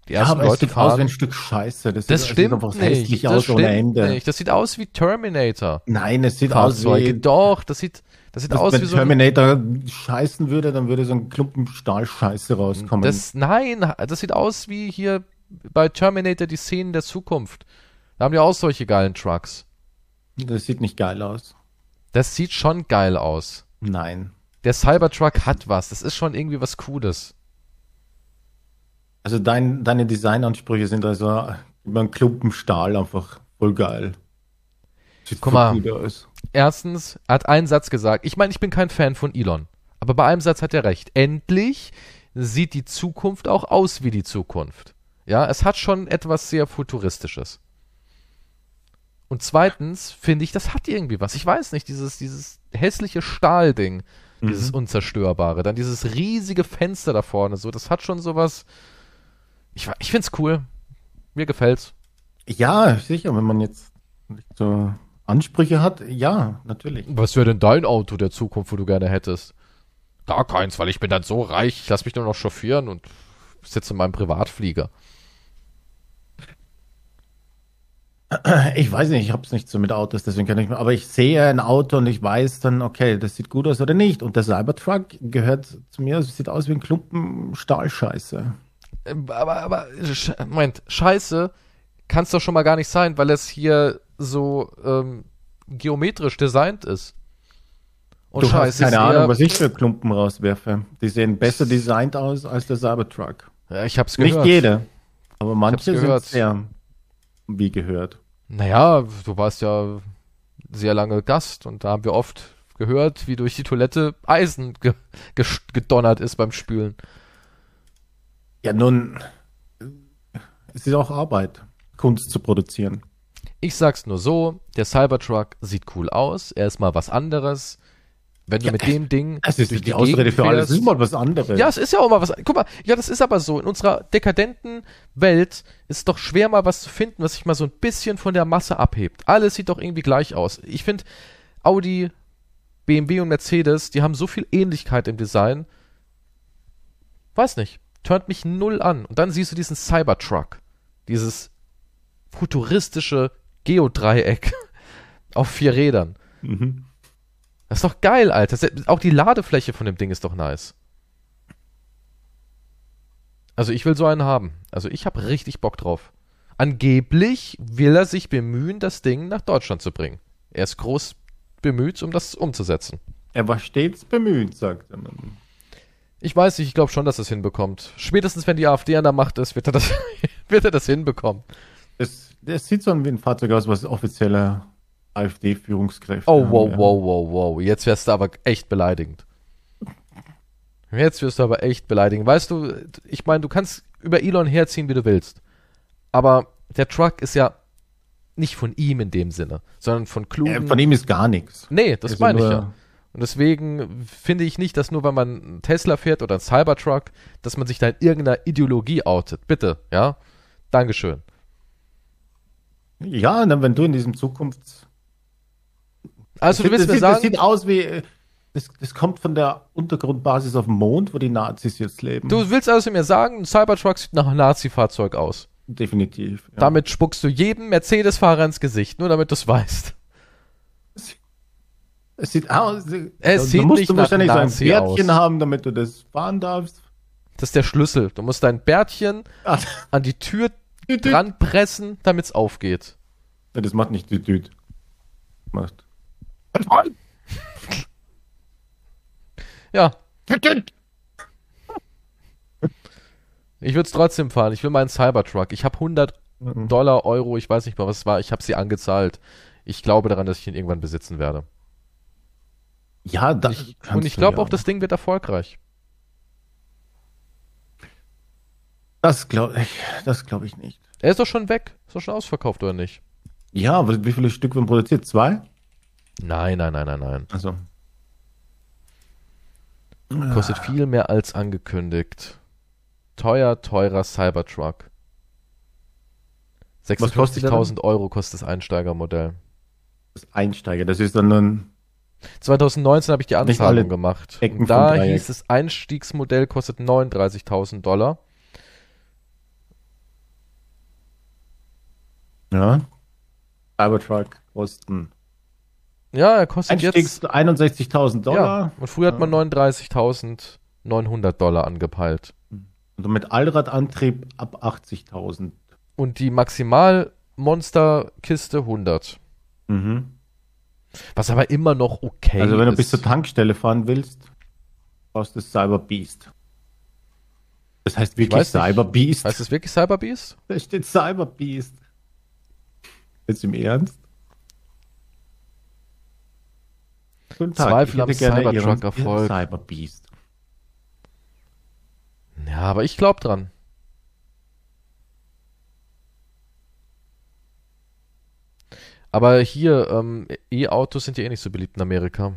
Speaker 1: Die
Speaker 2: Ja,
Speaker 1: ersten
Speaker 2: aber es
Speaker 1: Leute
Speaker 2: sieht aus wie
Speaker 1: fahren.
Speaker 2: ein Stück Scheiße. Das,
Speaker 1: das
Speaker 2: sieht,
Speaker 1: stimmt
Speaker 2: das sieht einfach hässlich
Speaker 1: nicht. Das
Speaker 2: aus ohne
Speaker 1: stimmt
Speaker 2: Ende.
Speaker 1: nicht. Das sieht aus wie Terminator.
Speaker 2: Nein, es sieht aus wie...
Speaker 1: Fahrzeuge. Doch, das sieht, das sieht
Speaker 2: dass,
Speaker 1: aus
Speaker 2: wenn
Speaker 1: wie so ein,
Speaker 2: Terminator scheißen würde, dann würde so ein Klumpen Stahlscheiße rauskommen.
Speaker 1: das, nein, das sieht aus wie hier bei Terminator die Szenen der Zukunft. Da haben die auch solche geilen Trucks.
Speaker 2: das sieht nicht geil aus.
Speaker 1: Das sieht schon geil aus.
Speaker 2: Nein.
Speaker 1: Der Cybertruck hat was. Das ist schon irgendwie was Cooles.
Speaker 2: Also dein, deine Designansprüche sind also über einen Klumpen Stahl einfach voll geil. Sieht
Speaker 1: Guck
Speaker 2: voll
Speaker 1: mal.
Speaker 2: gut aus.
Speaker 1: Erstens, er hat einen Satz gesagt. Ich meine, ich bin kein Fan von Elon. Aber bei einem Satz hat er recht. Endlich sieht die Zukunft auch aus wie die Zukunft. Ja, es hat schon etwas sehr Futuristisches. Und zweitens finde ich, das hat irgendwie was. Ich weiß nicht, dieses, dieses hässliche Stahlding, dieses Unzerstörbare, dann dieses riesige Fenster da vorne, so, das hat schon sowas. Ich, wa- ich finde es cool. Mir gefällt's.
Speaker 2: Ja, sicher, wenn man jetzt so Ansprüche hat, ja, natürlich.
Speaker 1: Was wäre denn dein Auto der Zukunft, wo du gerne hättest? Gar keins, weil ich bin dann so reich, ich lasse mich nur noch chauffieren und sitze in meinem Privatflieger.
Speaker 2: Ich weiß nicht, ich hab's nicht so mit Autos, deswegen kann ich mir, aber ich sehe ein Auto und ich weiß dann, okay, das sieht gut aus oder nicht. Und der Cybertruck gehört zu mir, es sieht aus wie ein Klumpen Stahlscheiße.
Speaker 1: Ähm, Aber, aber, sch- Moment, scheiße, kann es doch schon mal gar nicht sein, weil es hier so ähm, geometrisch designt ist. Und
Speaker 2: du
Speaker 1: Oh, scheiße,
Speaker 2: hast
Speaker 1: ist
Speaker 2: keine Ahnung,
Speaker 1: eher-
Speaker 2: was ich für Klumpen rauswerfe. Die sehen besser designt aus als der Cybertruck.
Speaker 1: ja, ich hab's
Speaker 2: Nicht
Speaker 1: gehört.
Speaker 2: jede, aber manche sind
Speaker 1: gehört.
Speaker 2: sehr wie gehört.
Speaker 1: Naja, du warst ja sehr lange Gast und da haben wir oft gehört, wie durch die Toilette Eisen ge ges- gedonnert ist beim Spülen.
Speaker 2: Ja, nun, es ist auch Arbeit, Kunst zu produzieren.
Speaker 1: Ich sag's nur so, der Cybertruck sieht cool aus, er ist mal was anderes. Wenn du
Speaker 2: Ja,
Speaker 1: mit dem Ding
Speaker 2: Es ist
Speaker 1: durch
Speaker 2: die, Ausrede
Speaker 1: Gegend
Speaker 2: für alles. Es
Speaker 1: fährst-
Speaker 2: ist mal was anderes.
Speaker 1: Ja, es ist ja auch mal was. Guck mal, ja, das ist aber so. In unserer dekadenten Welt ist es doch schwer, mal was zu finden, was sich mal so ein bisschen von der Masse abhebt. Alles sieht doch irgendwie gleich aus. Ich finde, Audi, BMW und Mercedes, die haben so viel Ähnlichkeit im Design. Weiß nicht. Turnt mich null an. Und dann siehst du diesen Cybertruck. Dieses futuristische Geodreieck auf vier Rädern.
Speaker 2: Mhm.
Speaker 1: Das ist doch geil, Alter. Se- Auch die Ladefläche von dem Ding ist doch nice. Also ich will so einen haben. Also ich habe richtig Bock drauf. Angeblich will er sich bemühen, das Ding nach Deutschland zu bringen. Er ist groß bemüht, um das umzusetzen.
Speaker 2: Er war stets bemüht, sagt er. nun.
Speaker 1: Ich weiß nicht, ich glaube schon, dass er es hinbekommt. Spätestens wenn die AfD an der Macht ist, wird er das, wird er das hinbekommen.
Speaker 2: Es, es sieht so wie ein Fahrzeug aus, was offizielle AfD-Führungskräfte
Speaker 1: Oh,
Speaker 2: haben,
Speaker 1: wow,
Speaker 2: ja.
Speaker 1: wow, wow, wow. Jetzt wärst du aber echt beleidigend. Jetzt wirst du aber echt beleidigend. Weißt du, ich meine, du kannst über Elon herziehen, wie du willst. Aber der Truck ist ja nicht von ihm in dem Sinne, sondern von klugen.
Speaker 2: Äh, Von ihm ist gar nichts.
Speaker 1: nee, das
Speaker 2: Also
Speaker 1: meine ich
Speaker 2: nur-
Speaker 1: ja. Und deswegen finde ich nicht, dass nur weil man einen Tesla fährt oder einen Cybertruck, dass man sich da in irgendeiner Ideologie outet. Bitte, ja? Dankeschön.
Speaker 2: Ja, und dann, wenn du in diesem Zukunfts...
Speaker 1: Also, du
Speaker 2: das,
Speaker 1: willst mir
Speaker 2: sieht,
Speaker 1: sagen.
Speaker 2: das sieht aus wie... äh, Das, das kommt von der Untergrundbasis auf dem Mond, wo die Nazis jetzt leben.
Speaker 1: Du willst also mir sagen, ein Cybertruck sieht nach einem Nazi-Fahrzeug aus.
Speaker 2: Definitiv. Ja.
Speaker 1: Damit spuckst du jedem Mercedes-Fahrer ins Gesicht, nur damit du es weißt.
Speaker 2: Es sieht aus.
Speaker 1: Es sieht
Speaker 2: du musst
Speaker 1: nicht
Speaker 2: du
Speaker 1: nach
Speaker 2: wahrscheinlich so ein
Speaker 1: Nazi
Speaker 2: Bärtchen
Speaker 1: aus.
Speaker 2: haben, damit du das fahren darfst.
Speaker 1: Das ist der Schlüssel. Du musst dein Bärtchen
Speaker 2: Ah,
Speaker 1: an die Tür
Speaker 2: Düdüt.
Speaker 1: dran pressen, damit es aufgeht.
Speaker 2: Nee, Das macht nicht Düdüt. Macht.
Speaker 1: Halt, Ja, ich würde es trotzdem fahren. Ich will meinen Cybertruck. Ich habe 100
Speaker 2: Mhm.
Speaker 1: Dollar, Euro, ich weiß nicht mal, was es war. Ich habe sie angezahlt. Ich glaube daran, dass ich ihn irgendwann besitzen werde.
Speaker 2: Ja, das
Speaker 1: Und
Speaker 2: kannst
Speaker 1: ich
Speaker 2: du
Speaker 1: glaube
Speaker 2: ja.
Speaker 1: auch, das Ding wird erfolgreich.
Speaker 2: Das glaube ich, das glaube ich nicht.
Speaker 1: Er ist doch schon weg. Ist doch schon ausverkauft, oder nicht?
Speaker 2: Ja, aber wie viele Stück werden produziert? Zwei?
Speaker 1: Nein, nein, nein, nein, nein.
Speaker 2: Also.
Speaker 1: Kostet
Speaker 2: Ah.
Speaker 1: viel mehr als angekündigt. Teuer, teurer Cybertruck.
Speaker 2: Was kostet der denn?
Speaker 1: 56.000 Euro kostet das Einsteigermodell.
Speaker 2: Das Einsteiger, das ist dann ein.
Speaker 1: 2019 habe ich die
Speaker 2: Nicht alle
Speaker 1: Anzahlung gemacht.
Speaker 2: Ecken
Speaker 1: Und da
Speaker 2: vom Dreieck.
Speaker 1: hieß es, Einstiegsmodell kostet 39.000 Dollar.
Speaker 2: Ja. Cybertruck kosten.
Speaker 1: Ja, er kostet jetzt
Speaker 2: Einstiegs 61.000
Speaker 1: Ja,
Speaker 2: Dollar.
Speaker 1: und früher hat
Speaker 2: Ah.
Speaker 1: man 39.900 Dollar angepeilt.
Speaker 2: Und mit Allradantrieb ab 80.000.
Speaker 1: Und die Maximalmonsterkiste 100.
Speaker 2: Mhm.
Speaker 1: Was aber immer noch okay
Speaker 2: Also, wenn du
Speaker 1: ist.
Speaker 2: bis zur Tankstelle fahren willst, brauchst du das Cyber Beast. Das heißt wirklich
Speaker 1: weiß nicht.
Speaker 2: Cyber Beast.
Speaker 1: heißt es wirklich Cyberbeast?
Speaker 2: Da steht Cyber Beast. Jetzt im Ernst? Guten
Speaker 1: Zweifel
Speaker 2: ich
Speaker 1: am
Speaker 2: hätte gerne Ihren
Speaker 1: Cybertruck-Erfolg.
Speaker 2: Cyber Beast.
Speaker 1: Ja, aber ich glaube dran. Aber hier, ähm, E-Autos sind ja eh nicht so beliebt in Amerika.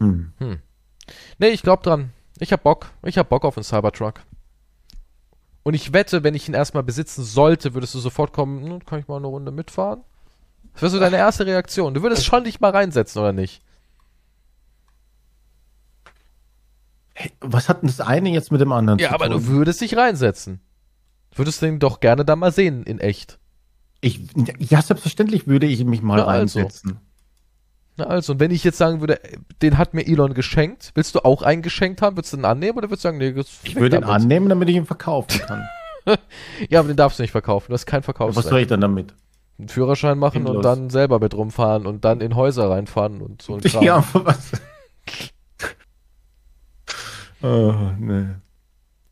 Speaker 2: Hm.
Speaker 1: Nee, ich glaube dran. Ich hab Bock. Ich hab Bock auf einen Cybertruck. Und ich wette, wenn ich ihn erstmal besitzen sollte, würdest du sofort kommen, "Hm, kann ich mal eine Runde mitfahren? Das wäre so deine erste Reaktion. Du würdest schon dich mal reinsetzen, oder nicht?
Speaker 2: Hey, was hat denn das eine jetzt mit dem anderen
Speaker 1: Ja,
Speaker 2: zu
Speaker 1: aber
Speaker 2: tun?
Speaker 1: du würdest dich reinsetzen. Würdest du ihn doch gerne dann mal sehen, in echt.
Speaker 2: Ich, ja, selbstverständlich würde ich mich mal
Speaker 1: Na, also.
Speaker 2: reinsetzen.
Speaker 1: Na also, und wenn ich jetzt sagen würde, äh, den hat mir Elon geschenkt, willst du auch einen geschenkt haben? Würdest du den annehmen oder würdest du sagen, nee, das
Speaker 2: Ich würde ihn
Speaker 1: damit.
Speaker 2: annehmen, damit ich ihn verkaufen kann.
Speaker 1: Ja, aber den darfst du nicht verkaufen, du hast kein
Speaker 2: was soll
Speaker 1: Verkaufsrecht.
Speaker 2: ich dann damit?
Speaker 1: Einen Führerschein machen und
Speaker 2: Sinnlos.
Speaker 1: dann selber mit rumfahren und dann in Häuser reinfahren und so ein Kram.
Speaker 2: Ja, was? oh, nee.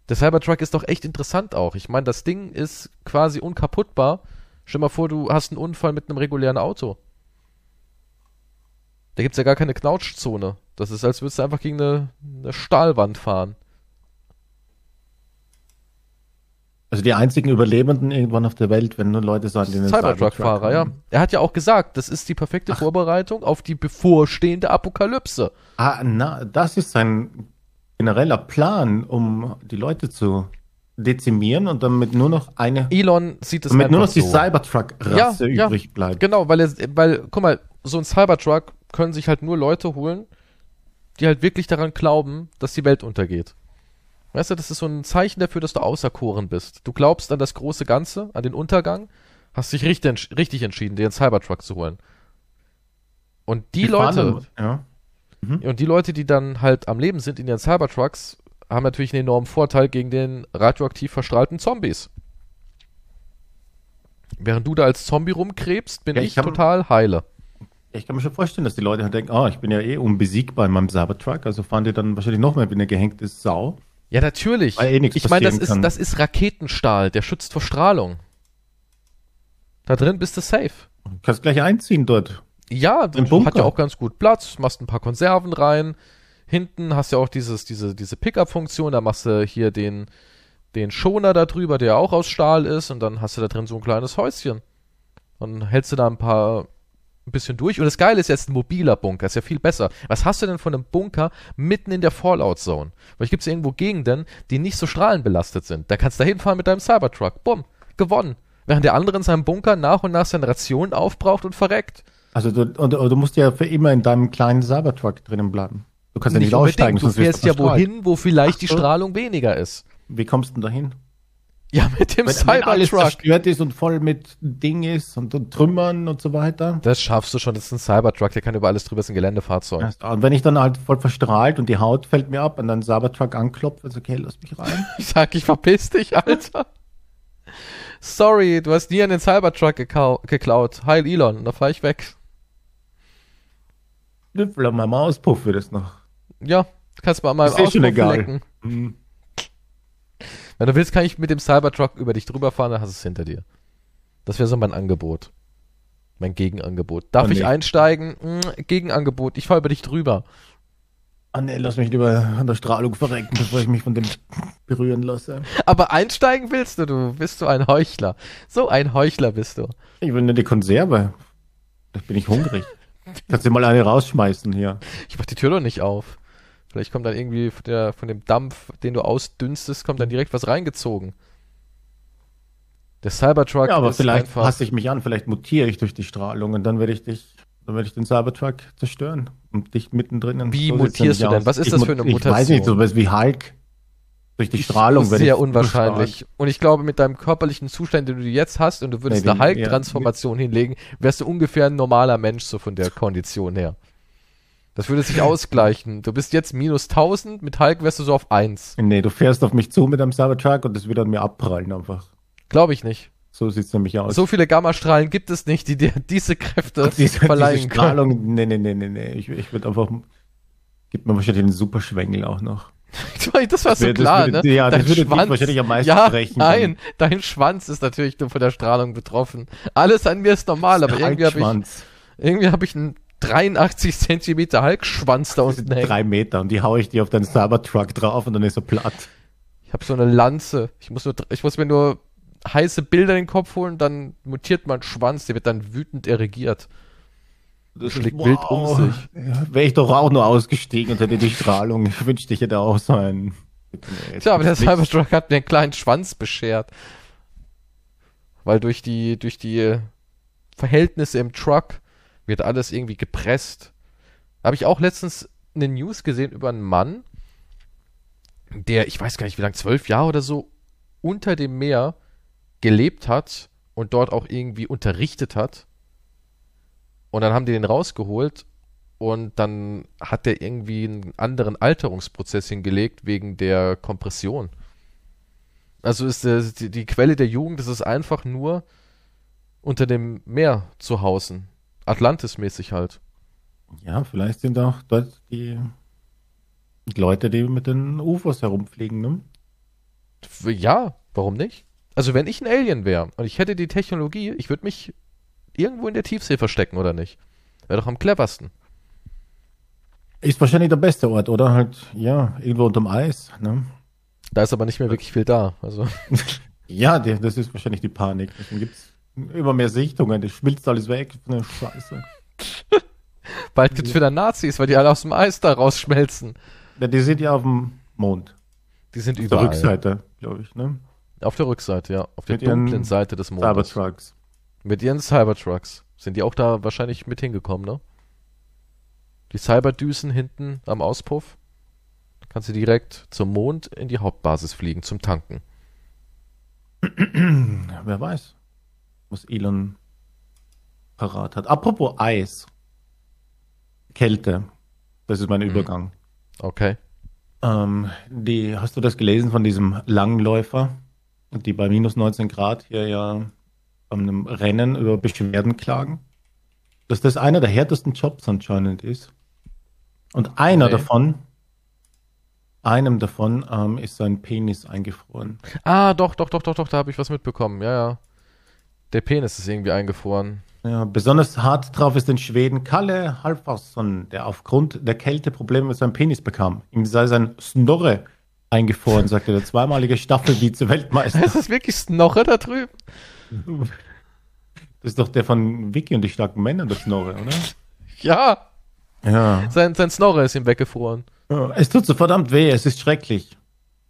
Speaker 1: Der Cybertruck ist doch echt interessant auch. Ich meine, das Ding ist quasi unkaputtbar. Stell mal vor, du hast einen Unfall mit einem regulären Auto. Da gibt's ja gar keine Knautschzone. Das ist, als würdest du einfach gegen eine, eine Stahlwand fahren.
Speaker 2: Also die einzigen Überlebenden irgendwann auf der Welt, wenn nur Leute sagen, die einen
Speaker 1: Cybertruck-Fahrer, ja.
Speaker 2: haben.
Speaker 1: Er hat ja auch gesagt, das ist die perfekte Vorbereitung auf die bevorstehende Apokalypse.
Speaker 2: Ah, na, das ist sein genereller Plan, um die Leute zu dezimieren und damit nur noch eine,
Speaker 1: Elon sieht es
Speaker 2: damit nur noch
Speaker 1: einfach
Speaker 2: die
Speaker 1: so.
Speaker 2: Cybertruck-Rasse
Speaker 1: Ja, ja.
Speaker 2: übrig bleibt.
Speaker 1: Genau, weil, er, weil, guck mal, so ein Cybertruck können sich halt nur Leute holen, die halt wirklich daran glauben, dass die Welt untergeht. Weißt du, das ist so ein Zeichen dafür, dass du auserkoren bist. Du glaubst an das große Ganze, an den Untergang, hast dich richtig, entsch- richtig entschieden, dir einen Cybertruck zu holen. Und die,
Speaker 2: fahren
Speaker 1: Leute,
Speaker 2: dann- ja.
Speaker 1: und die Leute, die dann halt am Leben sind in ihren Cybertrucks, haben natürlich einen enormen Vorteil gegen den radioaktiv verstrahlten Zombies. Während du da als Zombie rumkrebst, bin
Speaker 2: Ja,
Speaker 1: ich,
Speaker 2: ich hab-
Speaker 1: total heile.
Speaker 2: Ich kann mir schon vorstellen, dass die Leute halt denken, ah, ich bin ja eh unbesiegbar in meinem Cybertruck, also fahren die dann wahrscheinlich noch mehr wie eine gehängte Sau.
Speaker 1: Ja, natürlich.
Speaker 2: Weil eh nichts
Speaker 1: ich meine, das
Speaker 2: passieren
Speaker 1: ist,
Speaker 2: kann.
Speaker 1: das ist Raketenstahl, der schützt vor Strahlung. Da drin bist du safe.
Speaker 2: Du kannst gleich einziehen dort.
Speaker 1: Ja, du
Speaker 2: Im Bunker.
Speaker 1: hat ja auch ganz gut Platz, machst ein paar Konserven rein. Hinten hast ja auch dieses, diese, diese Pickup-Funktion, da machst du hier den, den Schoner da drüber, der auch aus Stahl ist, und dann hast du da drin so ein kleines Häuschen. Dann hältst du da ein paar ein bisschen durch. Und das Geile ist jetzt ein mobiler Bunker, ist ja viel besser. Was hast du denn von einem Bunker mitten in der Fallout-Zone? Weil gibt es irgendwo Gegenden, die nicht so strahlenbelastet sind. Da kannst du da hinfahren mit deinem Cybertruck. Bumm, gewonnen. Während der andere in seinem Bunker nach und nach seine Ration aufbraucht und verreckt.
Speaker 2: Also du, und, und du musst ja für immer in deinem kleinen Cybertruck drinnen bleiben. Du kannst ja nicht,
Speaker 1: unbedingt.
Speaker 2: aussteigen,
Speaker 1: Du fährst ja
Speaker 2: verstrahlt.
Speaker 1: wohin, wo vielleicht
Speaker 2: Ach
Speaker 1: die
Speaker 2: so.
Speaker 1: Strahlung weniger ist.
Speaker 2: Wie kommst du denn dahin?
Speaker 1: Ja, mit dem
Speaker 2: Wenn, wenn alles
Speaker 1: Cybertruck.
Speaker 2: zerstört ist und voll mit Ding ist und, und Trümmern und so weiter.
Speaker 1: Das schaffst du schon, das ist ein Cybertruck, der kann über alles drüber, ist ein Geländefahrzeug.
Speaker 2: Und wenn ich dann halt voll verstrahlt und die Haut fällt mir ab und dann Cybertruck anklopft, ist okay, lass mich rein.
Speaker 1: Ich sag, ich verpiss dich, Alter. Sorry, du hast nie einen Cybertruck gekau- geklaut. Heil Elon, da fahr ich weg.
Speaker 2: Schnüffel an meinem Auspuff wird es noch.
Speaker 1: Ja, kannst mal an meinem
Speaker 2: Ist eh
Speaker 1: Auspuff
Speaker 2: schon egal.
Speaker 1: lecken.
Speaker 2: Hm.
Speaker 1: Wenn du willst, kann ich mit dem Cybertruck über dich drüber fahren, dann hast du es hinter dir. Das wäre so mein Angebot. Mein Gegenangebot. Darf
Speaker 2: Oh,
Speaker 1: ich
Speaker 2: nee.
Speaker 1: einsteigen? Hm, Gegenangebot. Ich fahr über dich drüber.
Speaker 2: Ah nee, lass mich lieber an der Strahlung verrecken, bevor ich mich von dem berühren lasse.
Speaker 1: Aber einsteigen willst du, du bist du ein Heuchler. So ein Heuchler bist du.
Speaker 2: Ich will nur die Konserve. Da bin ich hungrig. Kannst du mal eine rausschmeißen hier?
Speaker 1: Ich mach die Tür doch nicht auf. Vielleicht kommt dann irgendwie von, der, von dem Dampf, den du ausdünstest, kommt dann direkt was reingezogen. Der Cybertruck
Speaker 2: Ja, aber vielleicht
Speaker 1: einfach.
Speaker 2: passe ich mich an, vielleicht mutiere ich durch die Strahlung und dann werde ich dich, dann werde ich den Cybertruck zerstören und dich mittendrin.
Speaker 1: Wie
Speaker 2: So sieht's
Speaker 1: mutierst
Speaker 2: nämlich
Speaker 1: du denn?
Speaker 2: aus.
Speaker 1: Was ist
Speaker 2: ich
Speaker 1: das
Speaker 2: mut-
Speaker 1: für eine
Speaker 2: Ich weiß
Speaker 1: Mutation?
Speaker 2: nicht, so was wie Hulk. Durch die Strahlung
Speaker 1: Das ist sehr unwahrscheinlich. Und ich glaube, mit deinem körperlichen Zustand, den du jetzt hast, und du würdest
Speaker 2: Nee,
Speaker 1: eine
Speaker 2: den- ja.
Speaker 1: Hulk-Transformation hinlegen, wärst du ungefähr ein normaler Mensch, so von der Kondition her. Das würde sich ausgleichen. Du bist jetzt minus 1000, mit Hulk wärst du so auf 1.
Speaker 2: Nee, du fährst auf mich zu mit einem Cybertruck und das wird an mir abprallen einfach.
Speaker 1: Glaube ich nicht.
Speaker 2: So sieht's nämlich aus.
Speaker 1: So viele Gammastrahlen gibt es nicht, die dir diese Kräfte
Speaker 2: Und diese, diese
Speaker 1: verleihen können.
Speaker 2: Strahlung, nee, nee, nee, nee, nee. Ich, ich würde einfach, gibt mir wahrscheinlich den Superschwengel auch noch.
Speaker 1: Das war so
Speaker 2: wär- das
Speaker 1: klar,
Speaker 2: würde-
Speaker 1: ne?
Speaker 2: ja, das würde dich wahrscheinlich am meisten
Speaker 1: ja,
Speaker 2: brechen
Speaker 1: Nein, dein Schwanz ist natürlich nur von der Strahlung betroffen. Alles an mir ist normal, aber irgendwie habe ich,
Speaker 2: Halsschwanz.
Speaker 1: irgendwie hab ich einen 83 Zentimeter Halbschwanz da unten hängen.
Speaker 2: drei Meter und die hau ich dir auf deinen Cybertruck drauf und dann ist er platt.
Speaker 1: Ich habe so eine Lanze. Ich muss, nur, ich muss mir nur heiße Bilder in den Kopf holen, dann mutiert mein Schwanz, der wird dann wütend erregiert.
Speaker 2: Das
Speaker 1: Schlägt wild um sich.
Speaker 2: Ja, Wäre ich doch auch nur ausgestiegen und hätte die Strahlung. Ich wünschte, ich hätte auch so einen. Nee,
Speaker 1: Tja, aber der
Speaker 2: jetzt nichts.
Speaker 1: Cybertruck hat mir einen kleinen Schwanz beschert. Weil durch die, durch die Verhältnisse im Truck wird alles irgendwie gepresst. Habe ich auch letztens eine News gesehen über einen Mann, der, ich weiß gar nicht wie lange, zwölf Jahre oder so, unter dem Meer gelebt hat und dort auch irgendwie unterrichtet hat. Und dann haben die den rausgeholt und dann hat der irgendwie einen anderen Alterungsprozess hingelegt wegen der Kompression. Also ist das, die, die Quelle der Jugend, das ist einfach nur unter dem Meer zu hausen. Atlantis-mäßig halt.
Speaker 2: Ja, vielleicht sind auch dort die Leute, die mit den UFOs herumfliegen, ne?
Speaker 1: F- Ja, warum nicht? Also wenn ich ein Alien wäre und ich hätte die Technologie, ich würde mich irgendwo in der Tiefsee verstecken, oder nicht? Wäre doch am cleversten.
Speaker 2: Ist wahrscheinlich der beste Ort, oder? Halt, ja, irgendwo unterm Eis, ne?
Speaker 1: Da ist aber nicht mehr wirklich viel da. Also
Speaker 2: Ja, die, das ist wahrscheinlich die Panik. Deswegen gibt's immer mehr Sichtungen. Das schmilzt alles weg. Ne, Scheiße.
Speaker 1: bald gibt's wieder Nazis, weil die alle aus dem Eis da rausschmelzen.
Speaker 2: Ja, die sind ja auf dem Mond.
Speaker 1: Die sind
Speaker 2: Auf der
Speaker 1: überall.
Speaker 2: Rückseite, glaube ich, ne?
Speaker 1: Auf der Rückseite, ja. Auf der
Speaker 2: Mit ihren
Speaker 1: dunklen Seite des Mondes.
Speaker 2: Cybertrucks.
Speaker 1: Mit ihren Cybertrucks. Sind die auch da wahrscheinlich mit hingekommen, ne? Die Cyberdüsen hinten am Auspuff. Da kannst du direkt zum Mond in die Hauptbasis fliegen, zum Tanken.
Speaker 2: Ja, wer weiß, was Elon parat hat. Apropos Eis. Kälte. Das ist mein Übergang.
Speaker 1: Okay.
Speaker 2: Ähm, die, hast du das gelesen von diesem Langläufer, die bei minus 19 Grad hier ja an einem Rennen über Beschwerden klagen? Dass das einer der härtesten Jobs anscheinend ist. Und einer
Speaker 1: Okay.
Speaker 2: davon, einem davon ähm, ist sein Penis eingefroren.
Speaker 1: Ah, doch, doch, doch, doch, doch, da habe ich was mitbekommen. Ja, ja. Der Penis ist irgendwie eingefroren.
Speaker 2: Ja, besonders hart drauf ist in Schweden Kalle Halfarsson, der aufgrund der Kälte Probleme mit seinem Penis bekam. Ihm sei sein Snorre eingefroren, sagte der zweimalige Staffel-Vize-Weltmeister.
Speaker 1: Ist das wirklich Snorre da drüben?
Speaker 2: Das ist doch der von Vicky und die starken Männer, das Snorre, oder?
Speaker 1: Ja,
Speaker 2: Ja.
Speaker 1: sein, sein Snorre ist ihm weggefroren.
Speaker 2: Es tut so verdammt weh, es ist schrecklich.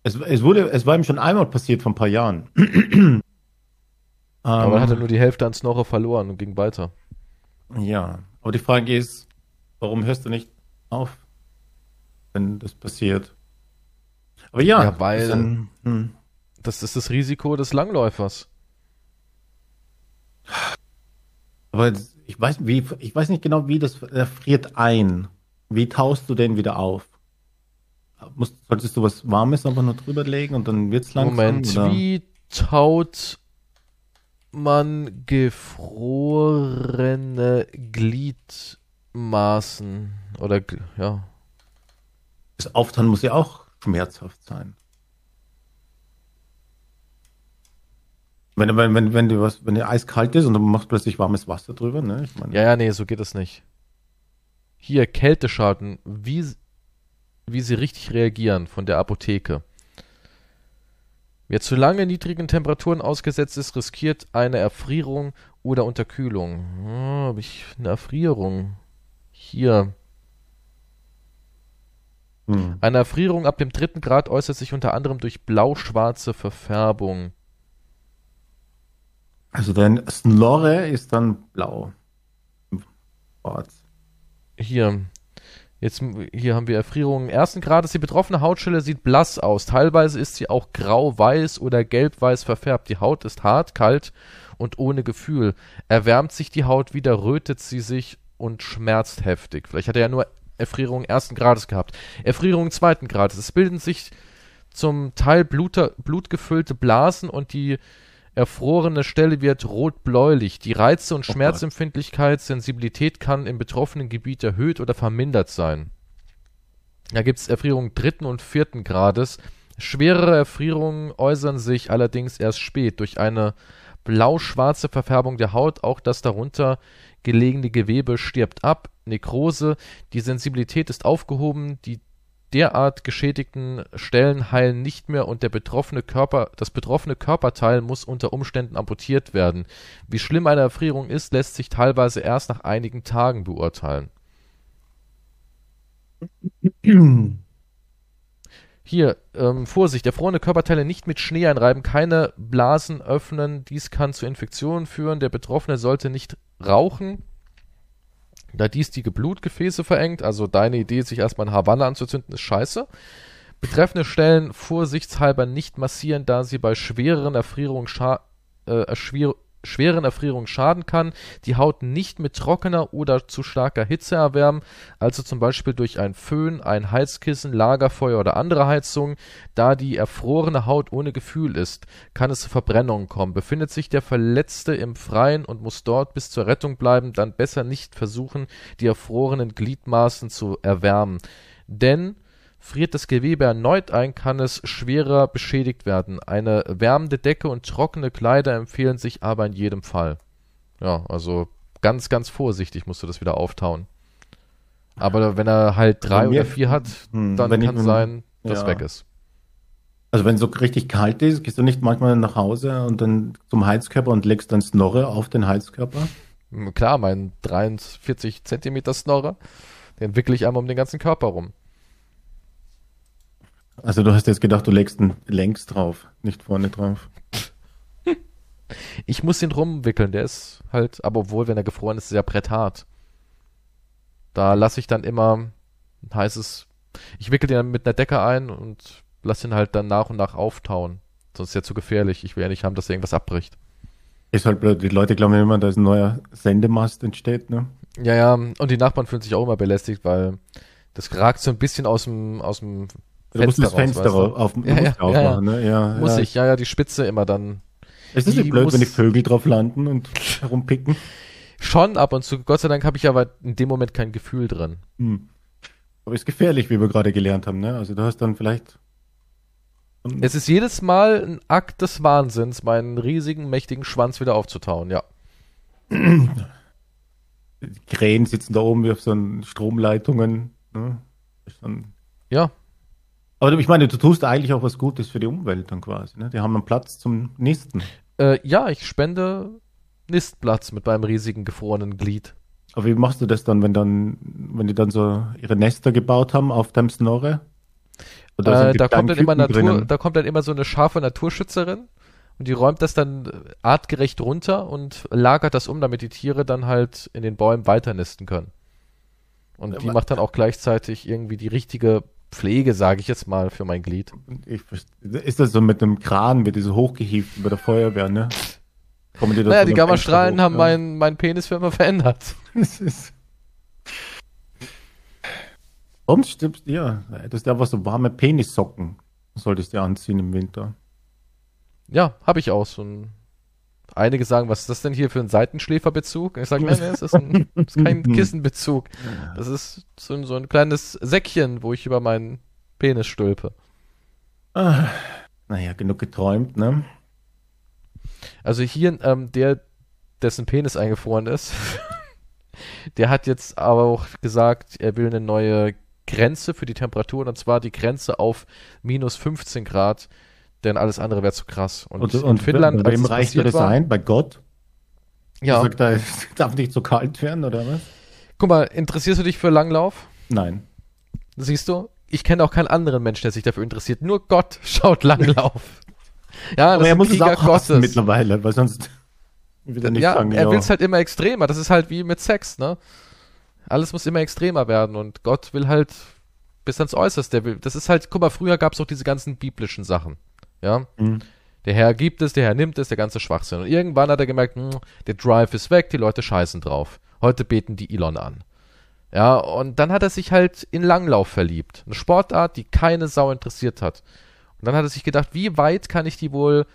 Speaker 2: Es, es, wurde, es war ihm schon einmal passiert vor ein paar Jahren.
Speaker 1: Aber
Speaker 2: Ähm,
Speaker 1: dann hat er nur die Hälfte an Snorre verloren und ging weiter.
Speaker 2: Ja, aber die Frage ist, warum hörst du nicht auf, wenn das passiert? Aber ja,
Speaker 1: Ja, weil-
Speaker 2: ist ein- hm,
Speaker 1: Das ist das Risiko des Langläufers.
Speaker 2: Aber jetzt- ich weiß, wie, ich weiß nicht genau, wie das er friert ein. Wie taust du den wieder auf? Musst, solltest du was Warmes einfach nur drüber legen und dann wird's langsam?
Speaker 1: Moment,
Speaker 2: oder?
Speaker 1: wie taut man gefrorene Gliedmaßen oder gl- ja,
Speaker 2: Das Auftauen muss ja auch schmerzhaft sein. Wenn, wenn, wenn, wenn, du was, wenn dir eiskalt ist und du machst plötzlich warmes Wasser drüber, ne? Ich meine,
Speaker 1: Ja, ja, nee, so geht es nicht. Hier, Kälteschaden, wie, s- wie sie richtig reagieren von der Apotheke. Wer zu lange niedrigen Temperaturen ausgesetzt ist, riskiert eine Erfrierung oder Unterkühlung. Hm, hab ich eine Erfrierung? Hier.
Speaker 2: hm.
Speaker 1: Eine Erfrierung ab dem dritten Grad äußert sich unter anderem durch blau-schwarze Verfärbung.
Speaker 2: Also dein Snorre ist dann blau. Schwarz.
Speaker 1: Hier. Jetzt, m- hier haben wir Erfrierungen ersten Grades. Die betroffene Hautschelle sieht blass aus. Teilweise ist sie auch grau-weiß oder gelb-weiß verfärbt. Die Haut ist hart, kalt und ohne Gefühl. Erwärmt sich die Haut wieder, rötet sie sich und schmerzt heftig. Vielleicht hat er ja nur Erfrierungen ersten Grades gehabt. Erfrierungen zweiten Grades. Es bilden sich zum Teil bluter, blutgefüllte Blasen und die erfrorene Stelle wird rot-bläulich. Die Reize- und
Speaker 2: Gott.
Speaker 1: Schmerzempfindlichkeit, Sensibilität kann im betroffenen Gebiet erhöht oder vermindert sein. Da gibt es Erfrierungen dritten und vierten Grades. Schwerere Erfrierungen äußern sich allerdings erst spät durch eine blau-schwarze Verfärbung der Haut. Auch das darunter gelegene Gewebe stirbt ab. Nekrose. Die Sensibilität ist aufgehoben. Die derart geschädigten Stellen heilen nicht mehr und der betroffene Körper, das betroffene Körperteil muss unter Umständen amputiert werden. Wie schlimm eine Erfrierung ist, lässt sich teilweise erst nach einigen Tagen beurteilen. Hier, ähm, Vorsicht, erfrorene Körperteile nicht mit Schnee einreiben, keine Blasen öffnen, dies kann zu Infektionen führen. Der Betroffene sollte nicht rauchen, da dies die Blutgefäße verengt. Also deine Idee, sich erstmal ein Havanna anzuzünden, ist scheiße. Betreffende Stellen vorsichtshalber nicht massieren, da sie bei schwereren Erfrierungen scha äh, erschwier- schweren Erfrierung schaden kann, die Haut nicht mit trockener oder zu starker Hitze erwärmen, also zum Beispiel durch einen Föhn, ein Heizkissen, Lagerfeuer oder andere Heizungen. Da die erfrorene Haut ohne Gefühl ist, kann es zu Verbrennungen kommen. Befindet sich der Verletzte im Freien und muss dort bis zur Rettung bleiben, dann besser nicht versuchen, die erfrorenen Gliedmaßen zu erwärmen. Denn Friert das Gewebe erneut ein, kann es schwerer beschädigt werden. Eine wärmende Decke und trockene Kleider empfehlen sich aber in jedem Fall. Ja, also ganz, ganz vorsichtig musst du das wieder auftauen. Aber wenn er halt drei
Speaker 2: Also mir-
Speaker 1: oder vier hat,
Speaker 2: Hm,
Speaker 1: dann
Speaker 2: wenn ich
Speaker 1: kann
Speaker 2: mit-
Speaker 1: sein, dass
Speaker 2: ja.
Speaker 1: weg ist.
Speaker 2: Also wenn es so richtig kalt ist, gehst du nicht manchmal nach Hause und dann zum Heizkörper und legst dann Snorre auf den Heizkörper?
Speaker 1: Hm, Klar, mein 43 Zentimeter Snorre, den wickel ich einmal um den ganzen Körper rum.
Speaker 2: Also du hast jetzt gedacht, du legst ihn längs drauf, nicht vorne drauf.
Speaker 1: Ich muss ihn rumwickeln, der ist halt, aber obwohl, wenn er gefroren ist, ist er bretthart. Da lasse ich dann immer ein heißes. Ich wickel den mit einer Decke ein und lasse ihn halt dann nach und nach auftauen. Sonst ist er zu gefährlich. Ich will ja nicht haben, dass er irgendwas abbricht.
Speaker 2: Ist halt blöd, die Leute glauben ja immer, dass ein neuer Sendemast entsteht, ne?
Speaker 1: Ja, ja, und die Nachbarn fühlen sich auch immer belästigt, weil das ragt so ein bisschen aus dem, aus dem
Speaker 2: Du musst das
Speaker 1: raus,
Speaker 2: Fenster
Speaker 1: weißt du?
Speaker 2: rauf, auf, du
Speaker 1: Ja,
Speaker 2: musst
Speaker 1: ja,
Speaker 2: aufmachen, ne? Ja,
Speaker 1: Muss
Speaker 2: ja.
Speaker 1: ich, ja, ja, die Spitze immer dann.
Speaker 2: Ist das
Speaker 1: Die
Speaker 2: nicht blöd,
Speaker 1: muss-
Speaker 2: wenn die Vögel drauf landen und herumpicken?
Speaker 1: Schon ab und zu, Gott sei Dank habe ich aber in dem Moment kein Gefühl drin.
Speaker 2: Hm. Aber ist gefährlich, wie wir gerade gelernt haben, ne? Also du hast dann vielleicht.
Speaker 1: Es ist jedes Mal ein Akt des Wahnsinns, meinen riesigen, mächtigen Schwanz wieder aufzutauen, ja.
Speaker 2: Die Krähen sitzen da oben wie auf so einen Stromleitungen, ne? Ist dann
Speaker 1: Ja,
Speaker 2: Aber du- ich meine, du tust eigentlich auch was Gutes für die Umwelt dann quasi. Ne? Die haben einen Platz zum Nisten.
Speaker 1: äh, ja, ich spende Nistplatz mit meinem riesigen gefrorenen Glied.
Speaker 2: Aber wie machst du das dann, wenn dann, wenn die dann so ihre Nester gebaut haben auf deinem Snorre? Oder
Speaker 1: Äh,
Speaker 2: sind die
Speaker 1: da,
Speaker 2: kleinen
Speaker 1: kommt dann immer
Speaker 2: Küken
Speaker 1: Natur,
Speaker 2: drinnen?
Speaker 1: da kommt dann immer so eine scharfe Naturschützerin und die räumt das dann äh, artgerecht runter und lagert das um, damit die Tiere dann halt in den Bäumen weiternisten können. Und die
Speaker 2: Aber-
Speaker 1: macht dann auch gleichzeitig irgendwie die richtige Pflege, sage ich jetzt mal, für mein Glied.
Speaker 2: Ich, verste- ist das so mit dem Kran, wird die so hochgehievt über der Feuerwehr, ne? Kommen die da
Speaker 1: Naja,
Speaker 2: so
Speaker 1: die
Speaker 2: einem
Speaker 1: Gammastrahlen
Speaker 2: Fenster
Speaker 1: haben
Speaker 2: hoch, ne?
Speaker 1: meinen meinen Penis für immer verändert.
Speaker 2: Es ist. Warum stirbst du? Ja, du hättest du einfach so warme Penissocken. Solltest du anziehen im Winter.
Speaker 1: Ja, habe ich auch. So ein, einige sagen, was ist das denn hier für ein Seitenschläferbezug? Ich sage, nein, nein, es ist, ein, es ist kein Kissenbezug. Das ist so ein, so ein kleines Säckchen, wo ich über meinen Penis stülpe.
Speaker 2: Naja, genug geträumt, ne?
Speaker 1: Also hier, ähm, der, dessen Penis eingefroren ist, der hat jetzt aber auch gesagt, er will eine neue Grenze für die Temperaturen, und zwar die Grenze auf minus 15 Grad, denn alles andere wäre zu krass. Und, in Finnland,
Speaker 2: bei
Speaker 1: als
Speaker 2: wem
Speaker 1: es
Speaker 2: reicht dir
Speaker 1: passiert
Speaker 2: das
Speaker 1: war-
Speaker 2: ein? Also Bei Gott?
Speaker 1: Ja,
Speaker 2: Sagt er, es darf nicht so kalt werden, oder was?
Speaker 1: guck mal, interessierst du dich für Langlauf?
Speaker 2: Nein.
Speaker 1: Siehst du? Ich kenne auch keinen anderen Menschen, der sich dafür interessiert. Nur Gott schaut Langlauf. ja, das
Speaker 2: Aber
Speaker 1: ist
Speaker 2: er
Speaker 1: ein
Speaker 2: muss es
Speaker 1: Krieger
Speaker 2: auch hassen
Speaker 1: Gottes.
Speaker 2: mittlerweile, weil sonst wird er nicht
Speaker 1: Ja,
Speaker 2: sagen,
Speaker 1: er
Speaker 2: ja.
Speaker 1: will es halt immer extremer. Das ist halt wie mit Sex, ne? Alles muss immer extremer werden und Gott will halt bis ans Äußerste. Der will, das ist halt, guck mal, früher gab es auch diese ganzen biblischen Sachen. Ja?
Speaker 2: Mhm.
Speaker 1: Der Herr gibt es, der Herr nimmt es, der ganze Schwachsinn. Und irgendwann hat er gemerkt, hm, der Drive ist weg, die Leute scheißen drauf. Heute beten die Elon an. Ja, und dann hat er sich halt in Langlauf verliebt. Eine Sportart, die keine Sau interessiert hat. Und dann hat er sich gedacht, wie weit kann ich die wohl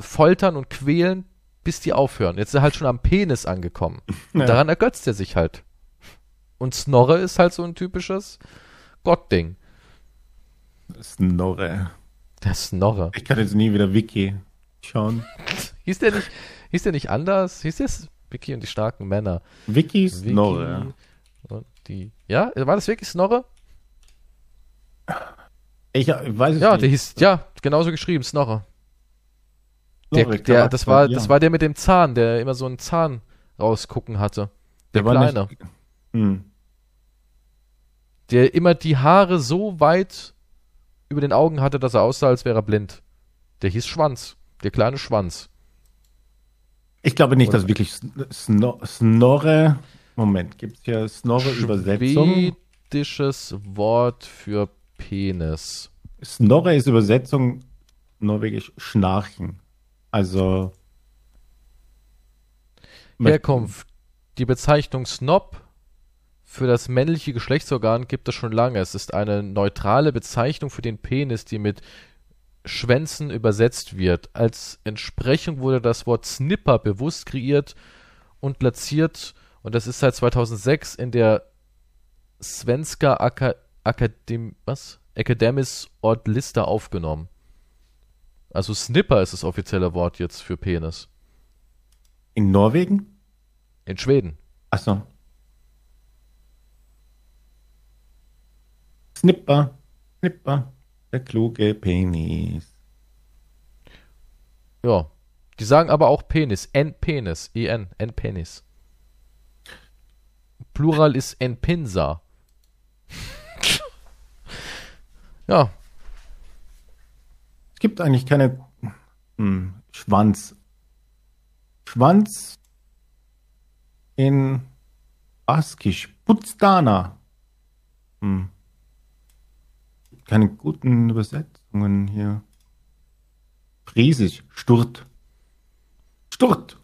Speaker 1: foltern und quälen, bis die aufhören? Jetzt ist er halt schon am Penis angekommen. Und
Speaker 2: Ja.
Speaker 1: daran ergötzt er sich halt. Und Snorre ist halt so ein typisches Gottding.
Speaker 2: Snorre.
Speaker 1: Der Snorre.
Speaker 2: Ich kann jetzt nie wieder Wiki schauen.
Speaker 1: Hieß der nicht, hieß der nicht anders? Hieß der S- Vicky und die starken Männer?
Speaker 2: Wiki
Speaker 1: Vicky
Speaker 2: Snorre.
Speaker 1: und die. Ja, war das wirklich Snorre?
Speaker 2: Ich, ich weiß es
Speaker 1: Ja, der
Speaker 2: nicht.
Speaker 1: hieß, ja, genauso geschrieben, Snorre. Der,
Speaker 2: Snorre,
Speaker 1: der, das, war,
Speaker 2: ja.
Speaker 1: das war der mit dem Zahn, der immer so einen Zahn rausgucken hatte. Der,
Speaker 2: war
Speaker 1: Kleine.
Speaker 2: Nicht, hm.
Speaker 1: Der immer die Haare so weit über den Augen hatte, dass er aussah, als wäre er blind. Der hieß Schwanz. Der kleine Schwanz.
Speaker 2: Ich glaube nicht, dass wirklich Sn- Snor Snorre. Moment, gibt es hier Snorre-Übersetzung?
Speaker 1: Schwedisches Wort für Penis.
Speaker 2: Snorre ist Übersetzung norwegisch Schnarchen. Also.
Speaker 1: Herkunft. Die Bezeichnung Snob für das männliche Geschlechtsorgan gibt es schon lange. Es ist eine neutrale Bezeichnung für den Penis, die mit Schwänzen übersetzt wird. Als Entsprechung wurde das Wort Snipper bewusst kreiert und platziert und das ist seit 2006 in der Svenska Aka Akadem was? Academis Ordlista aufgenommen. Also Snipper ist das offizielle Wort jetzt für Penis.
Speaker 2: In Norwegen?
Speaker 1: In Schweden.
Speaker 2: Achso. Snipper, Snipper, der kluge Penis.
Speaker 1: Ja. Die sagen aber auch Penis. N-Penis. E-N. N-Penis. Plural ist N-Pinsa. ja.
Speaker 2: Es gibt eigentlich keine. Hm, Schwanz. Schwanz in Baskisch. Putzdana. Hm. Keine guten Übersetzungen hier. Friesisch. Sturt. Sturt.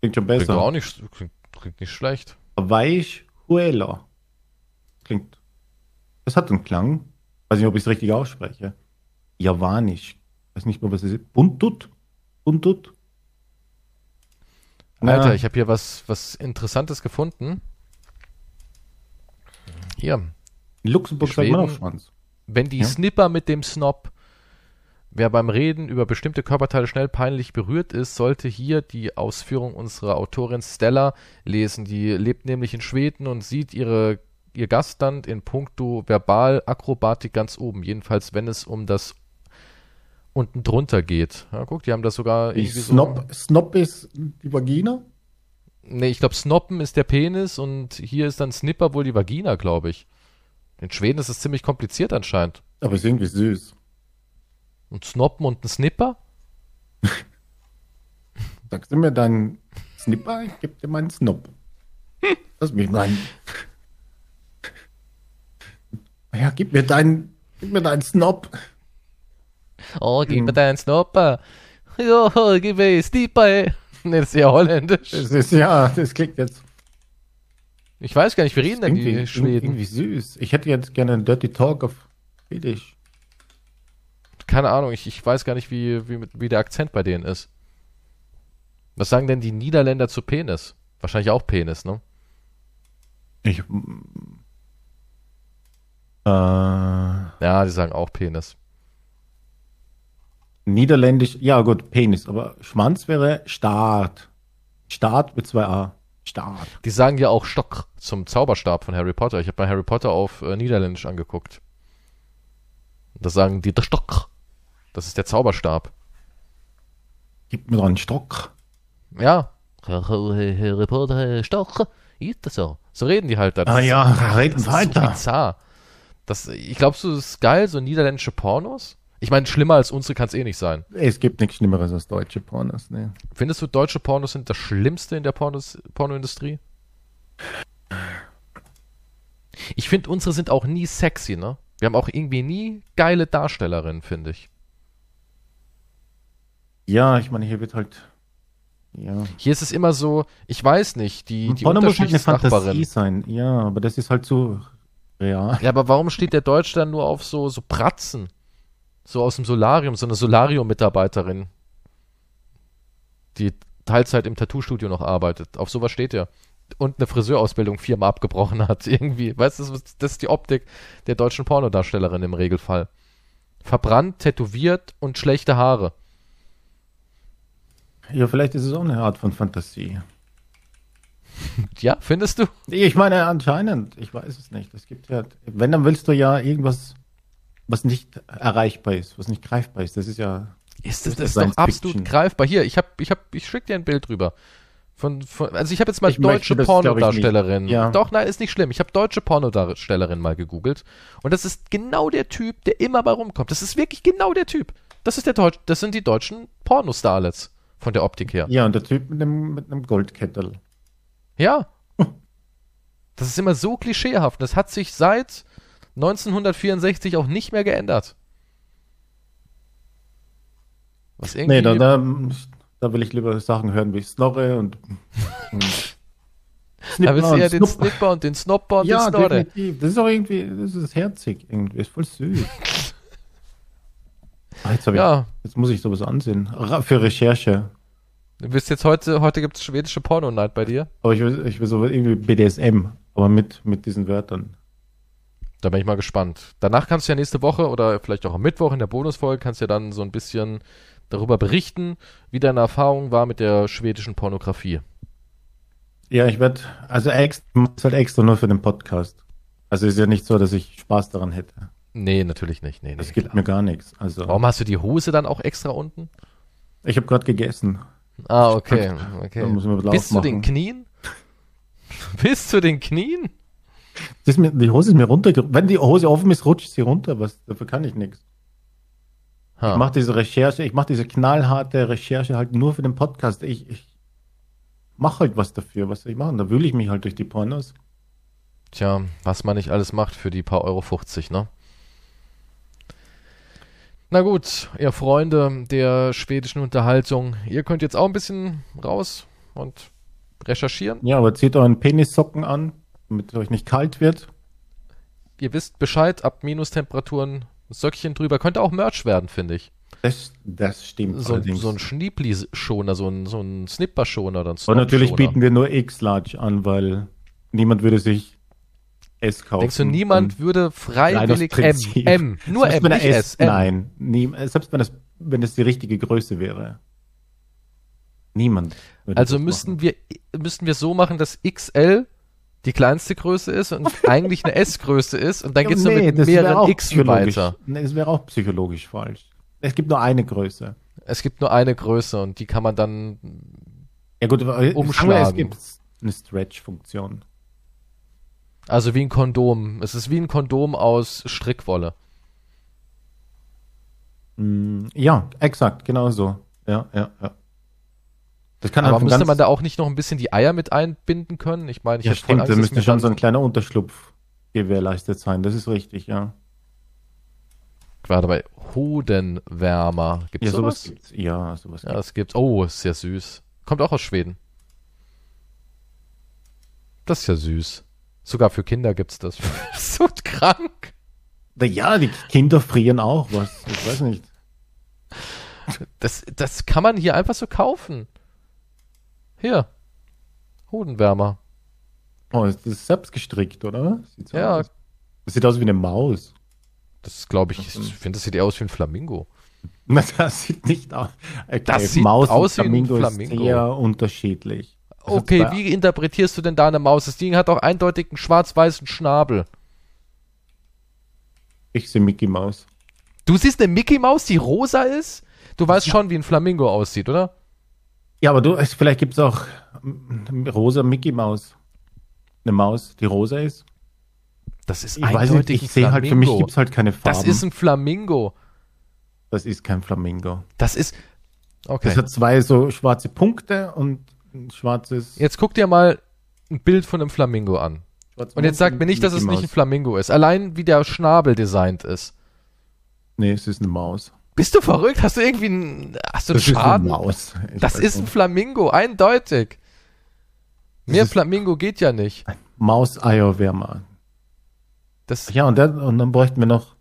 Speaker 2: Klingt schon
Speaker 1: Klingt doch auch
Speaker 2: besser.
Speaker 1: nicht, klingt, klingt nicht schlecht.
Speaker 2: Weich. Huela. Klingt. Das hat einen Klang. Weiß nicht, ob ich es richtig ausspreche. Javanisch. Weiß nicht mal, was es ist. Buntut. Buntut.
Speaker 1: Alter,
Speaker 2: Na,
Speaker 1: ich habe hier was, was Interessantes gefunden. Hier.
Speaker 2: in Luxemburg
Speaker 1: die
Speaker 2: sagt man auch
Speaker 1: Schweden-
Speaker 2: Schwanz.
Speaker 1: Wenn die
Speaker 2: Ja.
Speaker 1: Snipper mit dem Snob, wer beim Reden über bestimmte Körperteile schnell peinlich berührt ist, sollte hier die Ausführung unserer Autorin Stella lesen. Die lebt nämlich in Schweden und sieht ihre, ihr Gastland in puncto Verbalakrobatik ganz oben. Jedenfalls, wenn es um das unten drunter geht. Ja, guck, die haben das sogar
Speaker 2: Ich
Speaker 1: irgendwie so-
Speaker 2: Snob, Snob ist die Vagina.
Speaker 1: Nee, ich glaube, Snoppen ist der Penis und hier ist dann Snipper wohl die Vagina, glaube ich. In Schweden ist es ziemlich kompliziert anscheinend.
Speaker 2: Aber ist irgendwie süß.
Speaker 1: Und Snoppen und ein Snipper?
Speaker 2: Sagst du mir deinen Snipper? Ich geb dir meinen Snob. Lass mich meinen. Ja, gib mir deinen, gib mir deinen Snob.
Speaker 1: Oh, gib mir deinen Snopper. Jo, gib mir Stieper. Ne, das ist ja holländisch.
Speaker 2: Das ist ja, das klingt jetzt
Speaker 1: Ich weiß gar nicht, wie reden denn die Schweden?
Speaker 2: irgendwie süß. Ich hätte jetzt gerne einen Dirty Talk auf Schwedisch.
Speaker 1: Keine Ahnung, ich, ich weiß gar nicht, wie, wie, mit- wie der Akzent bei denen ist. Was sagen denn die Niederländer zu Penis? Wahrscheinlich auch Penis, ne?
Speaker 2: Ich. mm, Äh,
Speaker 1: Ja, die sagen auch Penis.
Speaker 2: Niederländisch, ja gut, Penis, aber Schwanz wäre Start. Start mit zwei A. Start.
Speaker 1: Die sagen ja auch Stock zum Zauberstab von Harry Potter. Ich habe mal Harry Potter auf äh, Niederländisch angeguckt. Da sagen die der Stock. Das ist der Zauberstab.
Speaker 2: Gib mir doch einen Stock.
Speaker 1: Ja. Harry Potter, Stock. Ist das so? So reden die halt dann. Das
Speaker 2: Ah
Speaker 1: ist
Speaker 2: ja, reden
Speaker 1: Das ist so
Speaker 2: weiter.
Speaker 1: bizarr. Das, ich glaube, so ist geil, so niederländische Pornos. Ich meine, schlimmer als unsere kann es eh nicht sein.
Speaker 2: es gibt nichts Schlimmeres als deutsche Pornos, ne?
Speaker 1: Findest du, deutsche Pornos sind das Schlimmste in der Pornos, Pornoindustrie? Ich finde, unsere sind auch nie sexy, ne? Wir haben auch irgendwie nie geile Darstellerinnen, finde ich.
Speaker 2: Ja, ich meine, hier wird halt. Ja.
Speaker 1: Hier ist es immer so, ich weiß nicht, die, die
Speaker 2: Porno muss halt eine
Speaker 1: Unterschichtsnachbarin.
Speaker 2: Fantasie sein. Ja, aber das ist halt zu real.
Speaker 1: Ja, aber warum steht der Deutsch dann nur auf so, so Pratzen? So aus dem Solarium, so eine Solarium-Mitarbeiterin, die Teilzeit im Tattoo-Studio noch arbeitet. Auf sowas steht er. Und eine Friseurausbildung viermal abgebrochen hat, irgendwie. Weißt du, das ist- das ist die Optik der deutschen Pornodarstellerin im Regelfall. Verbrannt, tätowiert und schlechte Haare.
Speaker 2: Ja, vielleicht ist es auch eine Art von Fantasie.
Speaker 1: Ja, findest du?
Speaker 2: Ich meine, anscheinend, ich weiß es nicht. Es gibt ja, wenn, dann willst du ja irgendwas, was nicht erreichbar ist, was nicht greifbar ist. Das ist ja,
Speaker 1: Ist das, das
Speaker 2: Das ist
Speaker 1: ist doch
Speaker 2: Science
Speaker 1: absolut
Speaker 2: Fiction.
Speaker 1: greifbar. Hier, ich hab, ich hab, ich schick dir ein Bild drüber. Von, von, also ich habe jetzt mal
Speaker 2: Ich
Speaker 1: deutsche
Speaker 2: möchte das, glaub ich, nicht.
Speaker 1: Pornodarstellerin.
Speaker 2: Ja.
Speaker 1: Doch, nein, ist nicht schlimm. Ich habe deutsche Pornodarstellerin mal gegoogelt und das ist genau der Typ, der immer bei rumkommt. Das ist wirklich genau der Typ. Das ist der Deutsch, das sind die deutschen Pornostarlets von der Optik her.
Speaker 2: ja, und der Typ mit einem, mit einem Goldkettel.
Speaker 1: Ja. Das ist immer so klischeehaft. Das hat sich seit 1964 auch nicht mehr geändert. Was irgendwie
Speaker 2: Nee, da, da, da will ich lieber Sachen hören wie Snorre und. und
Speaker 1: Da willst du
Speaker 2: und
Speaker 1: ja den
Speaker 2: Snupp.
Speaker 1: Snipper und den Snopper und
Speaker 2: Ja,
Speaker 1: den Snorre.
Speaker 2: definitiv. Das ist auch irgendwie, das ist herzig irgendwie, ist voll süß. Ah, jetzt, hab ich,
Speaker 1: Ja.
Speaker 2: jetzt muss ich sowas ansehen. Ra- Für Recherche.
Speaker 1: Du bist jetzt heute, heute gibt's schwedische Porno-Night bei dir.
Speaker 2: Aber ich will, ich will so irgendwie BDSM, aber mit, mit diesen Wörtern.
Speaker 1: Da bin ich mal gespannt. Danach kannst du ja nächste Woche oder vielleicht auch am Mittwoch in der Bonusfolge kannst du ja dann so ein bisschen darüber berichten, wie deine Erfahrung war mit der schwedischen Pornografie.
Speaker 2: Ja, ich werde, also extra, mach's halt extra nur für den Podcast. Also ist ja nicht so, dass ich Spaß daran hätte.
Speaker 1: Nee, natürlich nicht. Nee, nee.
Speaker 2: Das gibt mir gar nichts. Also,
Speaker 1: Warum hast du die Hose dann auch extra unten?
Speaker 2: ich habe gerade gegessen.
Speaker 1: Ah, okay. okay.
Speaker 2: Dann müssen wir ein bisschen
Speaker 1: Bis zu den
Speaker 2: aufmachen.
Speaker 1: Knien? Bis zu den Knien?
Speaker 2: Das ist mir, die Hose ist mir runtergerutscht. Wenn die Hose offen ist, rutscht sie runter. Was, dafür kann ich nichts.
Speaker 1: Ha.
Speaker 2: Ich mache diese Recherche, ich mache diese knallharte Recherche halt nur für den Podcast. Ich, ich mache halt was dafür, was soll ich machen. Da wühle ich mich halt durch die Pornos.
Speaker 1: Tja, was man nicht alles macht für die paar Euro 50, ne? Na gut, ihr Freunde der schwedischen Unterhaltung, ihr könnt jetzt auch ein bisschen raus und recherchieren.
Speaker 2: Ja, aber zieht euren Penissocken an, damit es euch nicht kalt wird.
Speaker 1: Ihr wisst Bescheid, ab Minustemperaturen Söckchen drüber. Könnte auch Merch werden, finde ich.
Speaker 2: Das, das stimmt
Speaker 1: So, ein-
Speaker 2: allerdings.
Speaker 1: so ein Schniebli-Schoner, so ein, so ein Snipper-Schoner oder ein
Speaker 2: Und natürlich
Speaker 1: Snob-Schoner.
Speaker 2: bieten wir nur X-Large an, weil niemand würde sich S kaufen.
Speaker 1: Denkst du, niemand würde
Speaker 2: Nein, aus
Speaker 1: freiwillig M,
Speaker 2: Prinzip.
Speaker 1: M, nur
Speaker 2: selbst
Speaker 1: M,
Speaker 2: wenn er
Speaker 1: nicht S, M.
Speaker 2: Nein, nie, selbst wenn das, wenn das die richtige Größe wäre. Niemand. würde
Speaker 1: Also
Speaker 2: das
Speaker 1: müssten wir, müssten wir so machen, dass XL die kleinste Größe ist und eigentlich eine S-Größe ist und dann
Speaker 2: Ja,
Speaker 1: geht's
Speaker 2: nee,
Speaker 1: nur mit
Speaker 2: das wäre auch
Speaker 1: mehreren X
Speaker 2: psychologisch.
Speaker 1: weiter.
Speaker 2: Nee, das wäre auch psychologisch falsch. Es gibt nur eine Größe.
Speaker 1: Es gibt nur eine Größe und die kann man dann,
Speaker 2: Ja gut, aber sagen wir,
Speaker 1: Umschlagen.
Speaker 2: es gibt eine Stretch-Funktion.
Speaker 1: also wie ein Kondom. Es ist wie ein Kondom aus Strickwolle.
Speaker 2: Hm, Ja, exakt, genau so. Ja, ja, ja. Das kann
Speaker 1: Aber
Speaker 2: einfach
Speaker 1: müsste
Speaker 2: ganz...
Speaker 1: man da auch nicht noch ein bisschen die Eier mit einbinden können? Ich meine, ich
Speaker 2: ja,
Speaker 1: hätte voll
Speaker 2: stimmt, da
Speaker 1: Angst, dass
Speaker 2: müsste
Speaker 1: mir
Speaker 2: schon
Speaker 1: dann-
Speaker 2: so ein kleiner Unterschlupf gewährleistet sein. Das ist richtig, ja.
Speaker 1: Gerade bei Hodenwärmer. Gibt es
Speaker 2: Ja, sowas
Speaker 1: sowas?
Speaker 2: gibt's. Ja, sowas
Speaker 1: Ja,
Speaker 2: gibt's.
Speaker 1: das gibt's. Oh, ist ja süß. Kommt auch aus Schweden. Das ist ja süß. Sogar für Kinder gibt's das. so krank.
Speaker 2: Na ja, die Kinder frieren auch was. Ich weiß nicht.
Speaker 1: Das, das kann man hier einfach so kaufen. Hier. Hodenwärmer.
Speaker 2: Oh, ist das selbst gestrickt, oder? Sieht so
Speaker 1: Ja.
Speaker 2: aus. Das sieht aus wie eine Maus.
Speaker 1: Das glaube ich, ich finde, das sieht eher aus wie ein Flamingo.
Speaker 2: Na, das sieht nicht aus. Okay,
Speaker 1: Das sieht
Speaker 2: Maus und
Speaker 1: aus wie ein Flamingo.
Speaker 2: ist sehr unterschiedlich. Also
Speaker 1: Okay,
Speaker 2: zwei-
Speaker 1: wie interpretierst du denn da eine Maus? Das Ding hat doch eindeutig einen schwarz-weißen Schnabel.
Speaker 2: Ich sehe Mickey Maus.
Speaker 1: Du siehst eine Mickey Maus, die rosa ist? Du weißt schon, wie ein Flamingo aussieht, oder?
Speaker 2: Ja, aber du, es- vielleicht gibt es auch mm, rosa Mickey Maus. Eine Maus, die rosa ist.
Speaker 1: Das ist
Speaker 2: Ich weiß nicht, ich sehe halt, für mich gibt es halt keine Farben.
Speaker 1: das ist ein Flamingo.
Speaker 2: das ist kein Flamingo.
Speaker 1: Das ist. Okay.
Speaker 2: Das hat zwei so schwarze Punkte und ein schwarzes.
Speaker 1: jetzt guck dir mal ein Bild von einem Flamingo an. Und jetzt sag mir nicht, dass es nicht ein Flamingo ist. Allein wie der Schnabel designt ist.
Speaker 2: Nee, es ist eine Maus.
Speaker 1: Bist du verrückt? Hast du irgendwie einen, hast du einen
Speaker 2: Das ist eine
Speaker 1: Schaden?
Speaker 2: Maus. Ich
Speaker 1: das
Speaker 2: weiß
Speaker 1: ist ein
Speaker 2: nicht.
Speaker 1: Flamingo, eindeutig. Mehr
Speaker 2: ist-
Speaker 1: Flamingo geht ja nicht.
Speaker 2: maus eierwärmer
Speaker 1: Das,
Speaker 2: Ja, und dann, und dann bräuchten wir noch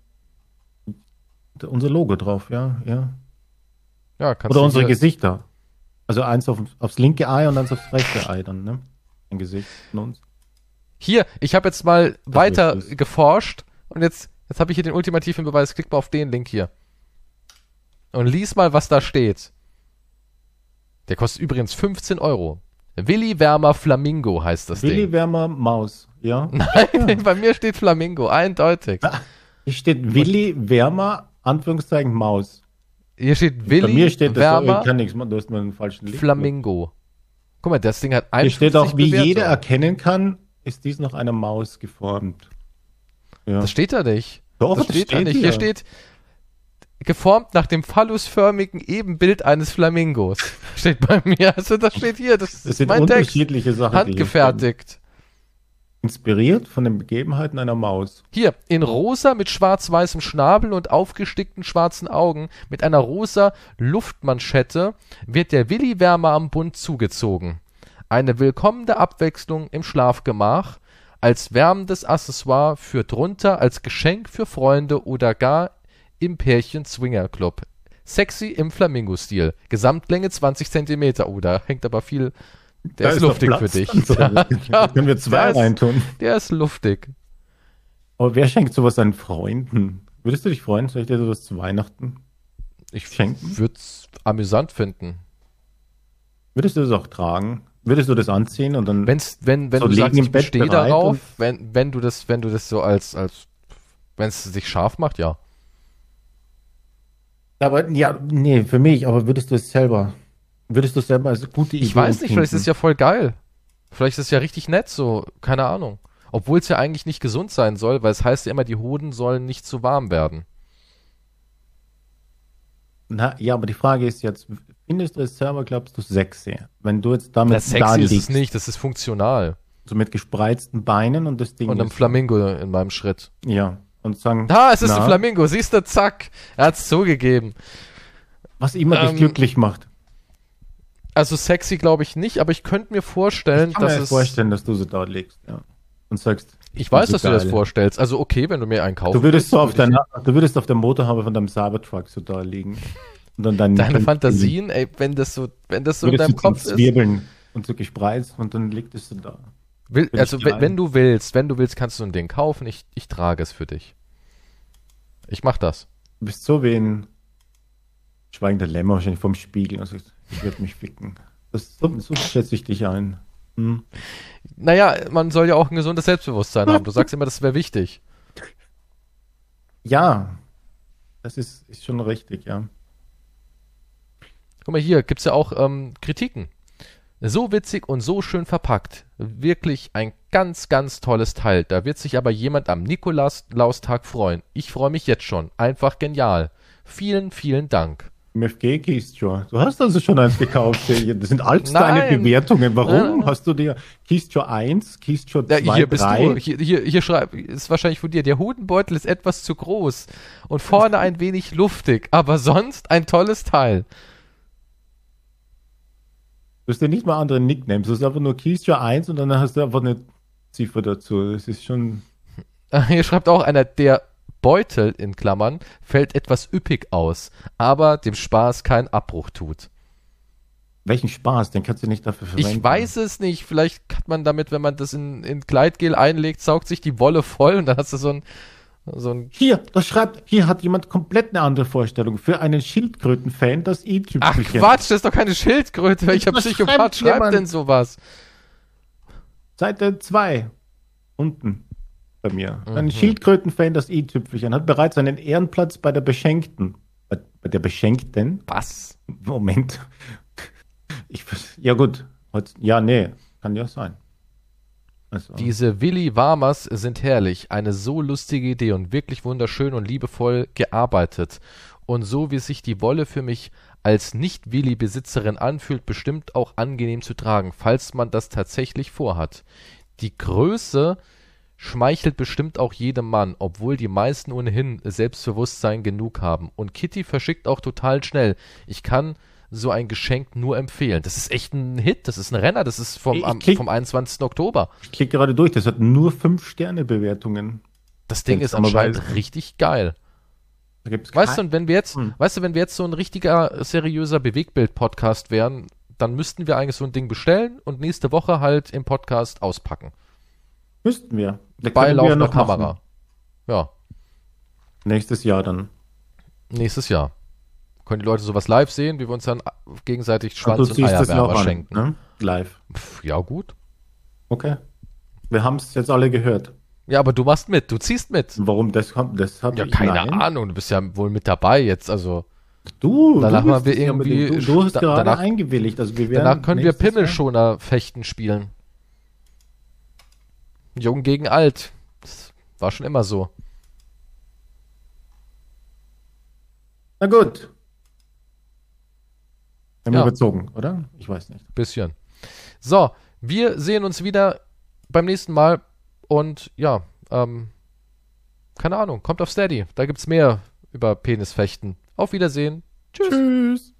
Speaker 2: unser Logo drauf, ja, ja.
Speaker 1: ja, kannst
Speaker 2: Oder
Speaker 1: du
Speaker 2: unsere
Speaker 1: hier-
Speaker 2: Gesichter. Also eins auf, aufs linke Ei und eins aufs rechte Ei dann, ne? Ein Gesicht von uns.
Speaker 1: Hier, ich habe jetzt mal weiter
Speaker 2: ist es.
Speaker 1: geforscht und jetzt, jetzt habe ich hier den ultimativen Beweis. Klick mal auf den Link hier. Und lies mal, was da steht. Der kostet übrigens 15 Euro. Willi Wärmer Flamingo heißt das
Speaker 2: Willi
Speaker 1: Ding.
Speaker 2: Wärmer Maus, ja?
Speaker 1: Nein, bei mir steht Flamingo, eindeutig.
Speaker 2: Ah. Hier steht Willi Wärmer, Anführungszeichen Maus.
Speaker 1: Hier steht
Speaker 2: Bei mir
Speaker 1: Willi
Speaker 2: steht das so,
Speaker 1: Wärmer
Speaker 2: ich kann nichts machen, du hast mir einen falschen Link. ne?
Speaker 1: Flamingo. Guck mal, das Ding hat
Speaker 2: Hier steht auch, wie
Speaker 1: 51
Speaker 2: jeder
Speaker 1: Bewertungen.
Speaker 2: erkennen kann, ist dies nach einer Maus geformt. Ja.
Speaker 1: Das steht da nicht.
Speaker 2: Doch,
Speaker 1: das
Speaker 2: Oh, das
Speaker 1: steht da
Speaker 2: steht
Speaker 1: nicht.
Speaker 2: hier.
Speaker 1: Hier steht geformt nach dem phallusförmigen Ebenbild eines Flamingos. Steht bei mir. Also das steht hier. Das,
Speaker 2: Das
Speaker 1: ist
Speaker 2: sind
Speaker 1: mein Text.
Speaker 2: unterschiedliche Sachen. die hier stehen.
Speaker 1: Handgefertigt.
Speaker 2: Inspiriert von den Begebenheiten einer Maus.
Speaker 1: Hier, in rosa mit schwarz-weißem Schnabel und aufgestickten schwarzen Augen mit einer rosa Luftmanschette wird der Willi Wärmer am Bund zugezogen. Eine willkommene Abwechslung im Schlafgemach, als wärmendes Accessoire für drunter, als Geschenk für Freunde oder gar im Pärchen Swinger Club. Sexy im Flamingo-Stil. Gesamtlänge 20 Zentimeter. Oh, da hängt aber viel. Der ist,
Speaker 2: doch
Speaker 1: luftig für
Speaker 2: Platz
Speaker 1: dich.
Speaker 2: dann so. Da können wir zwei
Speaker 1: Der ist-
Speaker 2: reintun.
Speaker 1: Der ist luftig.
Speaker 2: Aber wer schenkt sowas seinen Freunden? Würdest du dich freuen, soll ich dir sowas zu Weihnachten
Speaker 1: Ich
Speaker 2: schenken?
Speaker 1: würde es amüsant finden.
Speaker 2: Würdest du das auch tragen? Würdest du das anziehen und dann
Speaker 1: Wenn's, wenn wenn
Speaker 2: So
Speaker 1: du
Speaker 2: liegen
Speaker 1: sagst,
Speaker 2: im
Speaker 1: ich
Speaker 2: Bett
Speaker 1: bestehe
Speaker 2: bereit
Speaker 1: darauf,
Speaker 2: und-
Speaker 1: wenn, wenn du das, wenn du das so als, als wenn es sich scharf macht, ja.
Speaker 2: Aber ja, nee, für mich, aber würdest du es selber? Würdest du es selber als gute Idee
Speaker 1: Ich weiß nicht, vielleicht ist es ja voll geil. Vielleicht ist es ja richtig nett, so, keine Ahnung. Obwohl es ja eigentlich nicht gesund sein soll, weil es heißt ja immer, die Hoden sollen nicht zu warm werden.
Speaker 2: Na, ja, aber die Frage ist jetzt, findest du es selber, glaubst du, sexy? Wenn du jetzt damit
Speaker 1: Das sexy
Speaker 2: da
Speaker 1: ist
Speaker 2: liegst,
Speaker 1: es nicht, das ist funktional.
Speaker 2: so mit gespreizten Beinen und das Ding
Speaker 1: Und ein
Speaker 2: ist-
Speaker 1: Flamingo in meinem Schritt.
Speaker 2: Ja, und sagen,
Speaker 1: Da, es ist
Speaker 2: na,
Speaker 1: ein Flamingo, siehst du, zack. Er hat's zugegeben.
Speaker 2: was immer
Speaker 1: Ähm,
Speaker 2: dich glücklich macht.
Speaker 1: Also sexy glaube ich nicht, aber ich könnte mir vorstellen,
Speaker 2: Ich kann mir
Speaker 1: dass
Speaker 2: das
Speaker 1: es.
Speaker 2: vorstellen, dass du so dort liegst, ja. Und sagst,
Speaker 1: Ich
Speaker 2: bin
Speaker 1: weiß,
Speaker 2: so
Speaker 1: dass du das
Speaker 2: geil.
Speaker 1: vorstellst. Also okay, wenn du mir einen kaufen
Speaker 2: Du würdest so auf
Speaker 1: willst, würd ich-
Speaker 2: deiner, du würdest auf der Motorhaube von deinem Cybertruck so da liegen. Und dann
Speaker 1: Deine
Speaker 2: deinen Kind-
Speaker 1: Fantasien, ey, wenn das so, wenn das so in
Speaker 2: würdest
Speaker 1: deinem
Speaker 2: du
Speaker 1: Kopf
Speaker 2: zum
Speaker 1: ist.
Speaker 2: Zwirbeln und so gespreizt und dann liegt es so da.
Speaker 1: Will,
Speaker 2: bin
Speaker 1: also
Speaker 2: ich
Speaker 1: we-
Speaker 2: rein.
Speaker 1: wenn du willst, wenn du willst, kannst du ein Ding kaufen. Ich, ich trage es für dich. Ich mach das.
Speaker 2: Du bist so wie ein schweigender Lämmer wahrscheinlich vom Spiegel und sagst, ich werde mich ficken. Das, so, so schätze ich dich ein. Hm.
Speaker 1: Naja, man soll ja auch ein gesundes Selbstbewusstsein haben. Du sagst immer, das wäre wichtig.
Speaker 2: Ja, das ist, ist schon richtig, ja.
Speaker 1: Guck mal hier, gibt's ja auch ähm, Kritiken. So witzig und so schön verpackt. Wirklich ein ganz, ganz tolles Teil. Da wird sich aber jemand am Nikolaustag freuen. Ich freue mich jetzt schon. Einfach genial. Vielen, vielen Dank.
Speaker 2: MFG Keystore. Du hast also schon eins gekauft. Das sind alles deine
Speaker 1: Nein.
Speaker 2: Bewertungen.
Speaker 1: Nein,
Speaker 2: Warum
Speaker 1: nein.
Speaker 2: hast du dir Keystore 1, Keystore
Speaker 1: Ja,
Speaker 2: 2,
Speaker 1: hier bist
Speaker 2: 3?
Speaker 1: du. Hier, hier, hier schreib, ist wahrscheinlich von dir. Der Hudenbeutel ist etwas zu groß und vorne ein wenig luftig, aber sonst ein tolles Teil.
Speaker 2: Du hast ja nicht mal andere Nicknames. Du hast einfach nur Keystore 1 und dann hast du einfach eine Ziffer dazu. Das ist schon.
Speaker 1: Äh, Hier schreibt auch einer, der Beutel in Klammern fällt etwas üppig aus, aber dem Spaß keinen Abbruch tut.
Speaker 2: Welchen Spaß, den kannst du nicht dafür verwenden.
Speaker 1: Ich weiß es nicht, vielleicht hat man damit, wenn man das in, in Kleidgel einlegt, saugt sich die Wolle voll und dann hast du so ein, so ein
Speaker 2: Hier, das schreibt, hier hat jemand komplett eine andere Vorstellung. Für einen Schildkröten-Fan das
Speaker 1: Ach
Speaker 2: i-Tüpfelchen.
Speaker 1: Quatsch, das ist doch keine Schildkröte. Welcher
Speaker 2: Was
Speaker 1: Psychopath
Speaker 2: schreibt
Speaker 1: schreibt
Speaker 2: jemand?
Speaker 1: denn sowas?
Speaker 2: Seite 2. Unten. Bei mir.
Speaker 1: Mhm.
Speaker 2: Ein Schildkröten-Fan das i-Tüpfelchen hat bereits einen Ehrenplatz bei der Beschenkten. Bei, bei der Beschenkten?
Speaker 1: Was?
Speaker 2: Moment. Ich, vers- ja, gut. Heutz- Ja, nee. Kann ja sein. Also,
Speaker 1: Diese Willi Warmers sind herrlich. Eine so lustige Idee und wirklich wunderschön und liebevoll gearbeitet. Und so wie sich die Wolle für mich als Nicht-Willi-Besitzerin anfühlt, bestimmt auch angenehm zu tragen, falls man das tatsächlich vorhat. Die Größe schmeichelt bestimmt auch jedem Mann, obwohl die meisten ohnehin Selbstbewusstsein genug haben. Und Kitty verschickt auch total schnell. Ich kann so ein Geschenk nur empfehlen. Das ist echt ein Hit, das ist ein Renner, das ist vom,
Speaker 2: Ich
Speaker 1: am,
Speaker 2: krieg-
Speaker 1: vom 21. Oktober.
Speaker 2: ich klicke gerade durch. Das hat nur 5-Sterne-Bewertungen.
Speaker 1: Das Ding ist anscheinend richtig geil.
Speaker 2: Da gibt's
Speaker 1: Weißt du,
Speaker 2: kein-
Speaker 1: und wenn wir jetzt,
Speaker 2: Hm.
Speaker 1: weißt du, wenn wir jetzt so ein richtiger, seriöser Bewegbild-Podcast wären, dann müssten wir eigentlich so ein Ding bestellen und nächste Woche halt im Podcast auspacken.
Speaker 2: Müssten wir. Da
Speaker 1: Bei
Speaker 2: können wir
Speaker 1: laufender
Speaker 2: noch machen.
Speaker 1: Kamera. Ja,
Speaker 2: Nächstes Jahr dann.
Speaker 1: nächstes Jahr. Können die Leute sowas live sehen, wie wir uns dann gegenseitig Schwanz
Speaker 2: Also
Speaker 1: und Eierwärmer schenken.
Speaker 2: ne? Live.
Speaker 1: Pff, ja, gut.
Speaker 2: Okay. Wir haben es jetzt alle gehört.
Speaker 1: Ja, aber du machst mit, du ziehst mit.
Speaker 2: Warum das kommt, das habe
Speaker 1: Ja,
Speaker 2: ich
Speaker 1: keine
Speaker 2: nein.
Speaker 1: Ahnung, du bist ja wohl mit dabei jetzt, also.
Speaker 2: Du,
Speaker 1: Danach
Speaker 2: du
Speaker 1: haben wir
Speaker 2: bist ja mit dem-
Speaker 1: irgendwie-
Speaker 2: du, du hast
Speaker 1: da-
Speaker 2: gerade
Speaker 1: danach-
Speaker 2: eingewilligt. Also wir werden
Speaker 1: Danach können wir
Speaker 2: nächstes
Speaker 1: Pimmelschoner-Fechten spielen. Jung gegen alt. Das war schon immer so.
Speaker 2: Jahr- Na gut. Wir haben
Speaker 1: Ja.
Speaker 2: überzogen, oder? Ich weiß nicht.
Speaker 1: Bisschen. So, wir sehen uns wieder beim nächsten Mal. Und ja, ähm, keine Ahnung, kommt auf Steady. Da gibt's mehr über Penisfechten. Auf Wiedersehen. Tschüss.
Speaker 2: Tschüss.